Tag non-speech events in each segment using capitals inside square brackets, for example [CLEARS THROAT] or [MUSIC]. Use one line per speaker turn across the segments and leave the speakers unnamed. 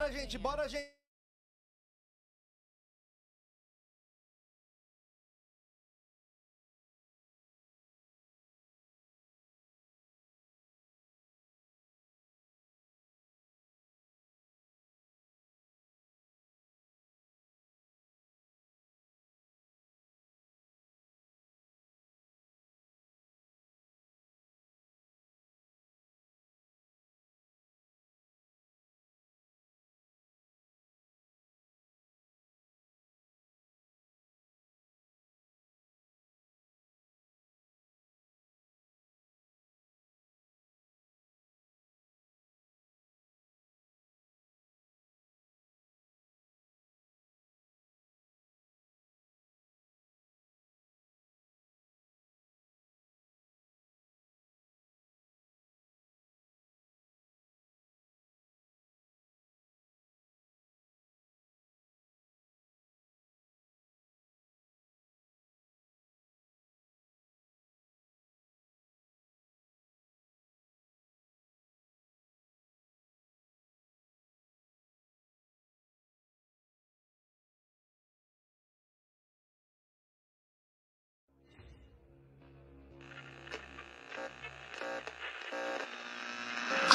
Bora, gente, bora, gente.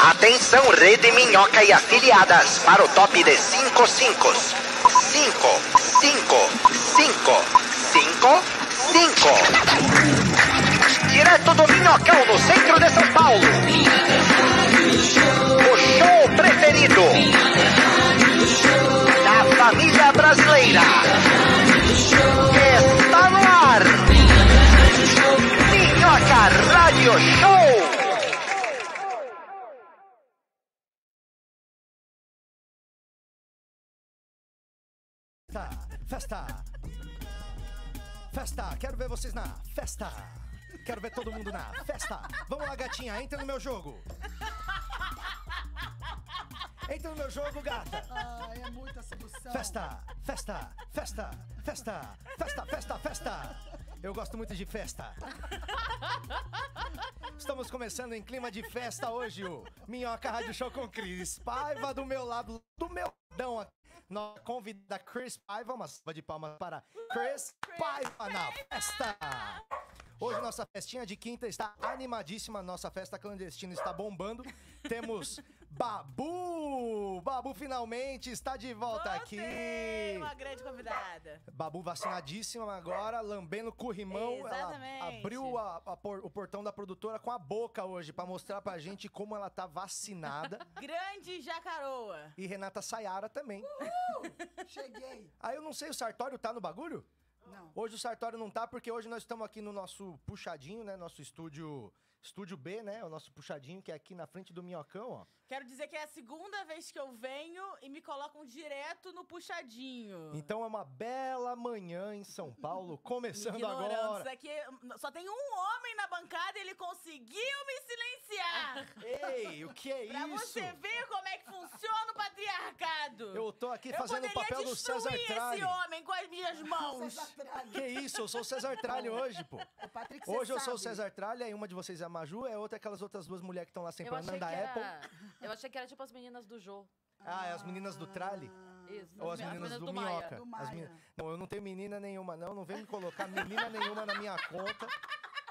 Atenção, Rede Minhoca e afiliadas, para o top de 5 5. 5, 5, 5, 5, 5. Direto do Minhocão, no centro de São Paulo. O show preferido da família brasileira. Está no ar. Minhoca Radio Show.
Festa, festa, festa. Quero ver vocês na festa. Quero ver todo mundo na festa. Vamos lá, gatinha, entra no meu jogo. Entra no meu jogo, gata.
Ah, é muita sedução.
Festa, festa, festa, festa, festa, festa, festa. Eu gosto muito de festa. Estamos começando em clima de festa hoje o Minhoca Rádio Show com Cris Paiva do meu lado, do meu dão aqui. Nossa convida Cris Paiva, uma salva de palmas para Cris Paiva na festa. Hoje nossa festinha de quinta está animadíssima, nossa festa clandestina está bombando. Temos Babu! Babu finalmente está de volta
Voltei,
aqui.
Uma grande convidada.
Babu vacinadíssima agora, lambendo corrimão. Ela
Exatamente.
abriu a- a por- o portão da produtora com a boca hoje pra mostrar pra gente como ela tá vacinada.
[LAUGHS] Grande Jacaroa.
e Renata Sayara também.
Cheguei.
Aí eu não sei, o Sartório tá no bagulho?
Não.
Hoje o Sartório não tá, porque hoje nós estamos aqui no nosso puxadinho, né? Nosso estúdio. Estúdio B, né? O nosso puxadinho, que é aqui na frente do Minhocão, ó.
Quero dizer que é a segunda vez que eu venho e me colocam direto no puxadinho.
Então é uma bela manhã em São
[LAUGHS]
Paulo, começando
Ignorantes
agora.
aqui, só tem um homem na bancada e ele conseguiu me silenciar.
Ei, o que é
pra
Ah, isso?
você ver como é que funciona o patriarcado.
Eu tô aqui
Eu
fazendo o
poderia
papel do
destruir
César Tralli.
esse homem com as minhas mãos.
César Tralli.
Que isso, eu sou o César Tralli hoje, pô.
O Patrick, cê
Hoje eu sou o
sabe.
César Tralha e uma de vocês é a Maju, é outra aquelas outras duas mulheres que estão lá sempre,
Eu
a Nanda
achei, que
Apple.
era, eu achei que era tipo as meninas do Jô.
Ah, é as meninas do Tralha?
Ah.
Isso,
Ou as meninas, do, Minhoca?
Do
As
Maia.
meni- Não, eu não tenho menina nenhuma, não. Não vem me colocar menina nenhuma na minha conta.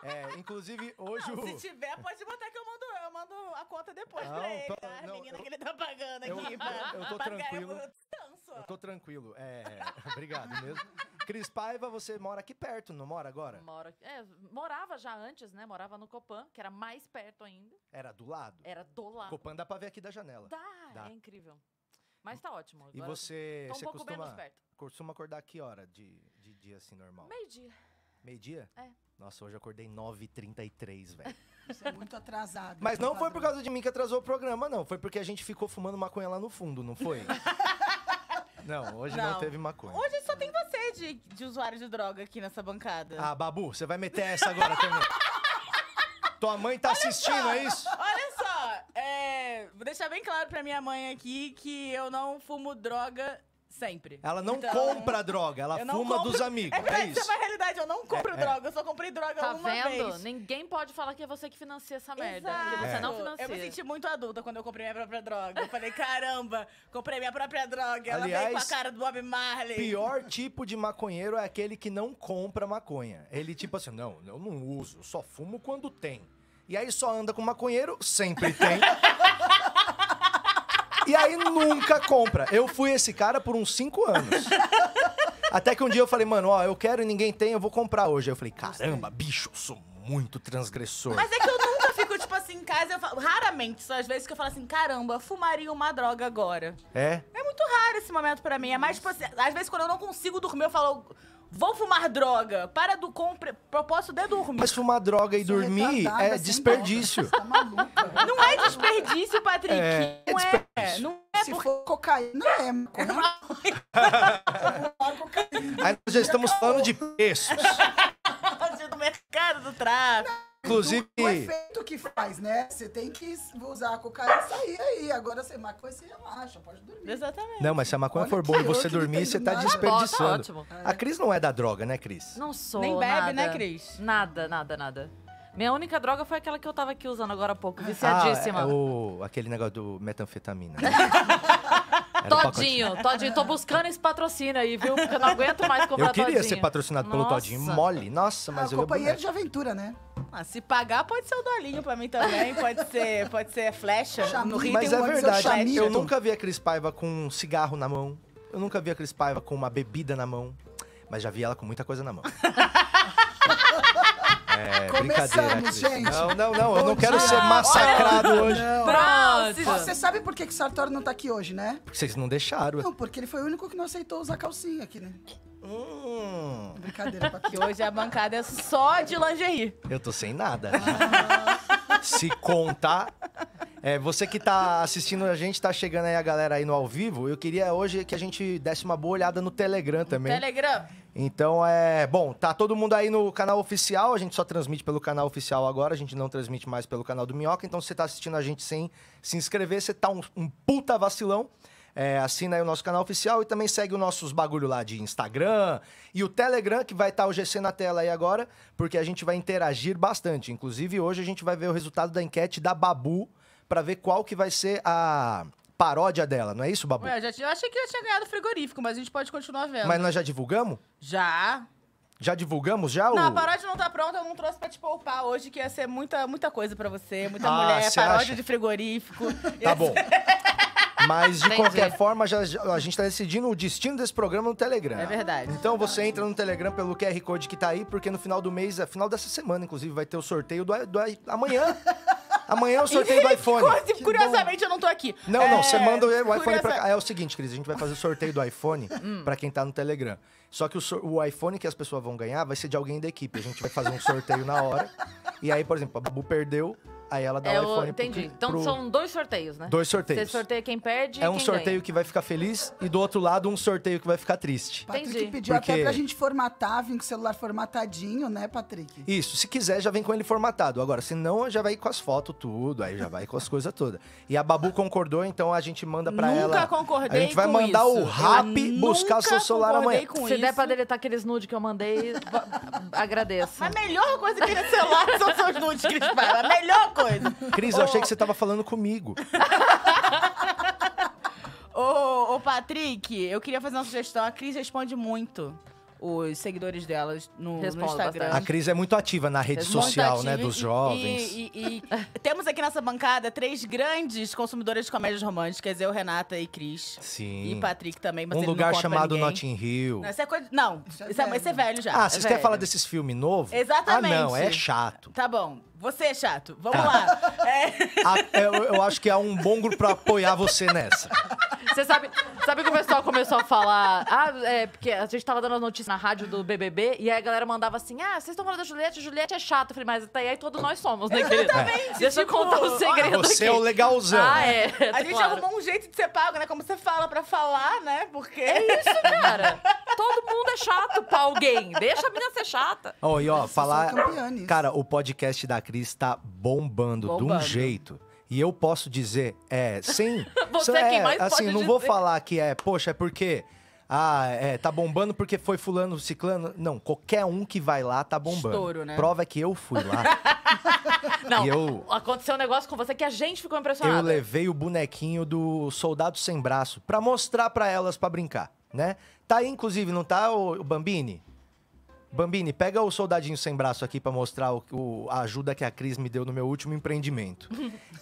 É, inclusive, hoje
Não,
o...
se tiver, pode botar que eu mando, eu mando a conta depois
Não,
pra ele.
tô-
ah,
não,
menina
eu-
que ele tá pagando
eu-
aqui.
eu-
pra-
eu tô
pra ganhar
tranquilo.
o descanso.
Eu tô tranquilo. É, [LAUGHS] obrigado mesmo. Cris Paiva, você mora aqui perto, não mora agora?
Mora, é, morava já antes, né? Morava no Copan, que era mais perto ainda.
Era do lado?
Era do lado.
Copan dá pra ver aqui da janela.
Dá,
Dá.
é incrível. Mas tá ótimo.
E
agora
você,
Tô um
você
pouco menos
costuma,
perto.
costuma acordar que hora de, de dia assim, normal?
Meio dia.
Meio-dia?
É.
Nossa, hoje eu acordei 9h33, velho.
Você é muito atrasado.
Mas não foi por
padrão.
Tá
causa de mim que atrasou o programa, não. Foi porque a gente ficou fumando maconha lá no fundo, não
[LAUGHS]
foi? não, hoje não,
Não.
teve maconha.
Hoje só tem você de, de usuário de droga aqui nessa bancada.
Ah, Babu, você vai meter essa agora também. Tua mãe tá assistindo, é isso?
Olha [LAUGHS] só, é, vou deixar bem claro pra minha mãe aqui que eu não fumo droga Sempre.
Ela não
Então,
compra droga, ela
eu não
fuma
compro-
dos amigos.
[LAUGHS] É,
É
isso é
isso. É,
uma realidade, eu não compro droga, eu só comprei droga
Tá
Então, uma
vendo?
vez.
Ninguém pode falar que é você que financia essa merda.
Exato.
Que você
É.
não financia.
Eu me senti muito adulta quando eu comprei minha própria droga. Eu falei, caramba, comprei minha própria droga. Ela veio com a
Aliás,
cara do Bob Marley.
Pior tipo de maconheiro é aquele que não compra maconha. Ele tipo assim, não, eu não uso, eu só fumo quando tem. E aí só anda com maconheiro, sempre tem. e aí nunca compra. Eu fui esse cara por uns cinco anos. Até que um dia eu falei, mano, ó, eu quero e ninguém tem, eu vou comprar hoje. Aí eu falei, caramba, bicho, eu sou muito transgressor.
Mas é que eu nunca fico, tipo assim, em casa. Eu falo, raramente, só às vezes que eu falo assim, caramba, fumaria uma droga agora.
É?
É muito raro esse momento pra mim. É mais, tipo assim, às vezes quando eu não consigo dormir, eu falo, vou fumar droga. Para do compre, propósito de dormir.
Mas fumar droga e
Sou
dormir
retardada,
é
sem
desperdício.
droga, Você tá maluca?
[LAUGHS] Não é desperdício, Patrick.
É, é
não é.
desperdício.
Não é
Se
porque.
for cocaína, é maconha. cocaína.
Aí nós já estamos falando de preços.
do mercado do tráfico.
Inclusive,
O efeito que faz, né? Você tem que usar a cocaína e sair aí. Agora você maconha, você relaxa, pode dormir.
Exatamente.
Não, mas se a maconha
Olha
for
que
boa e
louco,
você
não
dormir,
entendo
você tá
nada.
desperdiçando.
Tá bom, tá ótimo.
A Cris não é da droga, né, Cris?
Não sou.
Nem bebe,
nada.
né, Cris?
Nada, nada, nada. Minha única droga foi aquela que eu tava aqui usando agora há pouco,
Ah,
viciadíssima.
é o, aquele negócio do metanfetamina.
[LAUGHS]
né? Era um pacotinho.
Todinho, Todinho, tô buscando esse patrocínio aí, viu? Porque eu não aguento mais comprar
Eu queria
Todinho.
ser patrocinado pelo
Nossa.
Todinho. Mole. Nossa, mas
ah,
eu é. ia
companheiro
boneco.
de aventura, né?
Ah, se pagar, pode ser o dolinho pra mim também. Pode ser, pode ser flecha.
Chamu-
No Rio
Mas
tem
é
um
ônibus, eu
verdade.
chamito.
Eu nunca vi a Cris Paiva com um cigarro na mão. Eu nunca vi a Cris Paiva com uma bebida na mão. Mas já vi ela com muita coisa
[LAUGHS]
na mão. É, brincadeira,
Começamos,
Cris.
gente.
Não, não, não. Eu
Bom
não quero
dia.
ser massacrado hoje.
Ó,
Pronto.
Você sabe por que, que o Sartori não tá aqui hoje, né?
Porque vocês não deixaram.
Não, porque ele foi o único que não aceitou usar calcinha aqui, né?
Hum. [LAUGHS]
Brincadeira, Patrick.
Que hoje a bancada é só de lingerie.
Eu tô sem nada. Se contar. É, você que tá assistindo a gente, tá chegando aí a galera aí no ao vivo. Eu queria hoje que a gente desse uma boa olhada no Telegram também.
Telegram.
Então é. Bom, tá todo mundo aí no canal oficial. A gente só transmite pelo canal oficial agora. A gente não transmite mais pelo canal do Minhoca. Então, se você tá assistindo a gente sem se inscrever, você tá um, um puta vacilão. É, assina aí o nosso canal oficial e também segue os nossos bagulho lá de Instagram e o Telegram, que vai estar o GC na tela aí agora, porque a gente vai interagir bastante. Inclusive, hoje a gente vai ver o resultado da enquete da Babu pra ver qual que vai ser a paródia dela. Não é isso, Babu?
Ué, eu, já tinha- eu achei que eu tinha ganhado frigorífico, mas a gente pode continuar vendo.
Mas nós já divulgamos?
Já.
Já divulgamos já o...
Não, a paródia não tá pronta, eu não trouxe pra te poupar hoje, que ia ser muita, muita coisa pra você, muita
Ah,
mulher,
cê
paródia
acha?
de
[LAUGHS]
frigorífico.
Tá
[LAUGHS]
bom. Mas, de
Entendi.
qualquer forma, já- já- a gente tá decidindo o destino desse programa no Telegram.
É verdade.
Então você entra no Telegram pelo QR Code que tá aí, porque no final do mês, é final dessa semana, inclusive, vai ter o sorteio do, i- do i- amanhã.
[LAUGHS]
amanhã é o sorteio
[LAUGHS]
do iPhone.
Curiosi- Curiosamente, eu não tô aqui.
Não, não,
É,
você manda o iPhone
curiosa-
pra cá. É o seguinte, Cris, a gente vai fazer o sorteio do
[LAUGHS]
iPhone
Hum.
pra quem tá no Telegram. Só que o, sor- o iPhone que as pessoas vão ganhar vai ser de alguém da equipe. A gente vai fazer um sorteio na hora. E aí, por exemplo, a Babu perdeu, aí ela dá
É
o
o,
iPhone pro-
entendi. Então
pro-
são dois sorteios, né?
Dois sorteios.
Você sorteia quem perde e
É um
quem
sorteio
ganha.
que vai ficar feliz e do outro lado um sorteio que vai ficar triste.
Patrick
Entendi.
pediu
Porque-
até pra gente formatar, vir com o celular formatadinho,
[LAUGHS]
né, Patrick?
Isso, se quiser já vem com ele formatado. Agora, se não, já vai com as fotos tudo, aí já vai com as coisas todas. E a Babu concordou, então a gente manda pra
Nunca
ela.
concordei
A gente vai
com
mandar o
isso.
rap
Eu
buscar
nunca
seu celular
concordei
amanhã.
com
Se der
isso.
pra deletar aqueles nude que eu mandei, va- agradeço.
A melhor coisa que ele celular são seus nudes, Cris Paiva. A melhor coisa.
Cris, eu achei que você tava falando comigo.
[LAUGHS] Ô, ô, Patrick, eu queria fazer uma sugestão. A Cris responde muito os seguidores delas no, no
Respondo
Instagram.
A Cris é muito ativa na rede
Responde
social, né,
Montativa.
dos
E-
jovens. Um
E, e- e [LAUGHS] temos aqui nessa bancada três grandes consumidoras de comédias românticas, eu, Renata e Cris.
Sim.
E Patrick também, mas
um
ele não
lugar
conta pra
chamado
ninguém.
Notting Hill.
Não, isso é coisa... Não, isso
Isso
é, isso
é
é,
velho.
velho já.
Ah, vocês querem
velho.
falar desses filmes novos?
Exatamente.
Ah, não, é chato.
Tá bom, você é chato.
Tá.
Vamos lá. É,
[LAUGHS]
A- Ah, eu, eu acho que há um bom grupo pra apoiar você nessa.
Você sabe, sabe que o pessoal começou a falar? Ah, é, porque a gente tava dando a notícia na rádio do BBB e aí a galera mandava assim: ah, vocês estão falando da Juliette, Juliette é chata. Eu falei, mas até aí todos nós somos, né, querida?
Exatamente,
Deixa
tipo,
eu contar um segredo.
É. Você é
aqui.
o legalzão.
Ah, é.
a gente
claro.
arrumou um jeito de ser pago, né? Como você fala pra falar, né? Porque...
É isso, cara. Todo mundo é chato pra alguém. Deixa a menina ser chata.
Ó, e ó,
sou
falar.
campeã nisso.
Cara, o podcast da Cris tá bombando, de um
Bombando.
jeito. E eu posso dizer, é, sem.
[LAUGHS] Você
sem-
é quem mais
assim,
pode
não vou
dizer.
falar que é, poxa, é porque ah, é, tá bombando porque foi fulano, ciclano. Não, qualquer um que vai lá tá bombando.
Estouro, né?
Prova é que eu fui
[LAUGHS]
lá.
Não,
E eu-
aconteceu um negócio com você que a gente ficou impressionado.
eu levei o bonequinho do soldado sem braço pra mostrar pra elas pra brincar, né? Tá aí, inclusive, não tá, o Bambini? Bambini, pega o soldadinho sem braço aqui pra mostrar o, o- a ajuda que a Cris me deu no meu último empreendimento.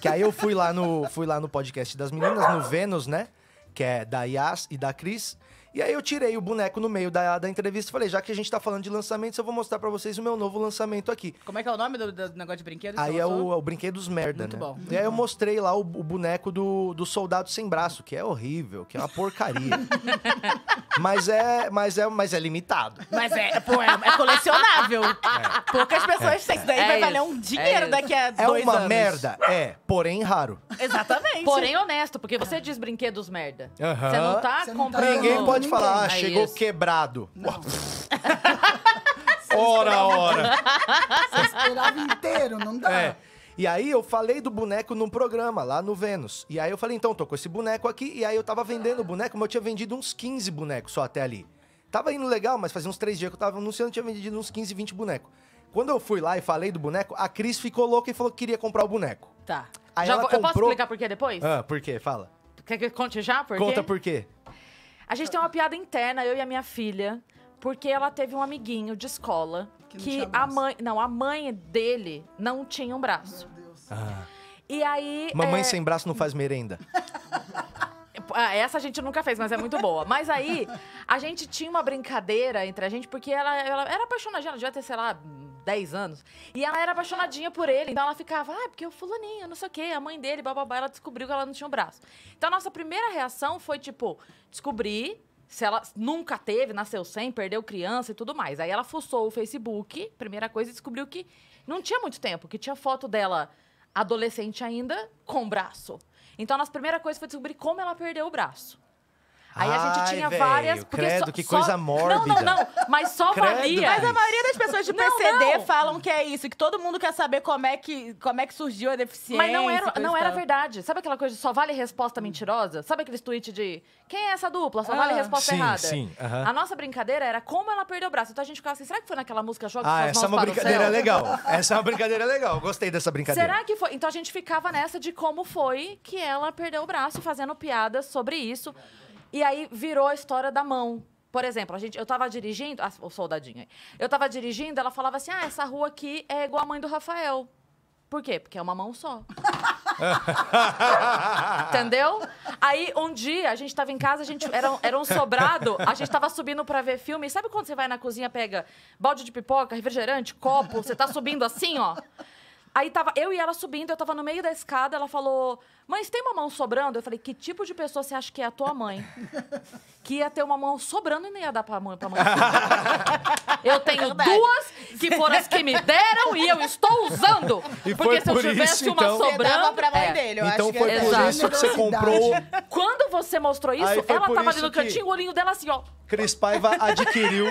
que aí eu fui lá no fui lá no podcast das meninas, no Vênus, né? Que é da Yas e da Cris. E aí eu tirei o boneco no meio da, da entrevista e falei, já que a gente tá falando de lançamentos, eu vou mostrar pra vocês o meu novo lançamento aqui.
Como é que é o nome do, do negócio de brinquedo? que
Aí
você
é
lançou?
o, é o Brinquedos Merda,
Muito
né?
bom.
E aí eu mostrei lá o, o boneco do, do soldado sem braço, que é horrível, que é uma porcaria.
[LAUGHS]
mas, é, mas, é, mas é limitado.
Mas é, pô, é, é colecionável. Poucas pessoas têm isso daí.
É
vai
isso,
valer um dinheiro
é
daqui a
É
dois
uma
anos.
merda, é, porém raro.
Exatamente.
Porém honesto, porque você diz brinquedos merda.
Aham.
Você não tá
Você não tá
comprando...
Ninguém
não,
pode
ninguém.
falar, ah,
É
chegou
isso.
quebrado. [LAUGHS] ora, ora.
Esperava inteiro, não dá.
É. E aí eu falei do boneco num programa lá no Vênus. E aí eu falei, então, tô com esse boneco aqui. E aí eu tava vendendo o boneco, mas eu tinha vendido uns 15 bonecos só até ali. Tava indo legal, mas fazia uns três dias que eu tava anunciando, tinha vendido uns 15, 20 bonecos. Quando eu fui lá e falei do boneco, a Cris ficou louca e falou que queria comprar o boneco.
Tá.
Aí
Já
ela
vou- Eu
comprou...
posso explicar por quê depois?
Ah, por quê? Fala.
Quer que eu conte já por
Conta
quê?
por quê.
A gente tem uma piada interna, eu e a minha filha, porque ela teve um amiguinho de escola
Que
que,
não tinha
a
braço.
mãe. Não, a mãe dele não tinha um braço. E aí.
Mamãe
Ah. é,
sem braço não faz merenda.
ah, Essa a gente nunca fez, mas é muito boa. Mas aí, a gente tinha uma brincadeira entre a gente, porque ela, ela era apaixonadinha, ela devia ter, sei lá, 10 anos. E ela era apaixonadinha por ele, então ela ficava, ah, porque o fulaninho, não sei o quê, a mãe dele, bababá, ela descobriu que ela não tinha um braço. Então a nossa primeira reação foi, tipo, descobrir se ela nunca teve, nasceu sem, perdeu criança e tudo mais. Aí ela fuçou o Facebook, primeira coisa, e descobriu que não tinha muito tempo, que tinha foto dela adolescente ainda com braço. Então a nossa primeira coisa foi descobrir como ela perdeu o braço. Aí a gente
Ai,
tinha
véi,
várias. porque
credo,
só-
que
só-
coisa
Não,
mórbida.
não, não. Mas só
Credo, Mas é
é?
valia.
Mas a maioria das pessoas de
Não,
PCD
não.
falam que é isso, que todo mundo quer saber como é que, como é que surgiu a deficiência.
Mas não
coisa
era,
e
não era
tal.
verdade. Sabe aquela coisa de só vale resposta mentirosa? Sabe aqueles tweets de quem é essa dupla? Só
Ah.
vale resposta
Sim,
errada.
sim, aham.
A nossa brincadeira era como ela perdeu o braço. Então a gente ficava assim, será que foi naquela música Joga
Ah,
suas
essa é
mãos
uma
para o
brincadeira
céu?
legal. Essa é uma brincadeira legal. Gostei dessa brincadeira.
Será que foi? Então a gente ficava nessa de como foi que ela perdeu o braço, fazendo piadas sobre isso. E aí virou a história da mão. Por exemplo, a gente, eu tava dirigindo, ah, o soldadinho aí. Eu tava dirigindo, ela falava assim: "Ah, essa rua aqui é igual a mãe do Rafael". Por quê? Porque é uma mão só.
[LAUGHS]
Entendeu? Aí, um dia, a gente tava em casa, a gente era, um- era um sobrado, a gente tava subindo pra ver filme. E sabe quando você vai na cozinha, pega balde de pipoca, refrigerante, copo, você tá subindo assim, ó? Aí tava eu e ela subindo, eu tava no meio da escada, ela falou: Mãe, você tem uma mão sobrando? Eu falei: Que tipo de pessoa você acha que é a tua mãe? Que ia ter uma mão sobrando e não ia dar pra mãe. Pra mãe. Eu tenho duas, que foram as que me deram e eu estou usando.
E foi
porque se eu
por
tivesse
isso,
uma
então-
Você dava
sobrando.
pra mãe
é.
dele, eu
Então
acho que
foi
é.
era-
por
Exato.
isso que você comprou
Quando você mostrou isso,
Aí foi
ela
por
tava
isso
ali no
que-
cantinho, o olhinho dela assim, ó.
Cris Paiva adquiriu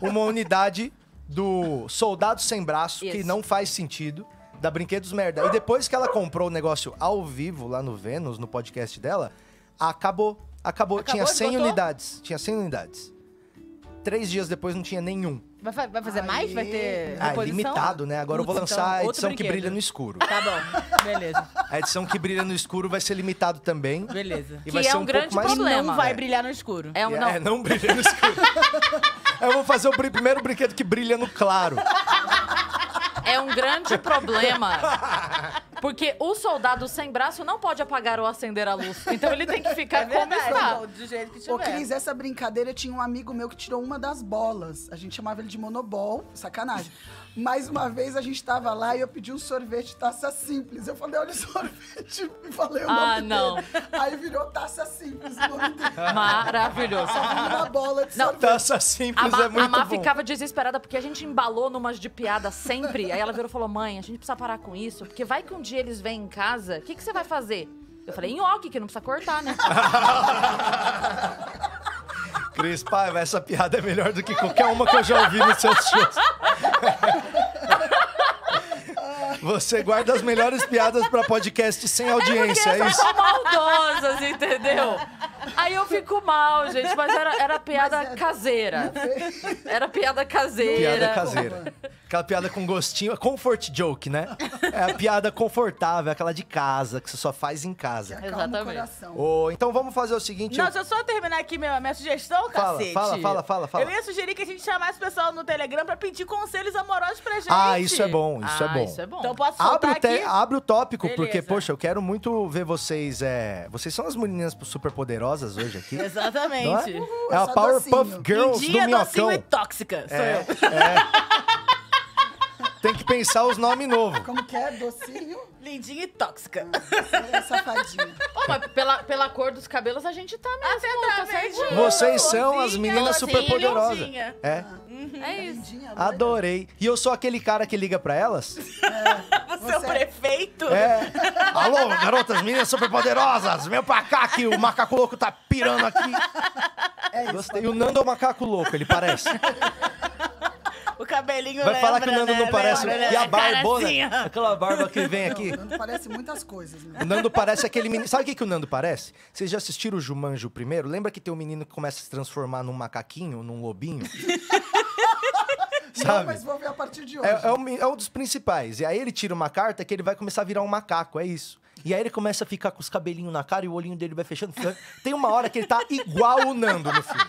uma unidade do Soldado Sem Braço, que
Isso.
não faz sentido, da Brinquedos Merda. E depois que ela comprou o negócio ao vivo lá no Vênus, no podcast dela, acabou. Acabou. tinha 100
esgotou?
unidades. Tinha 100 unidades. Três dias depois não tinha nenhum.
Vai, fa- vai fazer mais? Vai ter
Ah, é
reposição?
limitado, né? Agora eu vou
Putz,
lançar a
então, outro
edição que
brinquedo.
brilha no escuro.
Tá bom, beleza,
A edição que brilha no escuro vai ser limitado
[LAUGHS]
também.
beleza.
E
Que é um grande [LAUGHS] problema.
Não
Ah,
vai
é.
brilhar no escuro.
É um, não.
É, [LAUGHS] não brilha no escuro. Eu vou fazer o brin- primeiro brinquedo que brilha no claro.
É um
[LAUGHS]
grande problema. Porque o soldado sem braço não pode apagar ou acender a luz. Então ele tem que
É
ficar como está.
Não, do jeito que tiver.
Ô, Cris, essa brincadeira tinha um amigo meu que tirou uma das bolas. A gente chamava ele de monobol, sacanagem. Mais uma vez a gente tava lá e eu pedi um sorvete taça simples. Eu falei, olha o sorvete, [LAUGHS] e falei o nome
Ah,
dele.
não.
Aí virou taça simples o nome dele.
Maravilhoso.
Só vinha uma bola de
Não,
sorvete.
Taça
A
Então, simples
Ma,
é muito
a Ma
bom.
ficava desesperada porque a gente embalou numas de piada sempre. Aí ela virou e falou: Mãe, a gente precisa parar com isso, porque vai que um dia eles vêm em casa, o que, que você vai fazer? Eu falei: Nhoque, que não precisa cortar, né?
Cris Paiva, essa piada é melhor do que qualquer uma que eu já ouvi nos seus shows. [LAUGHS] Você guarda as melhores piadas pra podcast sem
Porque
audiência, é
elas
isso?
são maldosas, entendeu? Aí eu fico mal, gente, mas era, era piada
Mas é-
caseira. Era piada caseira.
Piada caseira. Aquela piada com gostinho, é comfort joke, né? É a piada confortável, é aquela de casa, que você só faz em casa.
É.
Calma o
Exatamente.
coração.
Ô, então vamos fazer o seguinte.
Não, se eu só terminar aqui minha, minha sugestão,
Fala,
cacete.
fala, fala, fala, fala.
Eu ia sugerir que a gente chamasse o pessoal no Telegram pra pedir conselhos amorosos pra gente.
Ah, isso é bom, isso
ah,
é bom.
Isso é bom.
Então posso
Abre
soltar
o, te-
aqui?
abre o tópico, porque,
Beleza.
poxa, eu quero muito ver vocês. É... Vocês são as meninas superpoderosas hoje aqui. Não é?
Exatamente.
é a
só
Powerpuff
docinho.
Girls do É.
India, docinho
Minhocão.
e tóxica. Sou eu.
Tem que pensar os nomes novos.
Como que é? Docinho?
Lindinha e tóxica.
É safadinho.
Pô, mas pela, pela cor dos cabelos a gente tá
Ah,
mesmo, tá certinho.
Vocês são as
Docinha,
meninas
docinha,
superpoderosas.
docinha. Ah,
É,
É isso.
Lindinha, loira.
adorei. E eu sou aquele cara que liga pra elas?
Você é o
Você-
prefeito?
É. Alô, garotas, meninas superpoderosas. Meu pacaco, o macaco louco tá pirando aqui.
É isso.
Gostei. E o Nando é o macaco louco, ele parece.
O cabelinho
Vai falar que
lembra,
o Nando
né?
não parece.
Lembra, né?
E a barbona,
Caracinha.
aquela barba que vem aqui.
Não, Parece muitas coisas, né?
O Nando parece aquele menino. Sabe o que, que o Nando parece? Vocês já assistiram o Jumanji o primeiro? Lembra que tem um menino que começa a se transformar num macaquinho, num lobinho?
[LAUGHS] Não,
Sabe?
mas vou ver a partir de hoje.
É, é um, men- é um dos principais. E aí ele tira uma carta que ele vai começar a virar um macaco, é isso. E aí ele começa a ficar com os cabelinhos na cara e o olhinho dele vai fechando. Tem uma hora que ele tá igual o Nando no filme.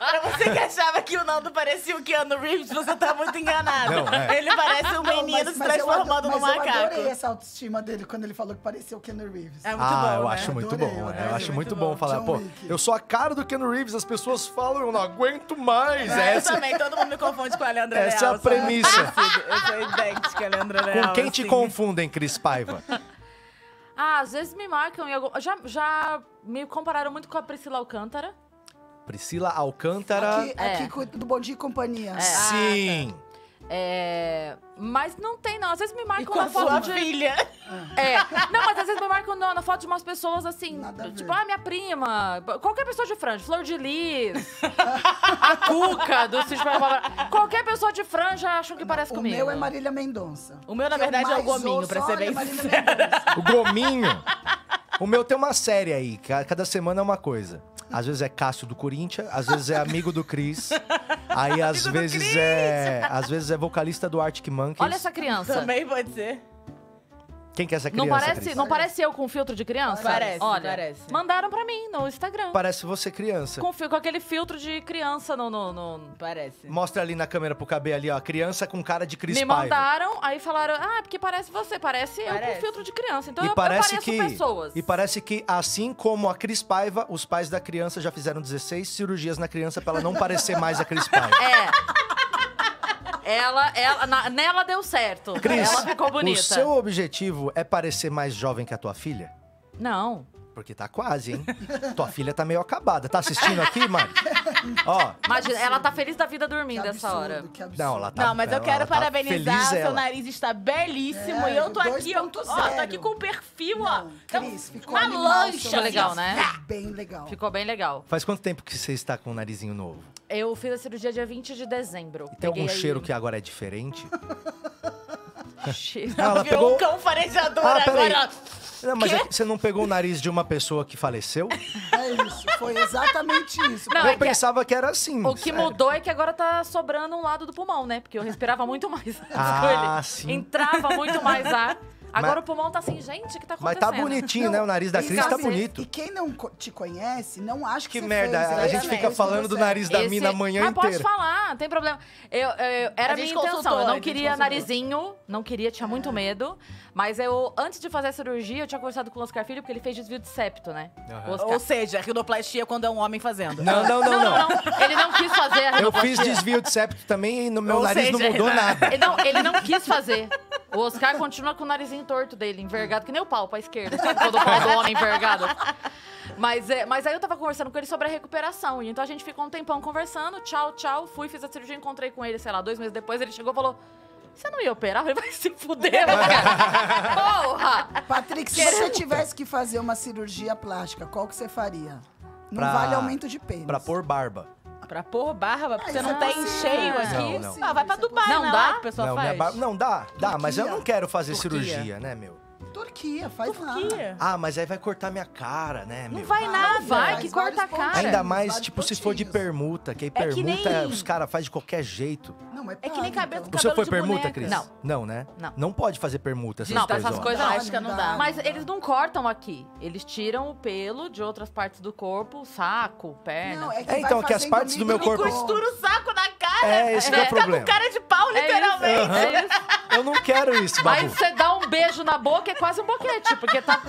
Pra você que achava que o Nando parecia o Keanu Reeves, você tá muito enganado.
Não, é.
Ele parece um
Não,
menino se transformando
eu, ado-
num
mas eu
macaco.
adorei essa autoestima dele quando ele falou que parecia o Keanu Reeves.
É muito
ah,
bom,
eu
né?
acho muito
Adorei,
bom.
adorei,
eu acho muito bom,
bom.
falar,
John
pô,
Wick.
eu sou a cara do Ken Reeves, as pessoas falam, eu não aguento mais.
É, eu
essa
também, todo mundo me confunde com a Leandra Leal.
essa é a
sabe? [LAUGHS]
premissa.
Eu sou idêntica a Leandra Leal.
Com quem te
assim.
confundem, Cris
[LAUGHS]
Paiva?
Ah, às vezes me marcam em algum... Já, já me compararam muito com a Priscila Alcântara.
Priscila Alcântara.
Aqui,
É.
aqui cuida do Bom Dia e Companhia.
Ah, Sim.
É... Mas não tem, não. Às vezes me
E
marcam
com
na
a
Tá foto
sua
de...
filha.
É. Não, mas às vezes me marcam não, na foto de umas pessoas assim.
Nada a ver.
tipo, ah, minha prima. Qualquer pessoa de franja. Flor de Lis. a Cuca do Cid Barbará. Qualquer pessoa de franja acham que parece
o
comigo.
meu é Marília Mendonça.
O meu, na
Que eu
verdade, é o
mais
Gominho,
ouço,
pra ser
olha,
bem
Marília
sincera.
Mendonça.
O Gominho. O meu tem uma série aí, ca- cada semana é uma coisa. Às vezes é Cássio do Corinthians, às vezes é amigo do Cris. Aí às
Amigo do
vezes
Cris!
é, às vezes é vocalista do Arctic Monkeys.
Olha essa criança.
[LAUGHS] Também pode ser.
Quem que é essa
Não
é criança?
parece,
Cris?
não parece eu com filtro de criança?
Parece,
Olha,
parece.
mandaram pra mim no Instagram.
Parece você criança.
Com, fi- com aquele filtro de criança no... no- no-
Parece.
Mostra ali na câmera pro cabelo ali, ó, criança com cara de Cris
Me
Paiva.
mandaram, aí falaram, ah, porque parece você, parece, eu
Parece.
com filtro de criança. Então
e
eu, eu
parece
pareço
que
pessoas.
e parece que assim como a Cris Paiva, os pais da criança já fizeram 16 cirurgias na criança pra ela não parecer mais a
[LAUGHS]
Cris Paiva.
É. Ela, ela, na- nela deu certo.
Cris,
ela ficou bonita.
o seu objetivo é parecer mais jovem que a tua filha?
Não.
Porque tá quase,
[LAUGHS]
hein? tua filha tá meio acabada. Tá assistindo aqui, Mari? Ó,
Imagina, ela tá feliz da vida dormindo
Que
essa hora.
absurdo, que absurdo.
não, ela tá...
não, mas eu
ela-
quero
ela tá
parabenizar.
feliz,
Seu
ela.
nariz está belíssimo.
É,
e eu tô aqui, ó, ó,
2.0.
tô aqui com o perfil, ó.
Não,
Então,
Cris, ficou
na
animal,
lancha.
seu
legal,
nariz.
né?
Bem legal.
Ficou bem legal.
Faz quanto tempo que você está com o narizinho novo?
Eu fiz a cirurgia dia 20 de dezembro.
E tem algum
Peguei aí- um
cheiro que agora é diferente?
Cheiro.
Não, ela
Virou
pegou-
um cão farejador
Ah, peraí.
agora.
Não, mas
Quê?
é que você não pegou o nariz de uma pessoa que faleceu?
É isso, foi exatamente isso.
Não,
eu
é que-
pensava que era assim.
O que mudou é que agora tá sobrando um lado do pulmão, né? Porque eu respirava muito mais. [LAUGHS] Então
Ah,
Ele
sim.
Entrava muito mais ar. Agora
Mas-
o pulmão tá assim, gente, o que tá
Mas
acontecendo?
tá bonitinho, né? O nariz da
e
Cris tá
sabe-
bonito.
E quem não co- te conhece, não acha
Que
que você
merda,
fez,
a gente
é exatamente.
fica falando do nariz da
Esse-
mina a manhã
Mas pode
inteira.
falar, não tem problema. Eu, eu-
A
era a
gente
minha intenção.
consultou,
Eu
a
não
gente
queria
consultou.
narizinho, não queria, tinha muito medo. Mas eu, antes de fazer a cirurgia, eu tinha conversado com o Oscar Filho, porque ele fez desvio de septo, né? O Oscar-
Ou seja, rinoplastia quando é um homem fazendo.
Não, não, não, não.
Ele não quis fazer a
Eu fiz
rinoplastia.
desvio de septo também e no meu
Ou
nariz não
seja,
mudou nada.
[LAUGHS] Ele não, ele não quis fazer. O Oscar continua com o narizinho torto dele, envergado, que nem o pau pra esquerda, sabe? Quando o pau do homem envergado. Mas, é, mas aí eu tava conversando com ele sobre a recuperação. E então a gente ficou um tempão conversando, tchau, tchau. Fui, fiz a cirurgia, encontrei com ele, sei lá, dois meses depois. Ele chegou e falou: Você não ia operar? Eu falei, vai se fuder, né, cara. Porra!
Patrick, se você tivesse que fazer uma cirurgia plástica, qual que você faria? Não
Pra-
vale aumento de pênis.
Pra pôr barba.
Pra pôr barba, porque você
isso
não
é
tá em
possível,
cheio
isso é
aqui.
Não,
possível,
Ah, vai pra
isso é
Dubai,
possível.
né?
Não dá?
Lá que o pessoal
não,
faz.
minha barba- não, dá, dá, mas eu
Turquia.
não quero fazer
Turquia.
cirurgia, né, meu?
Turquia, faz lá.
Turquia.
Ah, mas aí vai cortar minha cara, né,
Não
meu?
vai nada.
vai, que
vários
corta a
pontinhos,
cara.
Ainda mais,
vários
tipo, se for de
pontinhos.
permuta, que aí
É que
permuta
nem-
os caras fazem de qualquer jeito.
Não, mas
É que nem
paga,
cabelo
então.
O seu
Cabelo
foi
de
permuta,
boneca.
Cris?
Não.
Não, né?
Não.
Não pode fazer permuta essas
Não,
coisas.
essas
ó.
coisas
Não,
não.
acho que não
não
dá.
dá.
Mas eles não cortam aqui. Eles tiram o pelo de outras partes do corpo, saco, perna.
Não, é que
É,
vai
então, que as
fazendo um
partes do meu
E
micro-
corpo-
costura o saco na cara.
É, esse que é o
Fica
problema.
com cara de pau,
É isso,
literalmente.
é isso.
Eu não quero isso, Babu.
Mas você dá um beijo na boca, é quase um boquete, porque tá.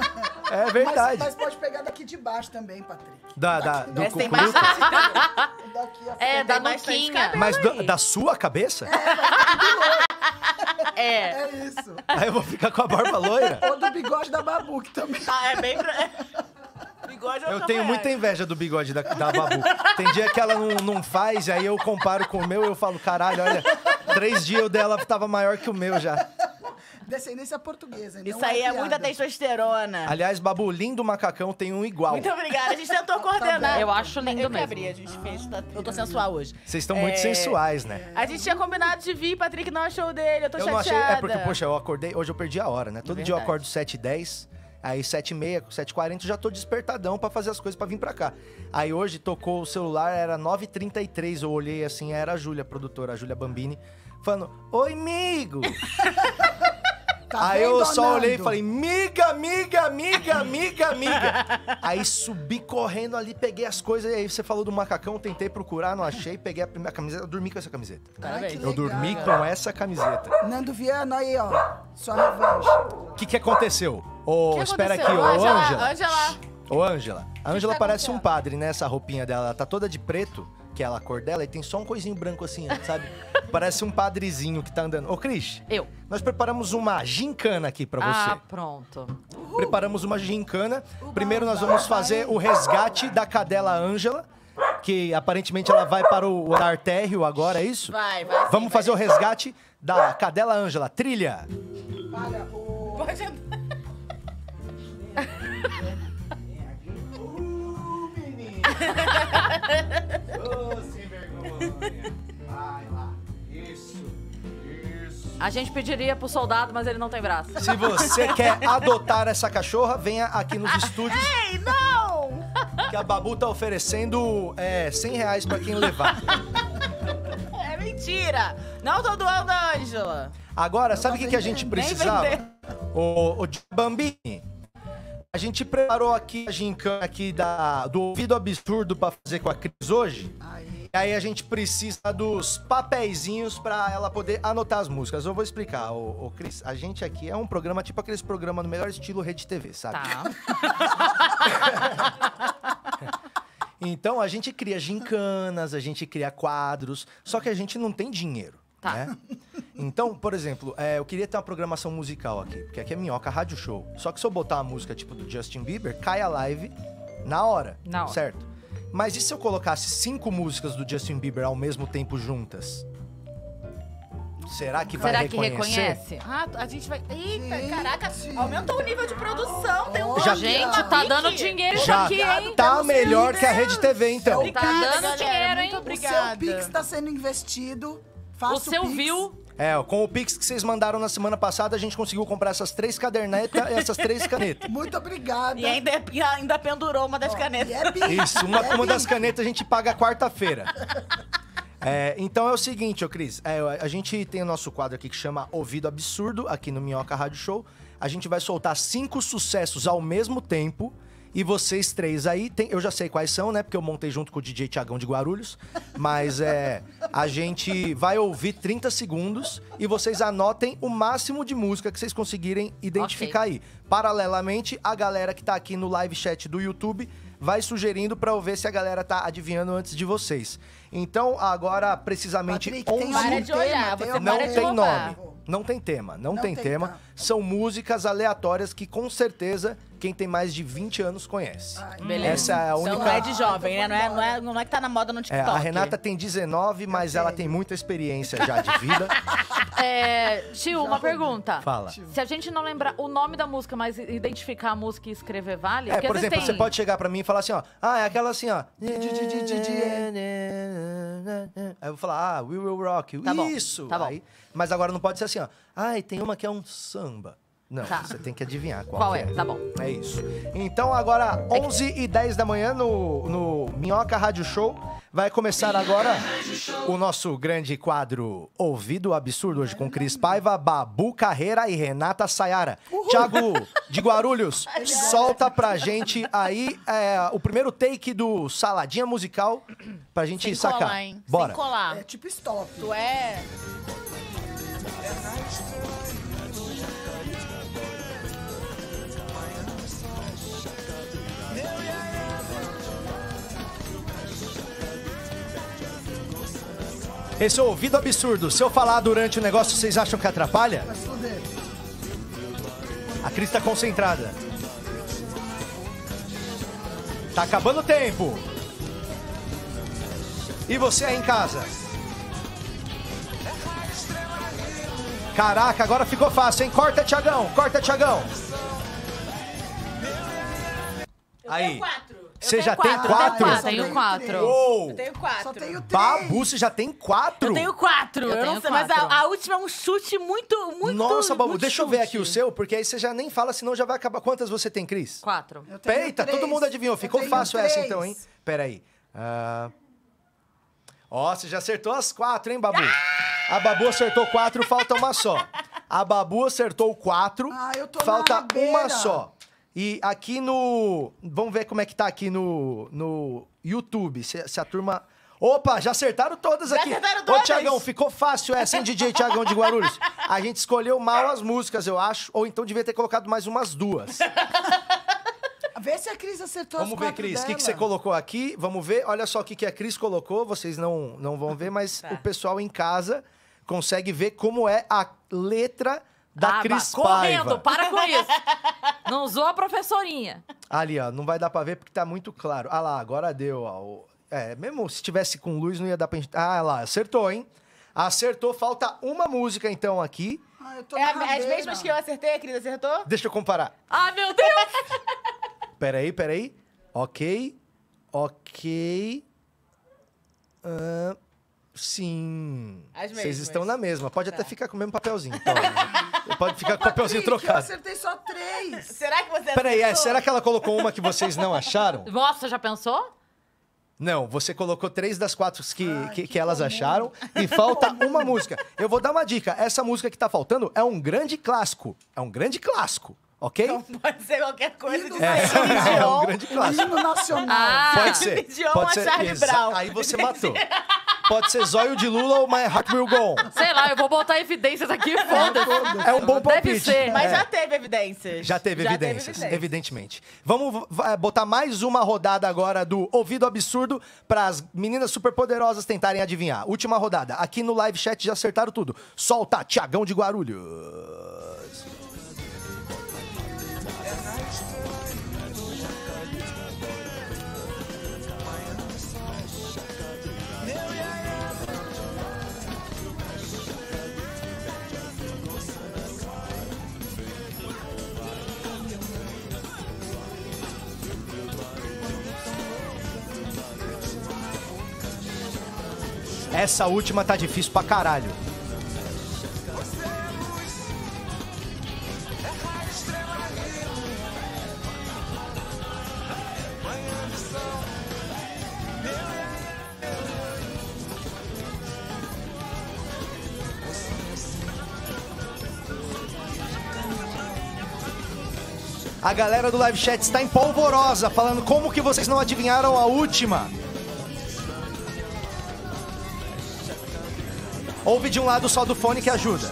É
Mas-
verdade.
Mas, pode pegar daqui de baixo também, Patrick.
Da, da, do
Essa tem
cucuruto.
mais
Daqui a
É,
Você
da
tem bastante
nuquinha.
cabelo.
Mas
Pera
da-
aí.
da sua cabeça?
É.
É isso.
Aí eu vou ficar com a barba loira?
Ou do bigode da Babu, que também.
Tá, é bem... [LAUGHS] pro- Bigode
Eu tenho muita inveja do bigode da, da Babu. Tem dia que ela não, não faz, aí eu comparo com o meu, eu falo, caralho, olha, três dias o dela tava maior que o meu já.
Descendência portuguesa.
Isso
não
aí é
piada. Tá
muita testosterona.
Aliás, Babu, lindo macacão, tem um igual.
Muito obrigada. A gente tentou coordenar.
Eu acho lindo
Tá eu que
mesmo.
abri, a gente fez. tá- Eu tô sensual hoje.
Vocês estão muito
É.
sensuais, né?
A gente tinha combinado de vir, Patrick não achou o dele. Eu tô
Eu não
chateada.
achei. É porque, poxa, eu acordei. Hoje eu perdi a hora, né? Todo
É
dia eu
verdade.
acordo 7h10, aí 7h30, 7h40, eu já tô despertadão pra fazer as coisas pra vir pra cá. Aí hoje tocou o celular, era 9h33, eu olhei assim, era a Júlia, a produtora, a Júlia Bambini, falando: Oi, amigo!
[LAUGHS] Tá
aí
vendo,
eu só olhei e
Arnaldo?
falei, miga, miga, miga, miga,
[LAUGHS]
miga. aí subi correndo ali, peguei as coisas, e aí você falou do macacão, tentei procurar, não achei, peguei a primeira camiseta, eu dormi com essa camiseta.
Ai, que
Eu dormi
legal.
com essa camiseta.
Nando Viana, aí, ó. Sua revanche.
O que, que aconteceu? Ô,
que
espera aqui,
aconteceu?
ô,
Ângela,
Ângela.
Ângela.
Ô, Ângela. A Ângela
tá
parece um
acontecendo?
padre, né? Essa roupinha dela. Ela tá toda de preto, que é a cor dela, e tem só um coisinho branco assim, [LAUGHS] sabe? parece um padrezinho que tá andando. Ô, Cris.
Eu.
Nós preparamos uma gincana aqui pra você.
Ah, pronto.
Preparamos uma gincana.
Uba,
Primeiro nós
uba,
vamos
vai.
fazer o resgate da cadela Ângela, que aparentemente ela vai para o andar térreo agora, é isso?
Vai, vai. sim,
Vamos
vai.
fazer o resgate da cadela Ângela. Trilha!
Olha, o.
um-
Pode entrar.
A gente pediria pro soldado, mas ele não tem braço.
Se você
[LAUGHS]
quer adotar essa cachorra, venha aqui nos estúdios
Ei, não!
que a Babu tá oferecendo é, 100 reais pra quem levar.
É mentira! Não tô doando a Ângela.
Agora, sabe o que, que a gente
Nem
precisava?
vender.
O, Bambini, a gente preparou aqui a gincana aqui da, do ouvido absurdo pra fazer com a Cris hoje.
Aí.
E aí a gente precisa dos papeizinhos pra ela poder anotar as músicas. Eu vou explicar, ô, ô Cris. A gente aqui é um programa, tipo aqueles programas no melhor estilo Rede TV, sabe?
Tá.
Então a gente cria gincanas, a gente cria quadros, só que a gente não tem dinheiro.
Tá.
Né? Então, por exemplo, é, eu queria ter uma programação musical aqui, porque aqui é minhoca rádio show. Só que se eu botar a música tipo do Justin Bieber, cai a live na hora.
Na hora.
Certo? Mas e se eu colocasse cinco músicas do Justin Bieber ao mesmo tempo juntas? Será que vai
Será que
reconhecer?
reconhece?
Ah, a gente vai. Eita,
Gente.
caraca, aumentou o nível de produção. Tem um
Olha.
plano de
Gente, tá
clique.
dando dinheiro
Já
aqui, hein? um
tá melhor que a Rede TV, então.
Tá
Obrigada,
dando
galera,
dinheiro,
muito
hein?
Obrigada.
O seu Pix tá sendo investido. Faça
O seu
Pix.
viu?
É, ó, com o Pix que vocês mandaram na semana passada, a gente conseguiu comprar essas três cadernetas e essas três canetas.
Muito obrigada.
E ainda, e ainda pendurou uma das
E
canetas. [LAUGHS]
é bi.
Isso, uma,
E é
uma
bi.
das canetas a gente paga quarta-feira. É, então é o seguinte, ô Cris, é, a gente tem o nosso quadro aqui que chama Ouvido Absurdo, aqui no Minhoca Rádio Show. A gente vai soltar cinco sucessos ao mesmo tempo. E vocês três aí, tem- eu já sei quais são, né? Porque eu montei junto com o DJ Tiagão de Guarulhos. Mas é. A gente vai ouvir 30 segundos e vocês anotem o máximo de música que vocês conseguirem identificar aí. Paralelamente, a galera que tá aqui no live chat do YouTube vai sugerindo pra eu ver se a galera tá adivinhando antes de vocês. Então, agora, precisamente
Patrick, tem
11
algum
Para de
tema?
olhar,
Tem
você
algum
não
para de
tem
roubar.
nome. Não tem tema, não,
Não
tem,
tem
tema.
tema.
São músicas aleatórias que com certeza quem tem mais de 20 anos conhece.
Ai,
Beleza.
Essa é a
Então
única.
não é de jovem, né? Não é, não, é, não é que tá na moda no
É,
TikTok.
a Renata tem 19, mas ela tem muita experiência já de vida.
É, tio, uma pergunta.
Fala.
Se a gente não lembrar o nome da música, mas identificar a música e escrever vale?
É,
Porque
por
às vezes
exemplo, você
tem-
pode chegar pra mim e falar assim, ó. Ah, é aquela assim, ó. Aí eu vou falar, ah, We Will Rock. you.
Tá bom,
Isso!
tá bom.
Aí- mas agora não pode ser assim, ó. Ai, tem uma que é um samba. Não,
Tá.
você tem que adivinhar qual,
Qual
que
é? Tá bom.
É isso. Então agora, 11 e 10 da manhã no, no Minhoca Rádio Show, vai começar agora o nosso grande quadro Ouvido Absurdo, hoje com Cris Paiva, Babu Carreira e Renata Sayara. Tiago de Guarulhos, solta pra gente aí é, o primeiro take do Saladinha Musical pra gente
Sem
sacar.
colar, hein?
Bora.
Sem colar.
É tipo stop.
Ah.
Tu é...
Esse é o Ouvido Absurdo, se eu falar durante o negócio, vocês acham que atrapalha?
Vai se fuder.
A Cris tá concentrada. Tá acabando o tempo. E você aí em casa? Caraca, agora ficou fácil, hein? Corta, Tiagão! Corta, Tiagão!
Eu
Aí.
tenho quatro.
Você
eu
já tem
tenho quatro?
Ah,
quatro?
eu
Quatro,
só
tenho
tenho
quatro.
Uou!
Eu tenho quatro.
Só tenho três.
Babu, você já tem quatro?
Eu tenho quatro.
Eu
Eu,
tenho
não sei, mas
quatro.
a, a última é um chute muito, muito.
Nossa, Babu,
muito
deixa eu ver
chute.
aqui o seu, porque aí você já nem fala, senão já vai acabar. Quantas você tem, Cris?
Quatro.
Eu tenho
Peita,
três.
tá, todo mundo adivinhou.
Eu
Ficou
tenho
fácil essa
três.
então, hein? Peraí. Ah. Ó, você já acertou as quatro, hein, Babu? A Babu acertou quatro, falta uma só. A Babu acertou quatro,
Ah, eu tô na
falta uma
rabeira.
só. E aqui no... Vamos ver como é que tá aqui no, no YouTube, se, se a turma... Opa, já acertaram todas aqui.
acertaram
Ô,
todas.
Tiagão, ficou fácil essa, hein, DJ Tiagão de Guarulhos? A gente escolheu mal as músicas, eu acho. Ou então devia ter colocado mais umas duas.
Vê se a Cris acertou as
Vamos ver,
quatro
Cris, o que, que
dela.
você colocou aqui? Vamos ver. Olha só o que, que a Cris colocou. Vocês não, não vão ver, mas o pessoal em casa consegue ver como é a letra da
Aba,
Cris
Correndo,
Paiva.
para com isso. Não usou a professorinha.
Ali, ó. Não vai dar pra ver porque tá muito claro. Ah lá, agora deu, ó. O- É, mesmo se tivesse com luz, não ia dar pra gente... Ah lá, acertou, hein? Acertou. Falta uma música, então, aqui.
Ah, eu tô
É
na
a- as
rabeira.
mesmas que eu acertei, a Cris acertou?
Deixa eu comparar.
Ah, meu Deus!
Peraí, peraí. Ok. Ok. Ahn, sim. Vocês
As mesmas. Tá.
estão na mesma. Pode até ficar com o mesmo papelzinho.
[LAUGHS]
então. Pode ficar com o papelzinho
Patrick, Eu
trocado.
acertei só três.
Será que você
Peraí, é,
acertou?
será que ela colocou uma que vocês não acharam?
Nossa, já pensou?
Não, você colocou três das quatro que, que,
que
que elas
comum.
acharam e falta uma música. Eu vou dar uma dica. Essa música que tá faltando é um grande clássico. É um grande clássico, ok?
Então pode ser qualquer coisa de
[LAUGHS]
Lindo.
É,
Celine
[LAUGHS] é um
Dion.
grande clássico.
Hino nacional.
Ah, [LAUGHS]
Pode ser.
Dion
pode
a
ser.
Charlie Brown.
Aí você matou. Pode ser Zóio de Lula ou My Heart Will Go On.
sei lá, eu vou botar evidências
[LAUGHS]
aqui, foda-se.
É um bom palpite.
Deve ser.
Mas
É.
já teve evidências.
Já teve evidências,
evidências.
evidentemente. Vamos v- vai botar mais uma rodada agora do Ouvido Absurdo para as meninas superpoderosas tentarem adivinhar. Última rodada. Aqui no live chat já acertaram tudo. Solta, Tiagão de Guarulhos. Essa última tá difícil pra caralho. A galera do live chat está em polvorosa, falando como que vocês não adivinharam a última. Ouve de um lado só do fone que ajuda.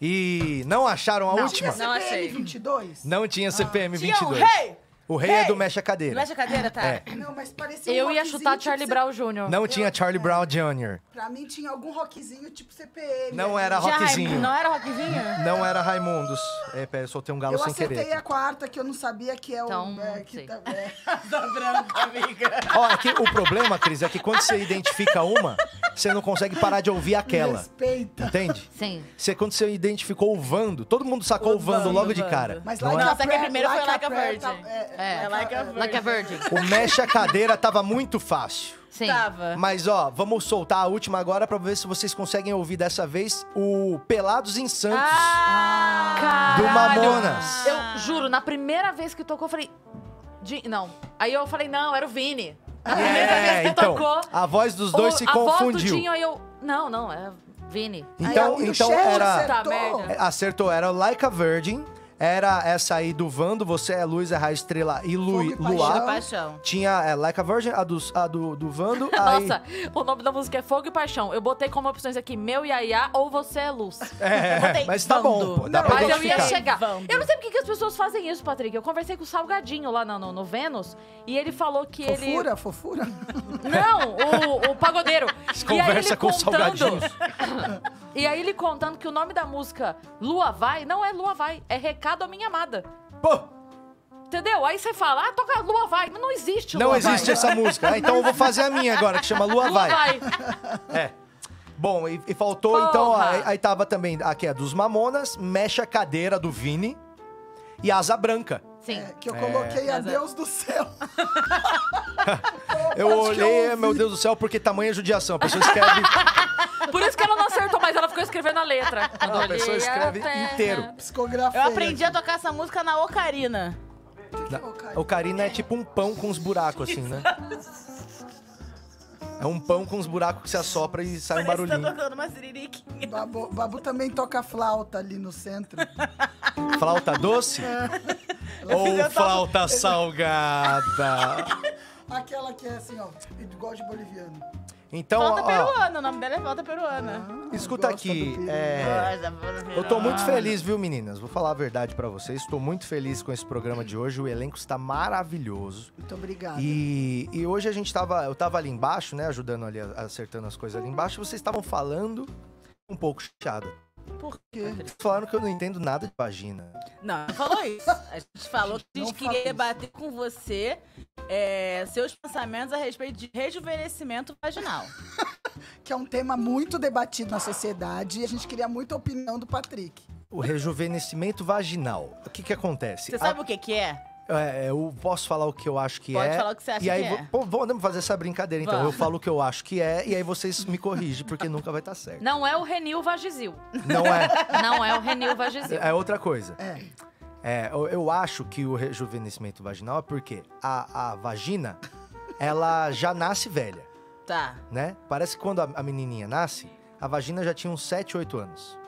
E não acharam a
Não.
última?
Não achei.
22?
Não tinha CPM
Tinha um
22.
rei!
o rei é do Mexe a Cadeira.
Mexe a cadeira, tá?
É.
Não, mas parecia um
Eu ia
rockzinho,
chutar
tipo
Charlie
C-
Brown Jr.
Não tinha Charlie Brown Jr.
Pra mim tinha algum rockzinho tipo CPM.
Não
aí.
era
Já,
rockzinho.
não era rockzinho?
Não era Raimundos. É, pera, eu soltei um galo
Eu
sem
acertei
querer.
a quarta, que eu não sabia que é o...
Então,
é,
não
que
sei.
tá- é.
Asa branca, amiga.
Ó, é que o problema, Cris, é que quando você identifica uma, você não consegue parar de ouvir aquela.
[LAUGHS] Respeita.
Entende?
Sim.
Você, quando você identificou o Vando, todo mundo sacou o,
O
Vando,
Vando,
logo de
Vando.
cara.
Mas
não
like
é?
a
Nossa, que
prayer-
primeiro foi like a virgin.
prayer tá- é,
É,
like a
Like a Virgin.
O mexe a cadeira tava muito fácil.
Sim.
Tava.
Mas ó, vamos soltar a última agora pra ver se vocês conseguem ouvir dessa vez o Pelados em Santos
Ah,
do
Caralho. Ah.
Mamonas.
Eu juro, na primeira vez que tocou, eu falei. "Di- Não. Aí eu falei, não, era o Vini. Na primeira vez
É,
que
então,
tocou.
a voz dos dois
o-
se
A voz do
confundiu.
Dinho, aí eu. Não, não, é Vini.
Então,
Aí, amigo,
então
chefe,
era.
Puta merda.
É, Acertou, era Like a Virgin. Era essa aí do Vando, você é Luz, é Raio Estrela e Lu,
Fogo e
Luar.
Paixão.
Paixão.
Tinha é, Like a Virgin, a do, a do, do Vando. aí-
Nossa, o nome da música é Fogo e Paixão. Eu botei como opções aqui, meu Yaya ou você é luz.
É,
botei
mas tá
Vando.
bom, pô, dá
Não,
pra
Mas eu
identificar.
ia chegar.
Vando.
Eu não sei porque que as pessoas fazem isso, Patrick. Eu conversei com o Salgadinho lá no, no, no Vênus e ele falou que ele.
É Fofura, fofura.
Não, o,
[LAUGHS]
o pagodeiro. e aí
Conversa
ele
com o Salgadinho.
contando. E aí ele contando que o nome da música Lua Vai não é Lua Vai, é Recado à Minha Amada.
Pô,
Entendeu? Aí você fala, ah, toca Lua Vai, mas não existe Lua
não
Vai.
existe essa música. Ah, então eu vou fazer a minha agora, que chama Lua
Lua
Vai.
Vai.
É. Bom, e, e faltou então.
Porra.
Aí, aí tava também aqui é dos Mamonas, Mexe a Cadeira do Vini e Asa Branca.
Sim.
É, Que
É,
eu coloquei a Deus do
[LAUGHS]
céu.
Eu
Acho que eu
olhei,
ouvi.
meu Deus do céu, porque tamanha judiação. A pessoa escreve,
Por isso que ela não acertou, mas ela ficou escrevendo a letra. Quando
a
eu olhei,
pessoa escreve
é
até-
inteiro.
Psicografia.
Eu aprendi a tocar essa música na ocarina.
O Karina é tipo um pão com uns buracos, assim, né? É um pão com uns buracos que você assopra e sai um
Parece que tá
barulhinho.
tocando uma siririquinha.
Babu, Babu também toca flauta ali no centro.
Flauta
[LAUGHS]
doce?
É.
Ou flauta salgada?
Aquela que é assim, ó, igual de boliviano.
Então,
Falta
ó,
peruana, o nome dela é Falta Peruana.
escuta
Gosta
aqui.
do peru.
É,
Nossa, Falta
Eu tô
Peruana.
muito feliz, viu, meninas? Vou falar a verdade pra vocês. Tô muito feliz com esse programa de hoje. O elenco está maravilhoso.
Muito obrigada.
E, e hoje a gente tava. Eu tava ali embaixo, né? Ajudando ali, a- acertando as coisas ali embaixo. Vocês estavam falando um pouco chateado.
Por
quê?
Vocês falaram que eu não entendo nada de vagina.
Não, não falou isso. A gente falou que a gente
Não
queria
falou isso.
debater com você é, seus pensamentos a respeito de rejuvenescimento vaginal.
Que é um tema muito debatido na sociedade e a gente queria muita opinião do Patrick.
O rejuvenescimento vaginal. O que que acontece?
Você sabe o que que é?
A- é, eu posso falar o que eu acho Ah. que
Pode
é.
falar o que você acha
e aí,
que
vo-
é.
pô, vamos fazer essa brincadeira, então.
Vamos.
Eu falo o que eu acho que é, e aí vocês me corrigem, porque nunca vai estar
[LAUGHS]
certo.
Não é o Renil Vagizil.
Não é.
Não é o
[LAUGHS]
Renil Vagizil.
É outra coisa.
É.
É, eu, eu acho que o rejuvenescimento vaginal é porque a, a vagina, ela já nasce velha,
Tá.
né? Parece que quando a, a menininha nasce, a vagina já tinha uns 7, 8 anos.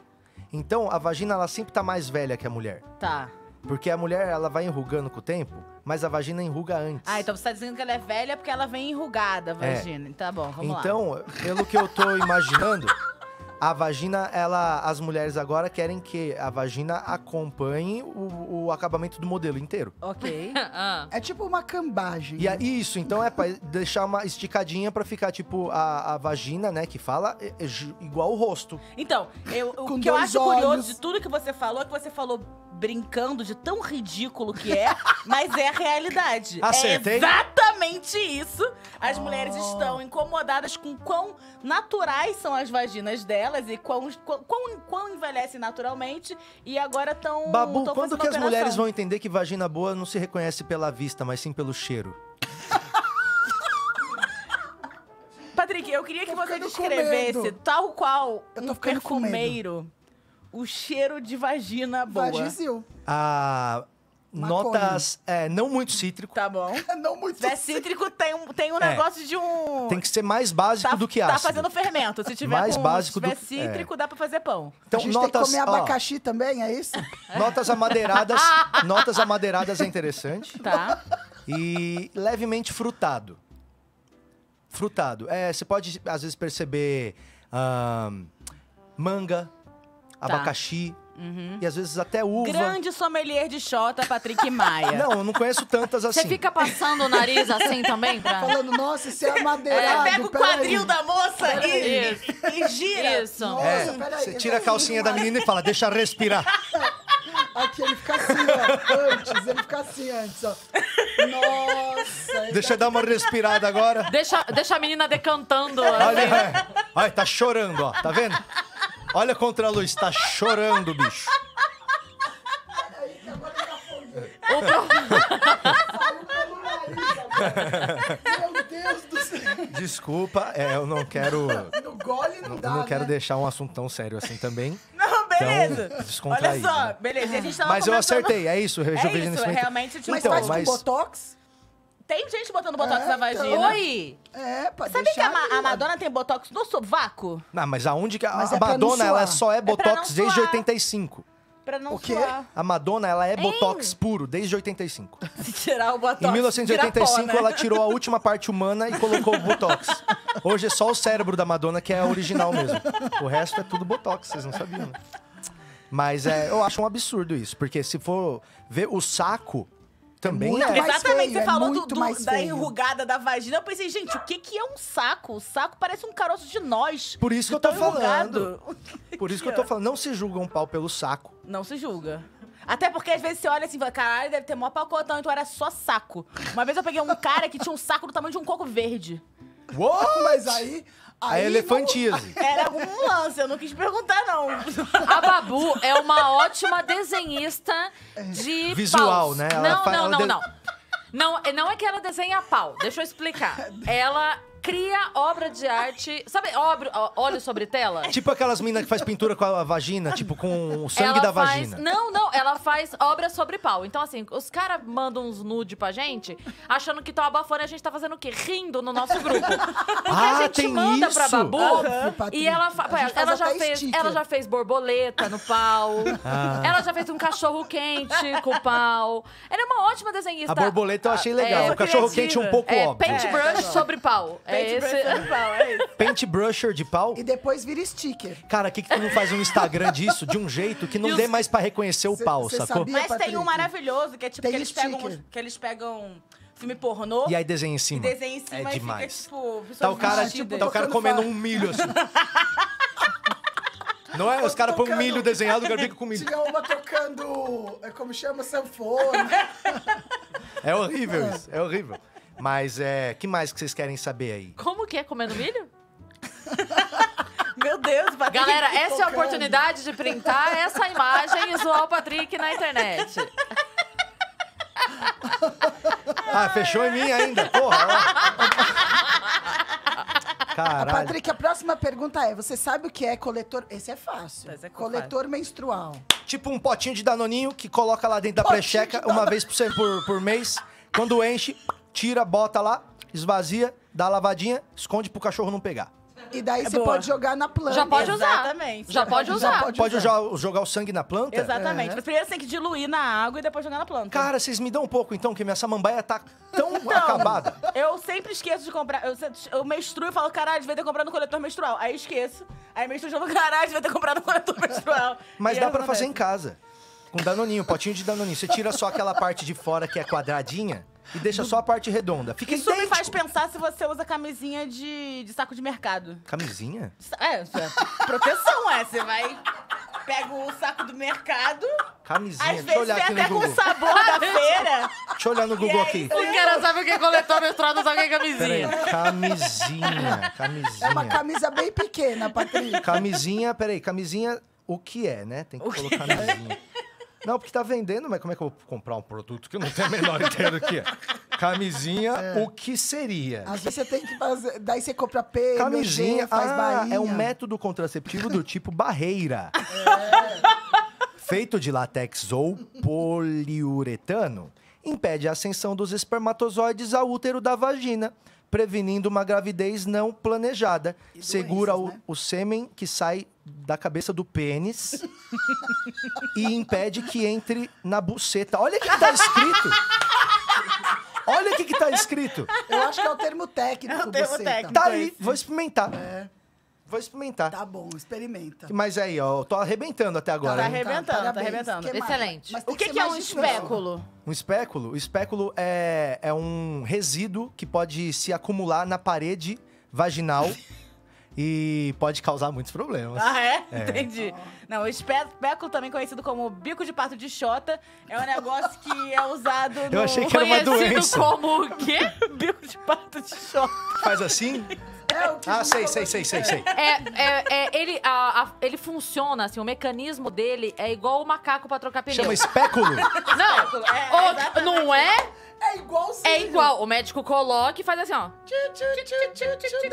Então, a vagina, ela sempre tá mais velha que a mulher.
Tá.
Porque a mulher, ela vai enrugando com o tempo, mas a vagina enruga antes.
Ah, então você tá dizendo que ela é velha porque ela vem enrugada, a vagina. Tá bom, vamos lá.
É. Então, pelo que eu tô imaginando, a vagina, ela. As mulheres agora querem que a vagina acompanhe o- o acabamento do modelo inteiro.
Ok.
Ah.
É tipo uma cambagem.
E a- isso, então é pra deixar uma esticadinha pra ficar, tipo, a, a vagina, né, que fala, é- é ju- igual o rosto.
Então, eu-
Com
o que eu
dois
acho
olhos.
curioso de tudo que você falou é que você falou brincando de tão ridículo que
[LAUGHS]
é, mas é a realidade.
Acertei?
É exatamente isso. As mulheres estão incomodadas com quão naturais são as vaginas delas e quão, quão, quão, quão envelhecem naturalmente e agora estão.
Hum,
Babu, quando
tão fazendo
que as
operação.
mulheres vão entender que vagina boa não se reconhece pela vista, mas sim pelo cheiro?
Patrick, eu queria que
Tô
você
ficando com
descrevesse,
medo.
tal qual
Eu tô
um
ficando com medo.
perfumeiro, o cheiro de vagina boa.
Vagizil.
Ah,
Maconha.
notas é, não muito cítrico.
Tá bom.
Não muito.
Se é cítrico, tem um, tem um
É.
negócio de um.
Tem que ser mais básico
tá,
do que ácido.
Tá fazendo fermento. Se tiver,
Mais
com-
básico
se tiver
do- é.
cítrico, dá pra fazer pão.
Então,
a gente tem
notas,
que comer
ó,
abacaxi também,
[LAUGHS]
é isso?
notas amadeiradas,
[LAUGHS]
notas amadeiradas é interessante.
Tá.
e levemente frutado. Frutado. É, você pode, às vezes, perceber ahn, manga,
Tá.
abacaxi
Uhum.
e, às vezes, até uva.
Grande sommelier de
[LAUGHS]
Xota, Patrick Maia.
Não, eu não conheço tantas assim.
Você fica passando o nariz assim também? Pra...
Falando, nossa, isso é madeirado.
Você pega o
peraí.
quadril da moça e,
Isso.
e gira.
Isso.
Nossa,
É,
peraí,
você
eu
tira a
tô
calcinha da
muito
menina e fala, deixa respirar.
Aqui ele fica assim, ó. Antes, ele fica assim antes, ó. Nossa. ele
Deixa eu dar uma respirada agora.
Deixa, deixa a menina decantando.
Olha,
assim.
é. Olha, tá chorando, ó. Tá vendo? Olha contra a luz, tá chorando, bicho.
Meu Deus do céu.
Desculpa, é, eu não quero.
No gole não
Eu
dá,
não quero
né?
deixar um assunto tão sério assim também.
Não, beleza.
Então,
Olha
descontraído,
só,
né?
beleza. E A gente tava
Mas eu
comentando-
acertei, é isso, rejuvenescimento.
Então, É isso, realmente, tipo,
Então,
Mas é faz
mas-
com Botox?
Tem gente botando botox
É,
na
então.
vagina.
Oi!
É, pra
Sabe que
deixar
a, Ma- a
ali, ó.
Madonna tem botox no sovaco?
Não, mas aonde que a,
Mas
a
é pra não
Madonna, ela
suar.
só é
pra
botox
não
desde
suar.
85.
Pra não
O
[LAUGHS]
quê?
suar.
A Madonna, ela é botox puro desde 85.
Se tirar o [LAUGHS] botox.
Em 1985,
vira pó, né?
ela tirou a última parte humana e colocou o botox. Hoje é só o cérebro da Madonna que é a original mesmo. O resto é tudo botox, vocês não sabiam, né? Mas é, eu acho um absurdo isso, porque se for ver o saco também
muito
é,
mais
Exatamente,
feio,
você
é
falou do-
muito
do-
mais
da
feio.
enrugada da vagina. Eu pensei, gente, o que, que é um saco? O saco parece um caroço de nós.
Por isso que eu tô
Tão
Então é um
enrugado.
falando. Por isso que eu tô falando, não se julga um pau pelo saco.
Não se julga. Até porque às vezes você olha assim e fala, caralho, deve ter mó pacotão, então era só saco. Uma vez eu peguei um cara que tinha um saco do tamanho de um coco verde.
Mas aí...
A
aí
é
[LAUGHS]
elefantismo.
Era um lance, eu não quis perguntar, não.
A Babu é uma ótima desenhista de
Visual,
paus.
né? Ela
Não,
fa-
não,
ela
não,
de-
não. Não, é- não é que ela desenha pau. Deixa eu explicar. Ela cria obra de arte... Sabe obra, ó, óleo sobre tela?
Tipo aquelas minas que faz pintura com a vagina, tipo com o sangue da
ela faz...
vagina.
Não, não, ela faz obra sobre pau. Então, assim, os caras mandam uns nude pra gente, achando que tá abafando e a gente tá fazendo o quê? Rindo no nosso grupo.
[LAUGHS]
Porque
Ah,
a gente
tem
manda pra
isso?
Babu
Óbvio,
e
Patrick.
ela, fa-
A
pô,
gente faz
ela, já
até
fez,
sticker.
ela já fez borboleta no pau,
[LAUGHS] Ah.
ela já fez um cachorro quente com o pau. Ela é uma ótima desenhista.
A borboleta eu achei legal.
É,
o cachorro quente é um
criativa.
pouco
É,
óbvio.
paintbrush sobre pau.
[LAUGHS]
É
Pente
esse...
branco no pau, é isso.
Paintbrusher de pau.
E depois vira sticker.
Cara, que que tu não faz um Instagram disso de um jeito que não
E os-
dê mais pra reconhecer o
Cê-
pau,
cê
sacou?
sabia?
Mas tem
Patrick.
um maravilhoso, que é tipo,
Tem
que eles, pegam,
sticker.
os- que eles pegam um filme pornô
E aí desenha em cima.
desenha em cima
é
e
demais.
fica, tipo, pessoas
Tá o cara,
vestidas.
tá o cara
Tocando
comendo um
fora.
milho assim. Não é? Os caras põem um
Tocando.
milho desenhado, o cara fica com um milho.
Tinha uma tocando... é, Como chama? Sanfona.
É horrível isso, é horrível. Mas é, que mais que vocês querem saber aí?
Como que é comendo milho?
Meu Deus, Patrick.
Galera, essa é a
tocando.
oportunidade de printar essa imagem e zoar o Patrick na internet.
Ah, fechou em mim ainda, porra. [LAUGHS] ó. Caralho.
Patrick, a próxima pergunta é: você sabe o que é coletor? Esse é fácil.
Esse é
coletor menstrual.
Tipo um potinho de danoninho que coloca lá dentro da
Potinho
precheca
de
uma vez por, se- por, por mês. Quando enche, tira, bota lá, esvazia, dá a lavadinha, esconde pro cachorro não pegar.
E daí você
É boa.
pode jogar na planta.
Já pode usar.
Exatamente.
Já pode
Já
usar.
pode-
Pode jogar, jogar o sangue na planta?
Exatamente.
Uhum.
Mas primeiro você tem que diluir na água e depois jogar na planta.
Cara, vocês me dão um pouco então, que minha samambaia tá [LAUGHS] tão acabada.
Então, Eu sempre esqueço de comprar. Eu, se- eu menstruo e falo, caralho, devia ter comprado um coletor menstrual. Aí eu esqueço. Aí menstruo e falo, [LAUGHS] caralho, devia ter comprado um coletor menstrual.
Mas
E
dá
aí
pra
acontece.
fazer em casa. Com danoninho, potinho de danoninho. Você tira só aquela parte de fora que é quadradinha e deixa só a parte redonda. Fica
Isso me
idêntico.
faz pensar se você usa camisinha de, de saco de mercado.
Camisinha?
Sa- É, isso é proteção, é. Você vai, pega o saco do mercado,
Camisinha.
às
Deixa eu
vezes
olhar
vem
aqui no
até com o
Google.
sabor da feira.
Deixa eu olhar no Google
aí,
aqui.
O cara sabe o que é coletor menstrual, não sabe o que é
[LAUGHS] Peraí.
[LAUGHS]
camisinha.
Camisinha.
É uma
Camisinha.
camisa bem pequena, Patrick.
Camisinha, peraí. Camisinha, o que é, né? Tem que colocar camisinha. Não, porque tá vendendo, mas como é que eu vou comprar um produto que eu não tenho a menor [LAUGHS] ideia do que é? Camisinha,
É.
o que seria?
Às vezes você tem que fazer. Daí você compra pelo,
Camisinha
gel, faz
ah,
bainha.
é um método contraceptivo do
[LAUGHS]
tipo barreira.
É.
Feito de látex ou poliuretano, impede a ascensão dos espermatozoides ao útero da vagina, prevenindo uma gravidez não planejada. Segura o,
doenças, né?
o sêmen que sai da cabeça do
[LAUGHS]
pênis e impede que entre na buceta. Olha o que, que tá escrito! Olha o que, que tá escrito!
Eu acho que é o termo técnico.
É o termo
buceta.
técnico.
Tá
Então,
aí, vou experimentar.
É.
Vou experimentar.
Tá bom, experimenta.
Mas aí, ó, eu tô arrebentando até agora.
Tá
hein?
arrebentando, tá
parabéns.
arrebentando.
Que mais?
Excelente.
Mas tem
O que,
ser
que é
mais
um
difícil.
espéculo?
Um espéculo? O espéculo é, é um resíduo que pode se acumular na parede
[LAUGHS]
vaginal e pode causar muitos problemas.
Ah, é?
É.
Entendi. Não, o espéculo, também conhecido como bico de pato de xota, é um negócio que é usado no...
Eu achei que era uma
Conhecido
doença.
como o quê?
Bico de pato de xota. [LAUGHS]
Faz assim?
É papel. que
Ah, sei,
junta
sei, sei,
você.
sei, sei.
É, é, é, ele, a- a- ele funciona, assim, o mecanismo dele é igual o macaco pra trocar pneu.
Chama espéculo.
[LAUGHS] Não,
É,
Ô,
exatamente.
não é?
É igualzinho.
É igual. O médico coloca e faz assim, ó.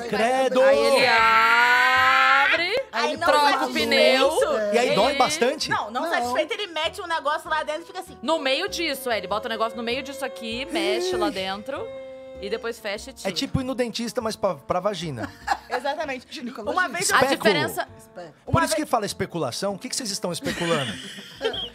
Credo!
Aí ele
é-
abre,
Aí
aí
não
troca
faz
o pneu.
isso.
E aí
ele-
dói bastante?
Não, não,
Não.
satisfeito, ele mete um negócio lá dentro e fica assim.
No meio disso, é, ele bota o negócio no meio disso aqui, mexe lá dentro e depois fecha e tira.
É tipo ir no dentista, mas pra, pra vagina.
Exatamente.
Ginecologista.
Uma vez eu
A
Especulo.
diferença.
Espera.
Por isso que fala especulação, o que, que vocês estão
[LAUGHS]
especulando?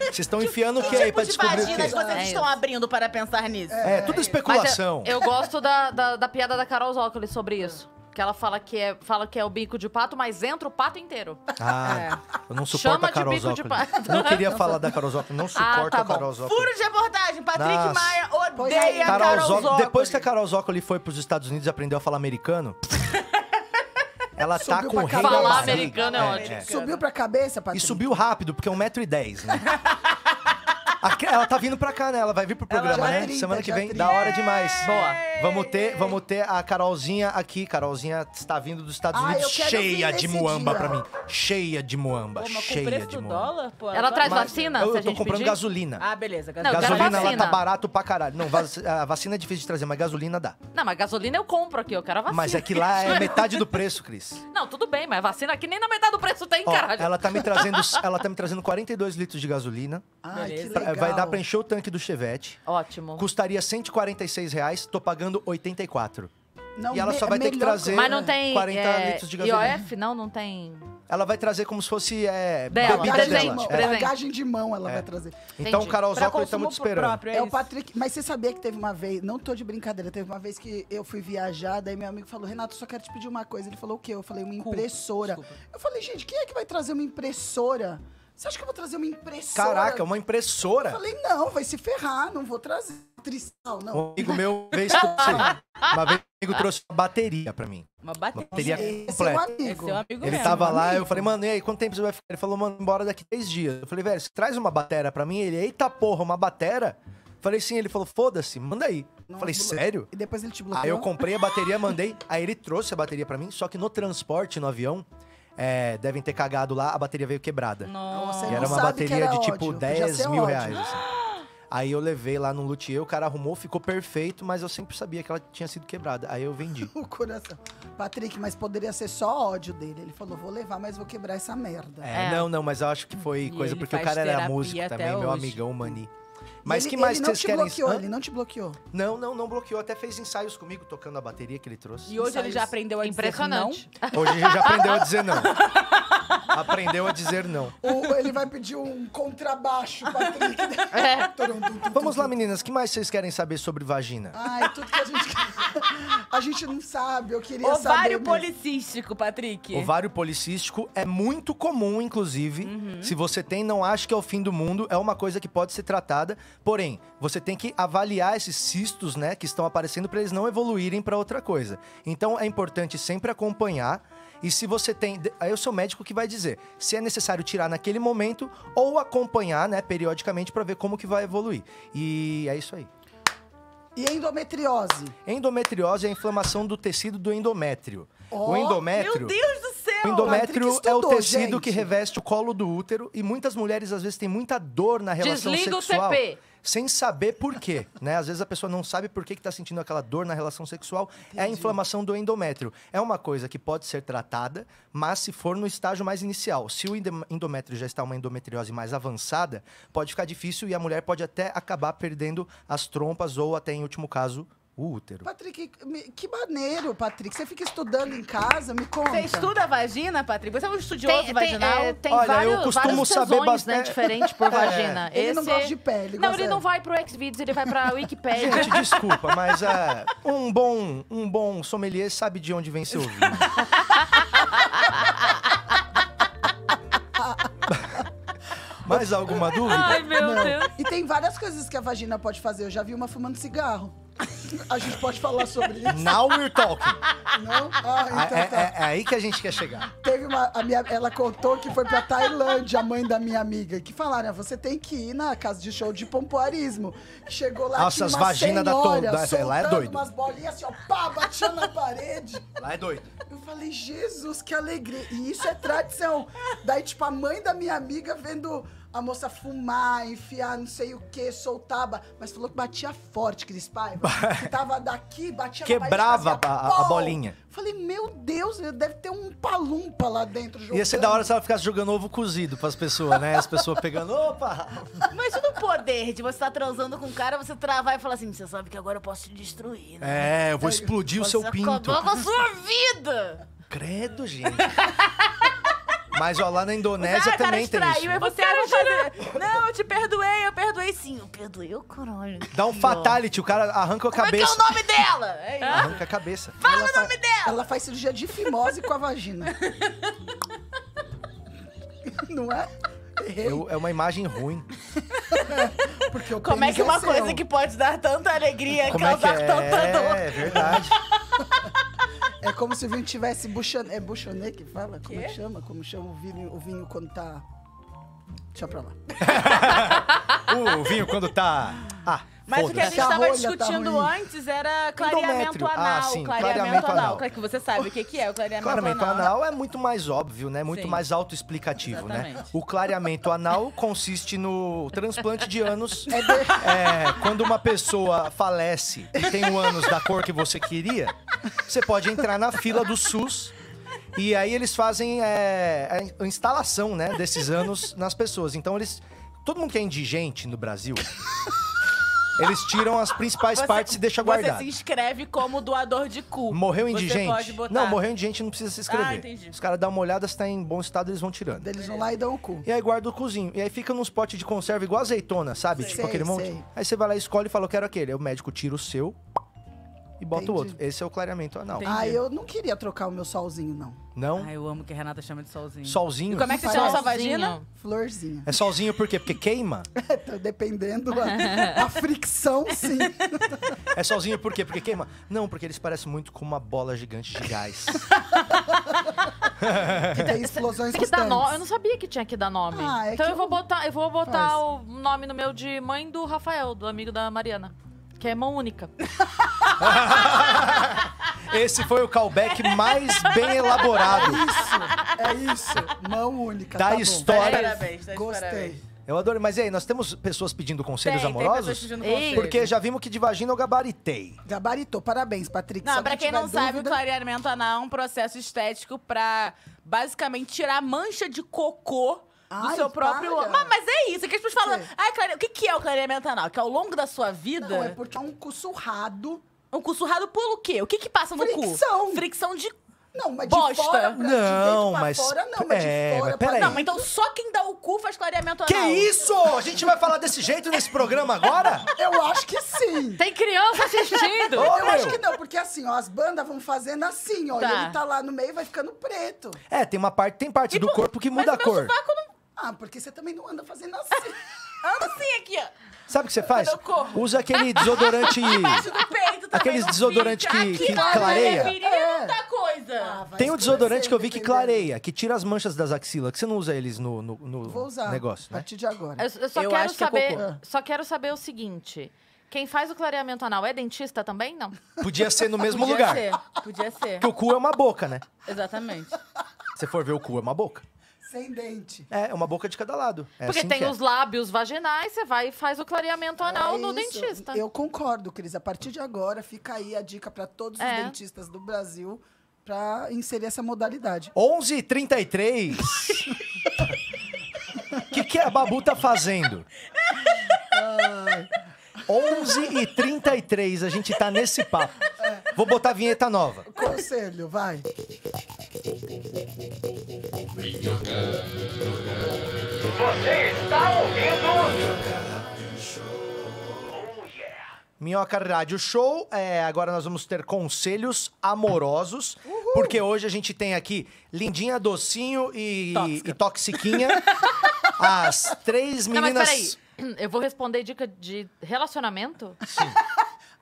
Vocês estão enfiando o que aí
tipo
pra
de
descobrir o
vaginas
quê?
vocês
É
estão
isso.
abrindo para pensar nisso?
É, tudo
Mas eu,
especulação.
eu gosto da, da, da piada da Carol Zócoli sobre isso. Que ela fala que, é, fala que é o bico de pato, mas entra o pato inteiro.
Ah, eu não suporto
é. Chama
a
de
Carol
bico de
Zócoli.
pato.
Não queria falar da Carol Zócoli, não suporto
tá
a Carol
bom.
Zócoli.
Furo de abordagem. Patrick
Nossa.
Maia
Pois é.
odeia a
Carol
Carol
Zócoli-
Zócoli.
Depois que a Carol Zócoli foi pros Estados Unidos e aprendeu a falar americano, ela tá
Subiu
com
pra
o rei da
caralho.
Falar
barriga.
americano é ótimo.
Subiu pra cabeça,
E
Patrícia?
subiu rápido, porque é 1,10m, né? [LAUGHS] Aqui- Ela tá vindo pra cá, né? Ela vai vir pro programa,
já
né?
trinta,
Semana que
já é
vem,
trinta.
da hora demais.
Boa.
Vamos ter, vamos ter a Carolzinha aqui. Carolzinha está vindo dos Estados
Ah,
Unidos
eu quero
cheia
vir nesse
de muamba
dia.
pra mim. Cheia de muamba,
Pô, mas com o
cheia
preço
de
do
muamba.
dólar, pô.
Ela
agora-
traz vacina,
eu
se a
eu tô
gente
comprando
pedir?
gasolina.
Ah, beleza.
eu quero
gasolina lá
vacina.
tá barato pra caralho. Não, vas- a vacina é difícil de trazer, mas gasolina dá.
Não, mas gasolina eu compro aqui, eu quero a vacina.
Mas é que lá é metade do preço, Cris.
[LAUGHS] Não, tudo bem, mas vacina aqui nem na metade do preço tem,
Ó,
caralho.
ela tá me trazendo, ela tá me trazendo 42 litros de gasolina.
Ai, Ah, que
Beleza.
Pra-
legal.
Vai dar pra encher o tanque do Chevette.
Ótimo.
Custaria 146 reais, tô pagando 84.
Não,
E ela
me- é
só vai ter que
melhor
trazer-
Mas não tem
40
é,
litros de gasolina.
IOF? Não, não tem.
Ela vai trazer como se fosse é,
Dela,
bebida
Bagagem de
presente,
dela.
mão,
É.
presente.
bagagem de mão ela vai trazer.
Então,
Entendi.
Carol
Pra
Zócoli,
consumo
estamos te esperando.
próprio, é,
É o
isso.
Patrick. Mas você sabia que teve uma vez, não tô de brincadeira, teve uma vez que eu fui viajar, daí meu amigo falou: Renato, eu só quero te pedir uma coisa. Ele falou: o quê? Eu falei: uma impressora. Eu falei: gente, quem é que vai trazer uma impressora? Você acha que eu vou trazer uma impressora?
Caraca, uma
Eu
impressora.
falei: não, vai se ferrar, não vou trazer. Tristal,
Um
não.
amigo meu uma vez trouxe, uma vez um amigo trouxe uma bateria pra mim.
Uma
Uma
bateria.
bateria
Esse é um
completa.
É
amigo.
seu amigo
Ele
mesmo.
tava lá, eu falei, mano, e aí, quanto tempo você vai ficar? Ele falou, mano, embora daqui três dias. Eu falei, velho, você traz uma batera pra mim? Ele, eita porra, uma batera? Eu falei, sim. Ele falou, foda-se, manda aí. Eu
Nossa,
falei,
bloqueou.
sério?
E depois ele te bloqueou.
Aí eu comprei a bateria, mandei. Aí ele trouxe a bateria pra mim, só que no transporte, no avião, é, devem ter cagado lá, a bateria veio quebrada.
Nossa,
Nossa.
E
não
era uma
sabe
bateria
que era
de
ódio,
tipo
podia
10
ser
mil
ódio.
reais. assim. Aí eu levei lá no luthier, o cara arrumou, ficou perfeito, mas eu sempre sabia que ela tinha sido quebrada. Aí eu
[LAUGHS]
vendi.
[LAUGHS] O coração. Patrick, mas poderia ser só ódio dele. Ele falou: vou levar, mas vou quebrar essa merda.
É,
É.
Não, não, mas eu acho que foi
E
coisa
ele
porque o
faz
cara era
terapia
músico
até
também, meu
hoje.
amigão Mani. Mas
ele,
que mais
ele
que
não
vocês
te
querem?
bloqueou,
Hã?
ele não te bloqueou.
Não, não, não bloqueou. Até fez ensaios comigo tocando a bateria que ele
[LAUGHS]
trouxe.
E hoje ele já aprendeu a
Impressionante.
Hoje a gente já aprendeu a dizer não. Aprendeu a dizer não.
Ou ele vai pedir um contrabaixo,
[LAUGHS]
Patrick.
É.
Vamos lá, meninas. que mais vocês querem saber sobre vagina?
Ai, tudo que a gente. a gente não sabe, eu queria
Ovário
saber. mesmo.
policístico, Patrick.
Ovário policístico é muito comum, inclusive. Se você tem, não acha que é o fim do mundo, é uma coisa que pode ser tratada. Porém, você tem que avaliar esses cistos, né, que estão aparecendo para eles não evoluírem para outra coisa. Então é importante sempre acompanhar. E se você tem, de- aí é o seu médico que vai dizer se é necessário tirar naquele momento ou acompanhar, né, periodicamente para ver como que vai evoluir. E é isso aí.
E a endometriose?
Endometriose é a inflamação do tecido do endométrio.
Ó,
o endométrio
Meu Deus do céu!
o endométrio
Patrick
é o
estudou,
tecido
gente.
que reveste o colo do útero e muitas mulheres às vezes têm muita dor na relação
Desliga o
sexual.
TP.
Sem saber por quê, né? Às vezes a pessoa não sabe por que que tá sentindo aquela dor na relação sexual. É a inflamação do endométrio. É uma coisa que pode ser tratada, mas se for no estágio mais inicial. Se o endem- endométrio já está uma endometriose mais avançada, pode ficar difícil e a mulher pode até acabar perdendo as trompas ou até, em último caso, o útero.
Patrick, me- que maneiro, Patrick. Você fica estudando em casa, me conta.
Você estuda a vagina, Patrick? Você é um estudioso
Tem, tem,
vaginal?
é, tem
Olha, eu
vários,
costumo
várias
saber
tesões,
bastante- É.
né, diferentes
[LAUGHS]
por vagina.
Ele não
Esse-
gosta de pé, ele
Não,
gosta-
ele não vai pro Xvideos, ele vai pra Wikipedia.
[LAUGHS] Gente, desculpa, mas é, um bom um bom sommelier sabe de onde vem seu vinho. [LAUGHS] Mais alguma dúvida?
Ai, meu
Não.
né?
Deus.
E tem várias coisas que a vagina pode fazer. Eu já vi uma fumando cigarro. A gente pode falar sobre isso,
Now we're talking.
não? Ah, então
É,
tá.
é- é aí que a gente quer chegar.
Teve uma. A minha, ela contou que foi pra Tailândia, a mãe da minha amiga, que falaram: "Ah, você tem que ir na casa de show de pompoarismo. Chegou lá,
Nossa,
tinha
as
uma
vagina da
senhora
Tom- da- lá é
soltando
doido.
umas bolinhas assim, ó, pá, batia na parede.
Lá é doido.
Eu falei, Jesus, que alegria. E isso é tradição. Daí, tipo, a mãe da minha amiga vendo a moça fumar, enfiar não sei o que, soltar. ba- Mas falou que batia forte, Cris Paiva. Que tava daqui, batia na parede,
Quebrava
fazia
a- a
pau.
bolinha.
Falei, meu Deus, deve ter um palumpa lá dentro jogando.
Ia ser da hora se ela ficasse jogando ovo cozido pras pessoas, né? As pessoas pegando, opa!
Imagina o poder de você estar transando com um cara, você travar e falar assim: você sabe que agora eu posso te destruir, né?
É, eu vou explodir o seu
Você
pinto.
acabou com a sua vida!
Credo, gente. Mas, ó, lá na Indonésia
Ah,
É, também tem
distraiu, aí
isso.
você vai fazer. Não, eu te perdoei, eu perdoei sim. Eu perdoei o coronel.
Dá um fatality, o cara arranca a
Como é que é o
cabeça.
nome dela? É isso.
Arranca a cabeça.
Fala o nome dela!
Ela faz cirurgia de fimose com
[LAUGHS]
a vagina. não é? Errei,
Eu- é uma imagem ruim.
porque o
Como é
pênis
que uma
seu.
coisa que pode dar tanta alegria
Como é que
causar
é?
tanta dor?
É
[LAUGHS]
verdade.
É como se o vinho tivesse buchan... É buchonê que fala? Como é que chama? Como chama o vinho, o vinho quando tá... Deixa pra lá.
O vinho quando tá. Ah,
Mas o que é a
foda-se.
gente
Se a
estava
rolha tá
discutindo
ruim.
antes era clareamento
Endométrio.
anal.
Ah, sim,
clareamento,
clareamento
anal.
anal.
Claro que você sabe o que, que é o clareamento,
Clareamento
anal.
anal é muito mais óbvio, né? Muito
Sim.
mais autoexplicativo, né?
Exatamente.
O clareamento anal consiste no transplante de ânus.
É de-
É, quando uma pessoa falece e tem o ânus da cor que você queria, você pode entrar na fila do SUS. E aí eles fazem é, a in- a instalação, né, desses ânus nas pessoas. Então eles. Todo mundo que é indigente no Brasil, eles tiram as principais partes e deixam guardado.
Você se inscreve como doador de cu.
Morreu
Tipo, Você
indigente?
pode botar.
Não, morreu indigente não precisa se inscrever.
Ah, entendi.
Os caras dão uma olhada, se tá em bom estado, eles vão tirando.
Eles vão lá e dão o cu.
E aí guarda o cozinho. E aí fica nos potes de conserva igual azeitona, sabe?
Sei.
tipo aquele
Sei,
monte.
sei.
Aí você vai lá e escolhe e fala, eu quero aquele. Aí o médico tira o seu e bota o
Entendi.
outro. Esse é o clareamento anal.
Entendi.
Ah, eu não queria trocar o meu solzinho, não.
Não?
Ai, eu amo que a Renata chama de solzinho.
Solzinho?
E como é que você chama sua
Sozinho.
vagina?
Florzinha. [LAUGHS]
É solzinho por quê? Porque queima?
Tô dependendo da a fricção, sim.
É solzinho por quê? Porque queima? Não, porque eles parecem muito com uma bola gigante de
[LAUGHS]
gás.
Que tem explosões
Tem que dar nome. Eu não
constantes.
sabia que tinha que dar nome.
Ah, é
então
que
eu vou
eu-
botar, eu vou botar
Faz.
o nome no meu de mãe do Rafael, do amigo da Mariana. Que é mão única.
Esse foi o callback mais bem elaborado
É isso. Mão única.
da
tá bom.
história.
Parabéns, tá de parabéns.
Gostei.
Eu adoro. Mas e aí, nós temos pessoas pedindo conselhos
Tem, tem pessoas
amorosos?
pedindo
Ei,
conselho.
porque já vimos que de vagina eu gabaritei.
Gabaritou. Parabéns, Patrick. Se
Não,
alguém
pra quem
tiver
não sabe, o
dúvida-
clareamento anal é um processo estético pra basicamente tirar a mancha de cocô do
Ai,
seu próprio.
para.
Mas, mas é isso, é que as pessoas falam.
Sim.
Ai, clare... O que, que é o clareamento anal? Que ao longo da sua vida.
Não, é porque é um cu surrado.
Um cu surrado pelo quê? O que que passa no
Fricção.
cu? Fricção de...
Não, mas de
Bosta.
fora pra, de
Não,
dentro pra
mas-
fora, não, mas
é,
de fora
mas
pra
peraí.
Não, mas então só quem dá o cu faz clareamento
Que
anal.
isso? A gente vai falar desse jeito nesse programa agora?
Eu acho que sim.
Tem criança
[LAUGHS]
assistindo!
Ô,
Eu
meu.
acho que não, porque assim, ó, as bandas vão fazendo assim, ó. E
Tá.
ele tá lá no meio e vai ficando preto.
É, tem uma parte, tem parte do corpo que muda a cor.
Ah, porque você também não anda
[LAUGHS]
fazendo assim.
Anda assim aqui, ó.
Sabe o que você faz?
Meu corpo.
Usa aquele
[LAUGHS]
desodorante.
Embaixo do peito também.
Aqueles
não
desodorante
fica.
que-
é Aqui,
que
ó,
clareia.
na virilha não
É.
tá coisa.
Ah, vai
Tem um desodorante
escurecer,
que eu vi que
dependendo.
clareia, que tira as manchas das axilas, que você não usa eles no, no, no
Vou usar.
negócio,
A [LAUGHS]
né?
partir de agora.
Eu, eu só
Eu
quero
acho que é
saber.
cocô.
só quero saber o seguinte: quem faz o clareamento anal é dentista também? Não.
Podia ser no mesmo
Podia
lugar.
ser, podia ser.
Porque o cu é uma boca, né?
Exatamente.
Se for ver o cu, é uma boca.
Sem dente.
É, é uma boca de cada lado. É
Porque
assim
tem
que é.
os lábios vaginais, você vai e faz Tá o clareamento anal
É
no
isso.
dentista.
Eu concordo, Cris. A partir de agora, fica aí a dica pra todos os
É.
dentistas do Brasil pra inserir essa modalidade.
11 33 O que, que a Babu tá fazendo? 11 e 33 a gente tá nesse papo. Vou botar a vinheta nova.
Conselho, vai.
Minhoca Rádio Show, é, agora nós vamos ter conselhos amorosos, porque hoje a gente tem aqui Lindinha, Docinho e, e Toxiquinha, as três
não,
meninas...
[CLEARS THROAT] mas peraí. Eu vou responder dica de relacionamento?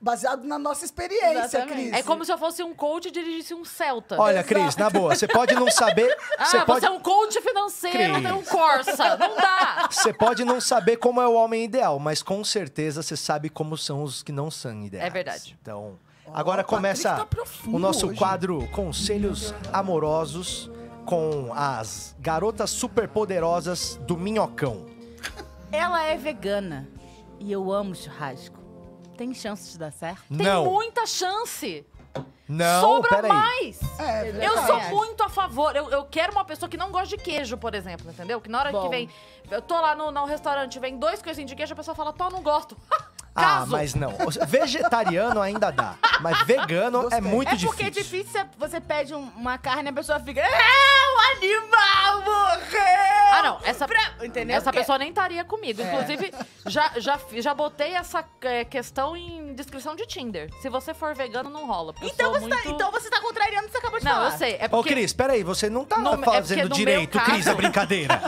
baseado na nossa experiência,
Exatamente.
Cris.
É como se eu fosse um coach e dirigisse um Celta.
Olha, Cris, na boa, você pode não saber.
ah,
você
você
pode.
é um coach financeiro,
Cris.
tem um Corsa. Não
[LAUGHS]
dá.
Você pode não saber como é o homem ideal, mas com certeza você sabe como são os que não são ideais.
É verdade.
Então,
Ó,
agora
o Patrick
começa
tá profundo
o nosso
hoje.
quadro Conselhos Amorosos com as garotas superpoderosas do Minhocão.
Ela é vegana e eu amo churrasco. Tem chance de dar certo?
Tem
não,
muita chance.
não,
Sobra
peraí.
mais.
É, verdade.
Eu sou muito a favor. Eu, eu quero uma pessoa que não gosta de queijo, por exemplo, entendeu? Que na hora
Bom.
que vem. Eu tô lá no, no restaurante, vem dois coisinhas de queijo, a pessoa fala, tô, não gosto. [LAUGHS]
Ah,
Caso.
mas não. Vegetariano ainda dá, mas vegano
Gostei.
é muito
é porque
difícil.
é difícil, é- você pede um- uma carne e a pessoa fica. É, o animal morreu!
Ah, não. Essa,
Pra- Entendeu?
essa
Porque- É.
pessoa nem estaria comigo. Inclusive, já, já, fi- já botei essa é, questão em descrição de Tinder. Se você for vegano, não rola. porque eu
Então
sou
você, tá,
muito-
então você tá contrariando o que você acabou de
Não,
falar.
eu sei. É
Ô,
porque...
Cris, peraí, você não tá
No- é porque
fazendo
no meu
direito,
caso-
Cris, a brincadeira.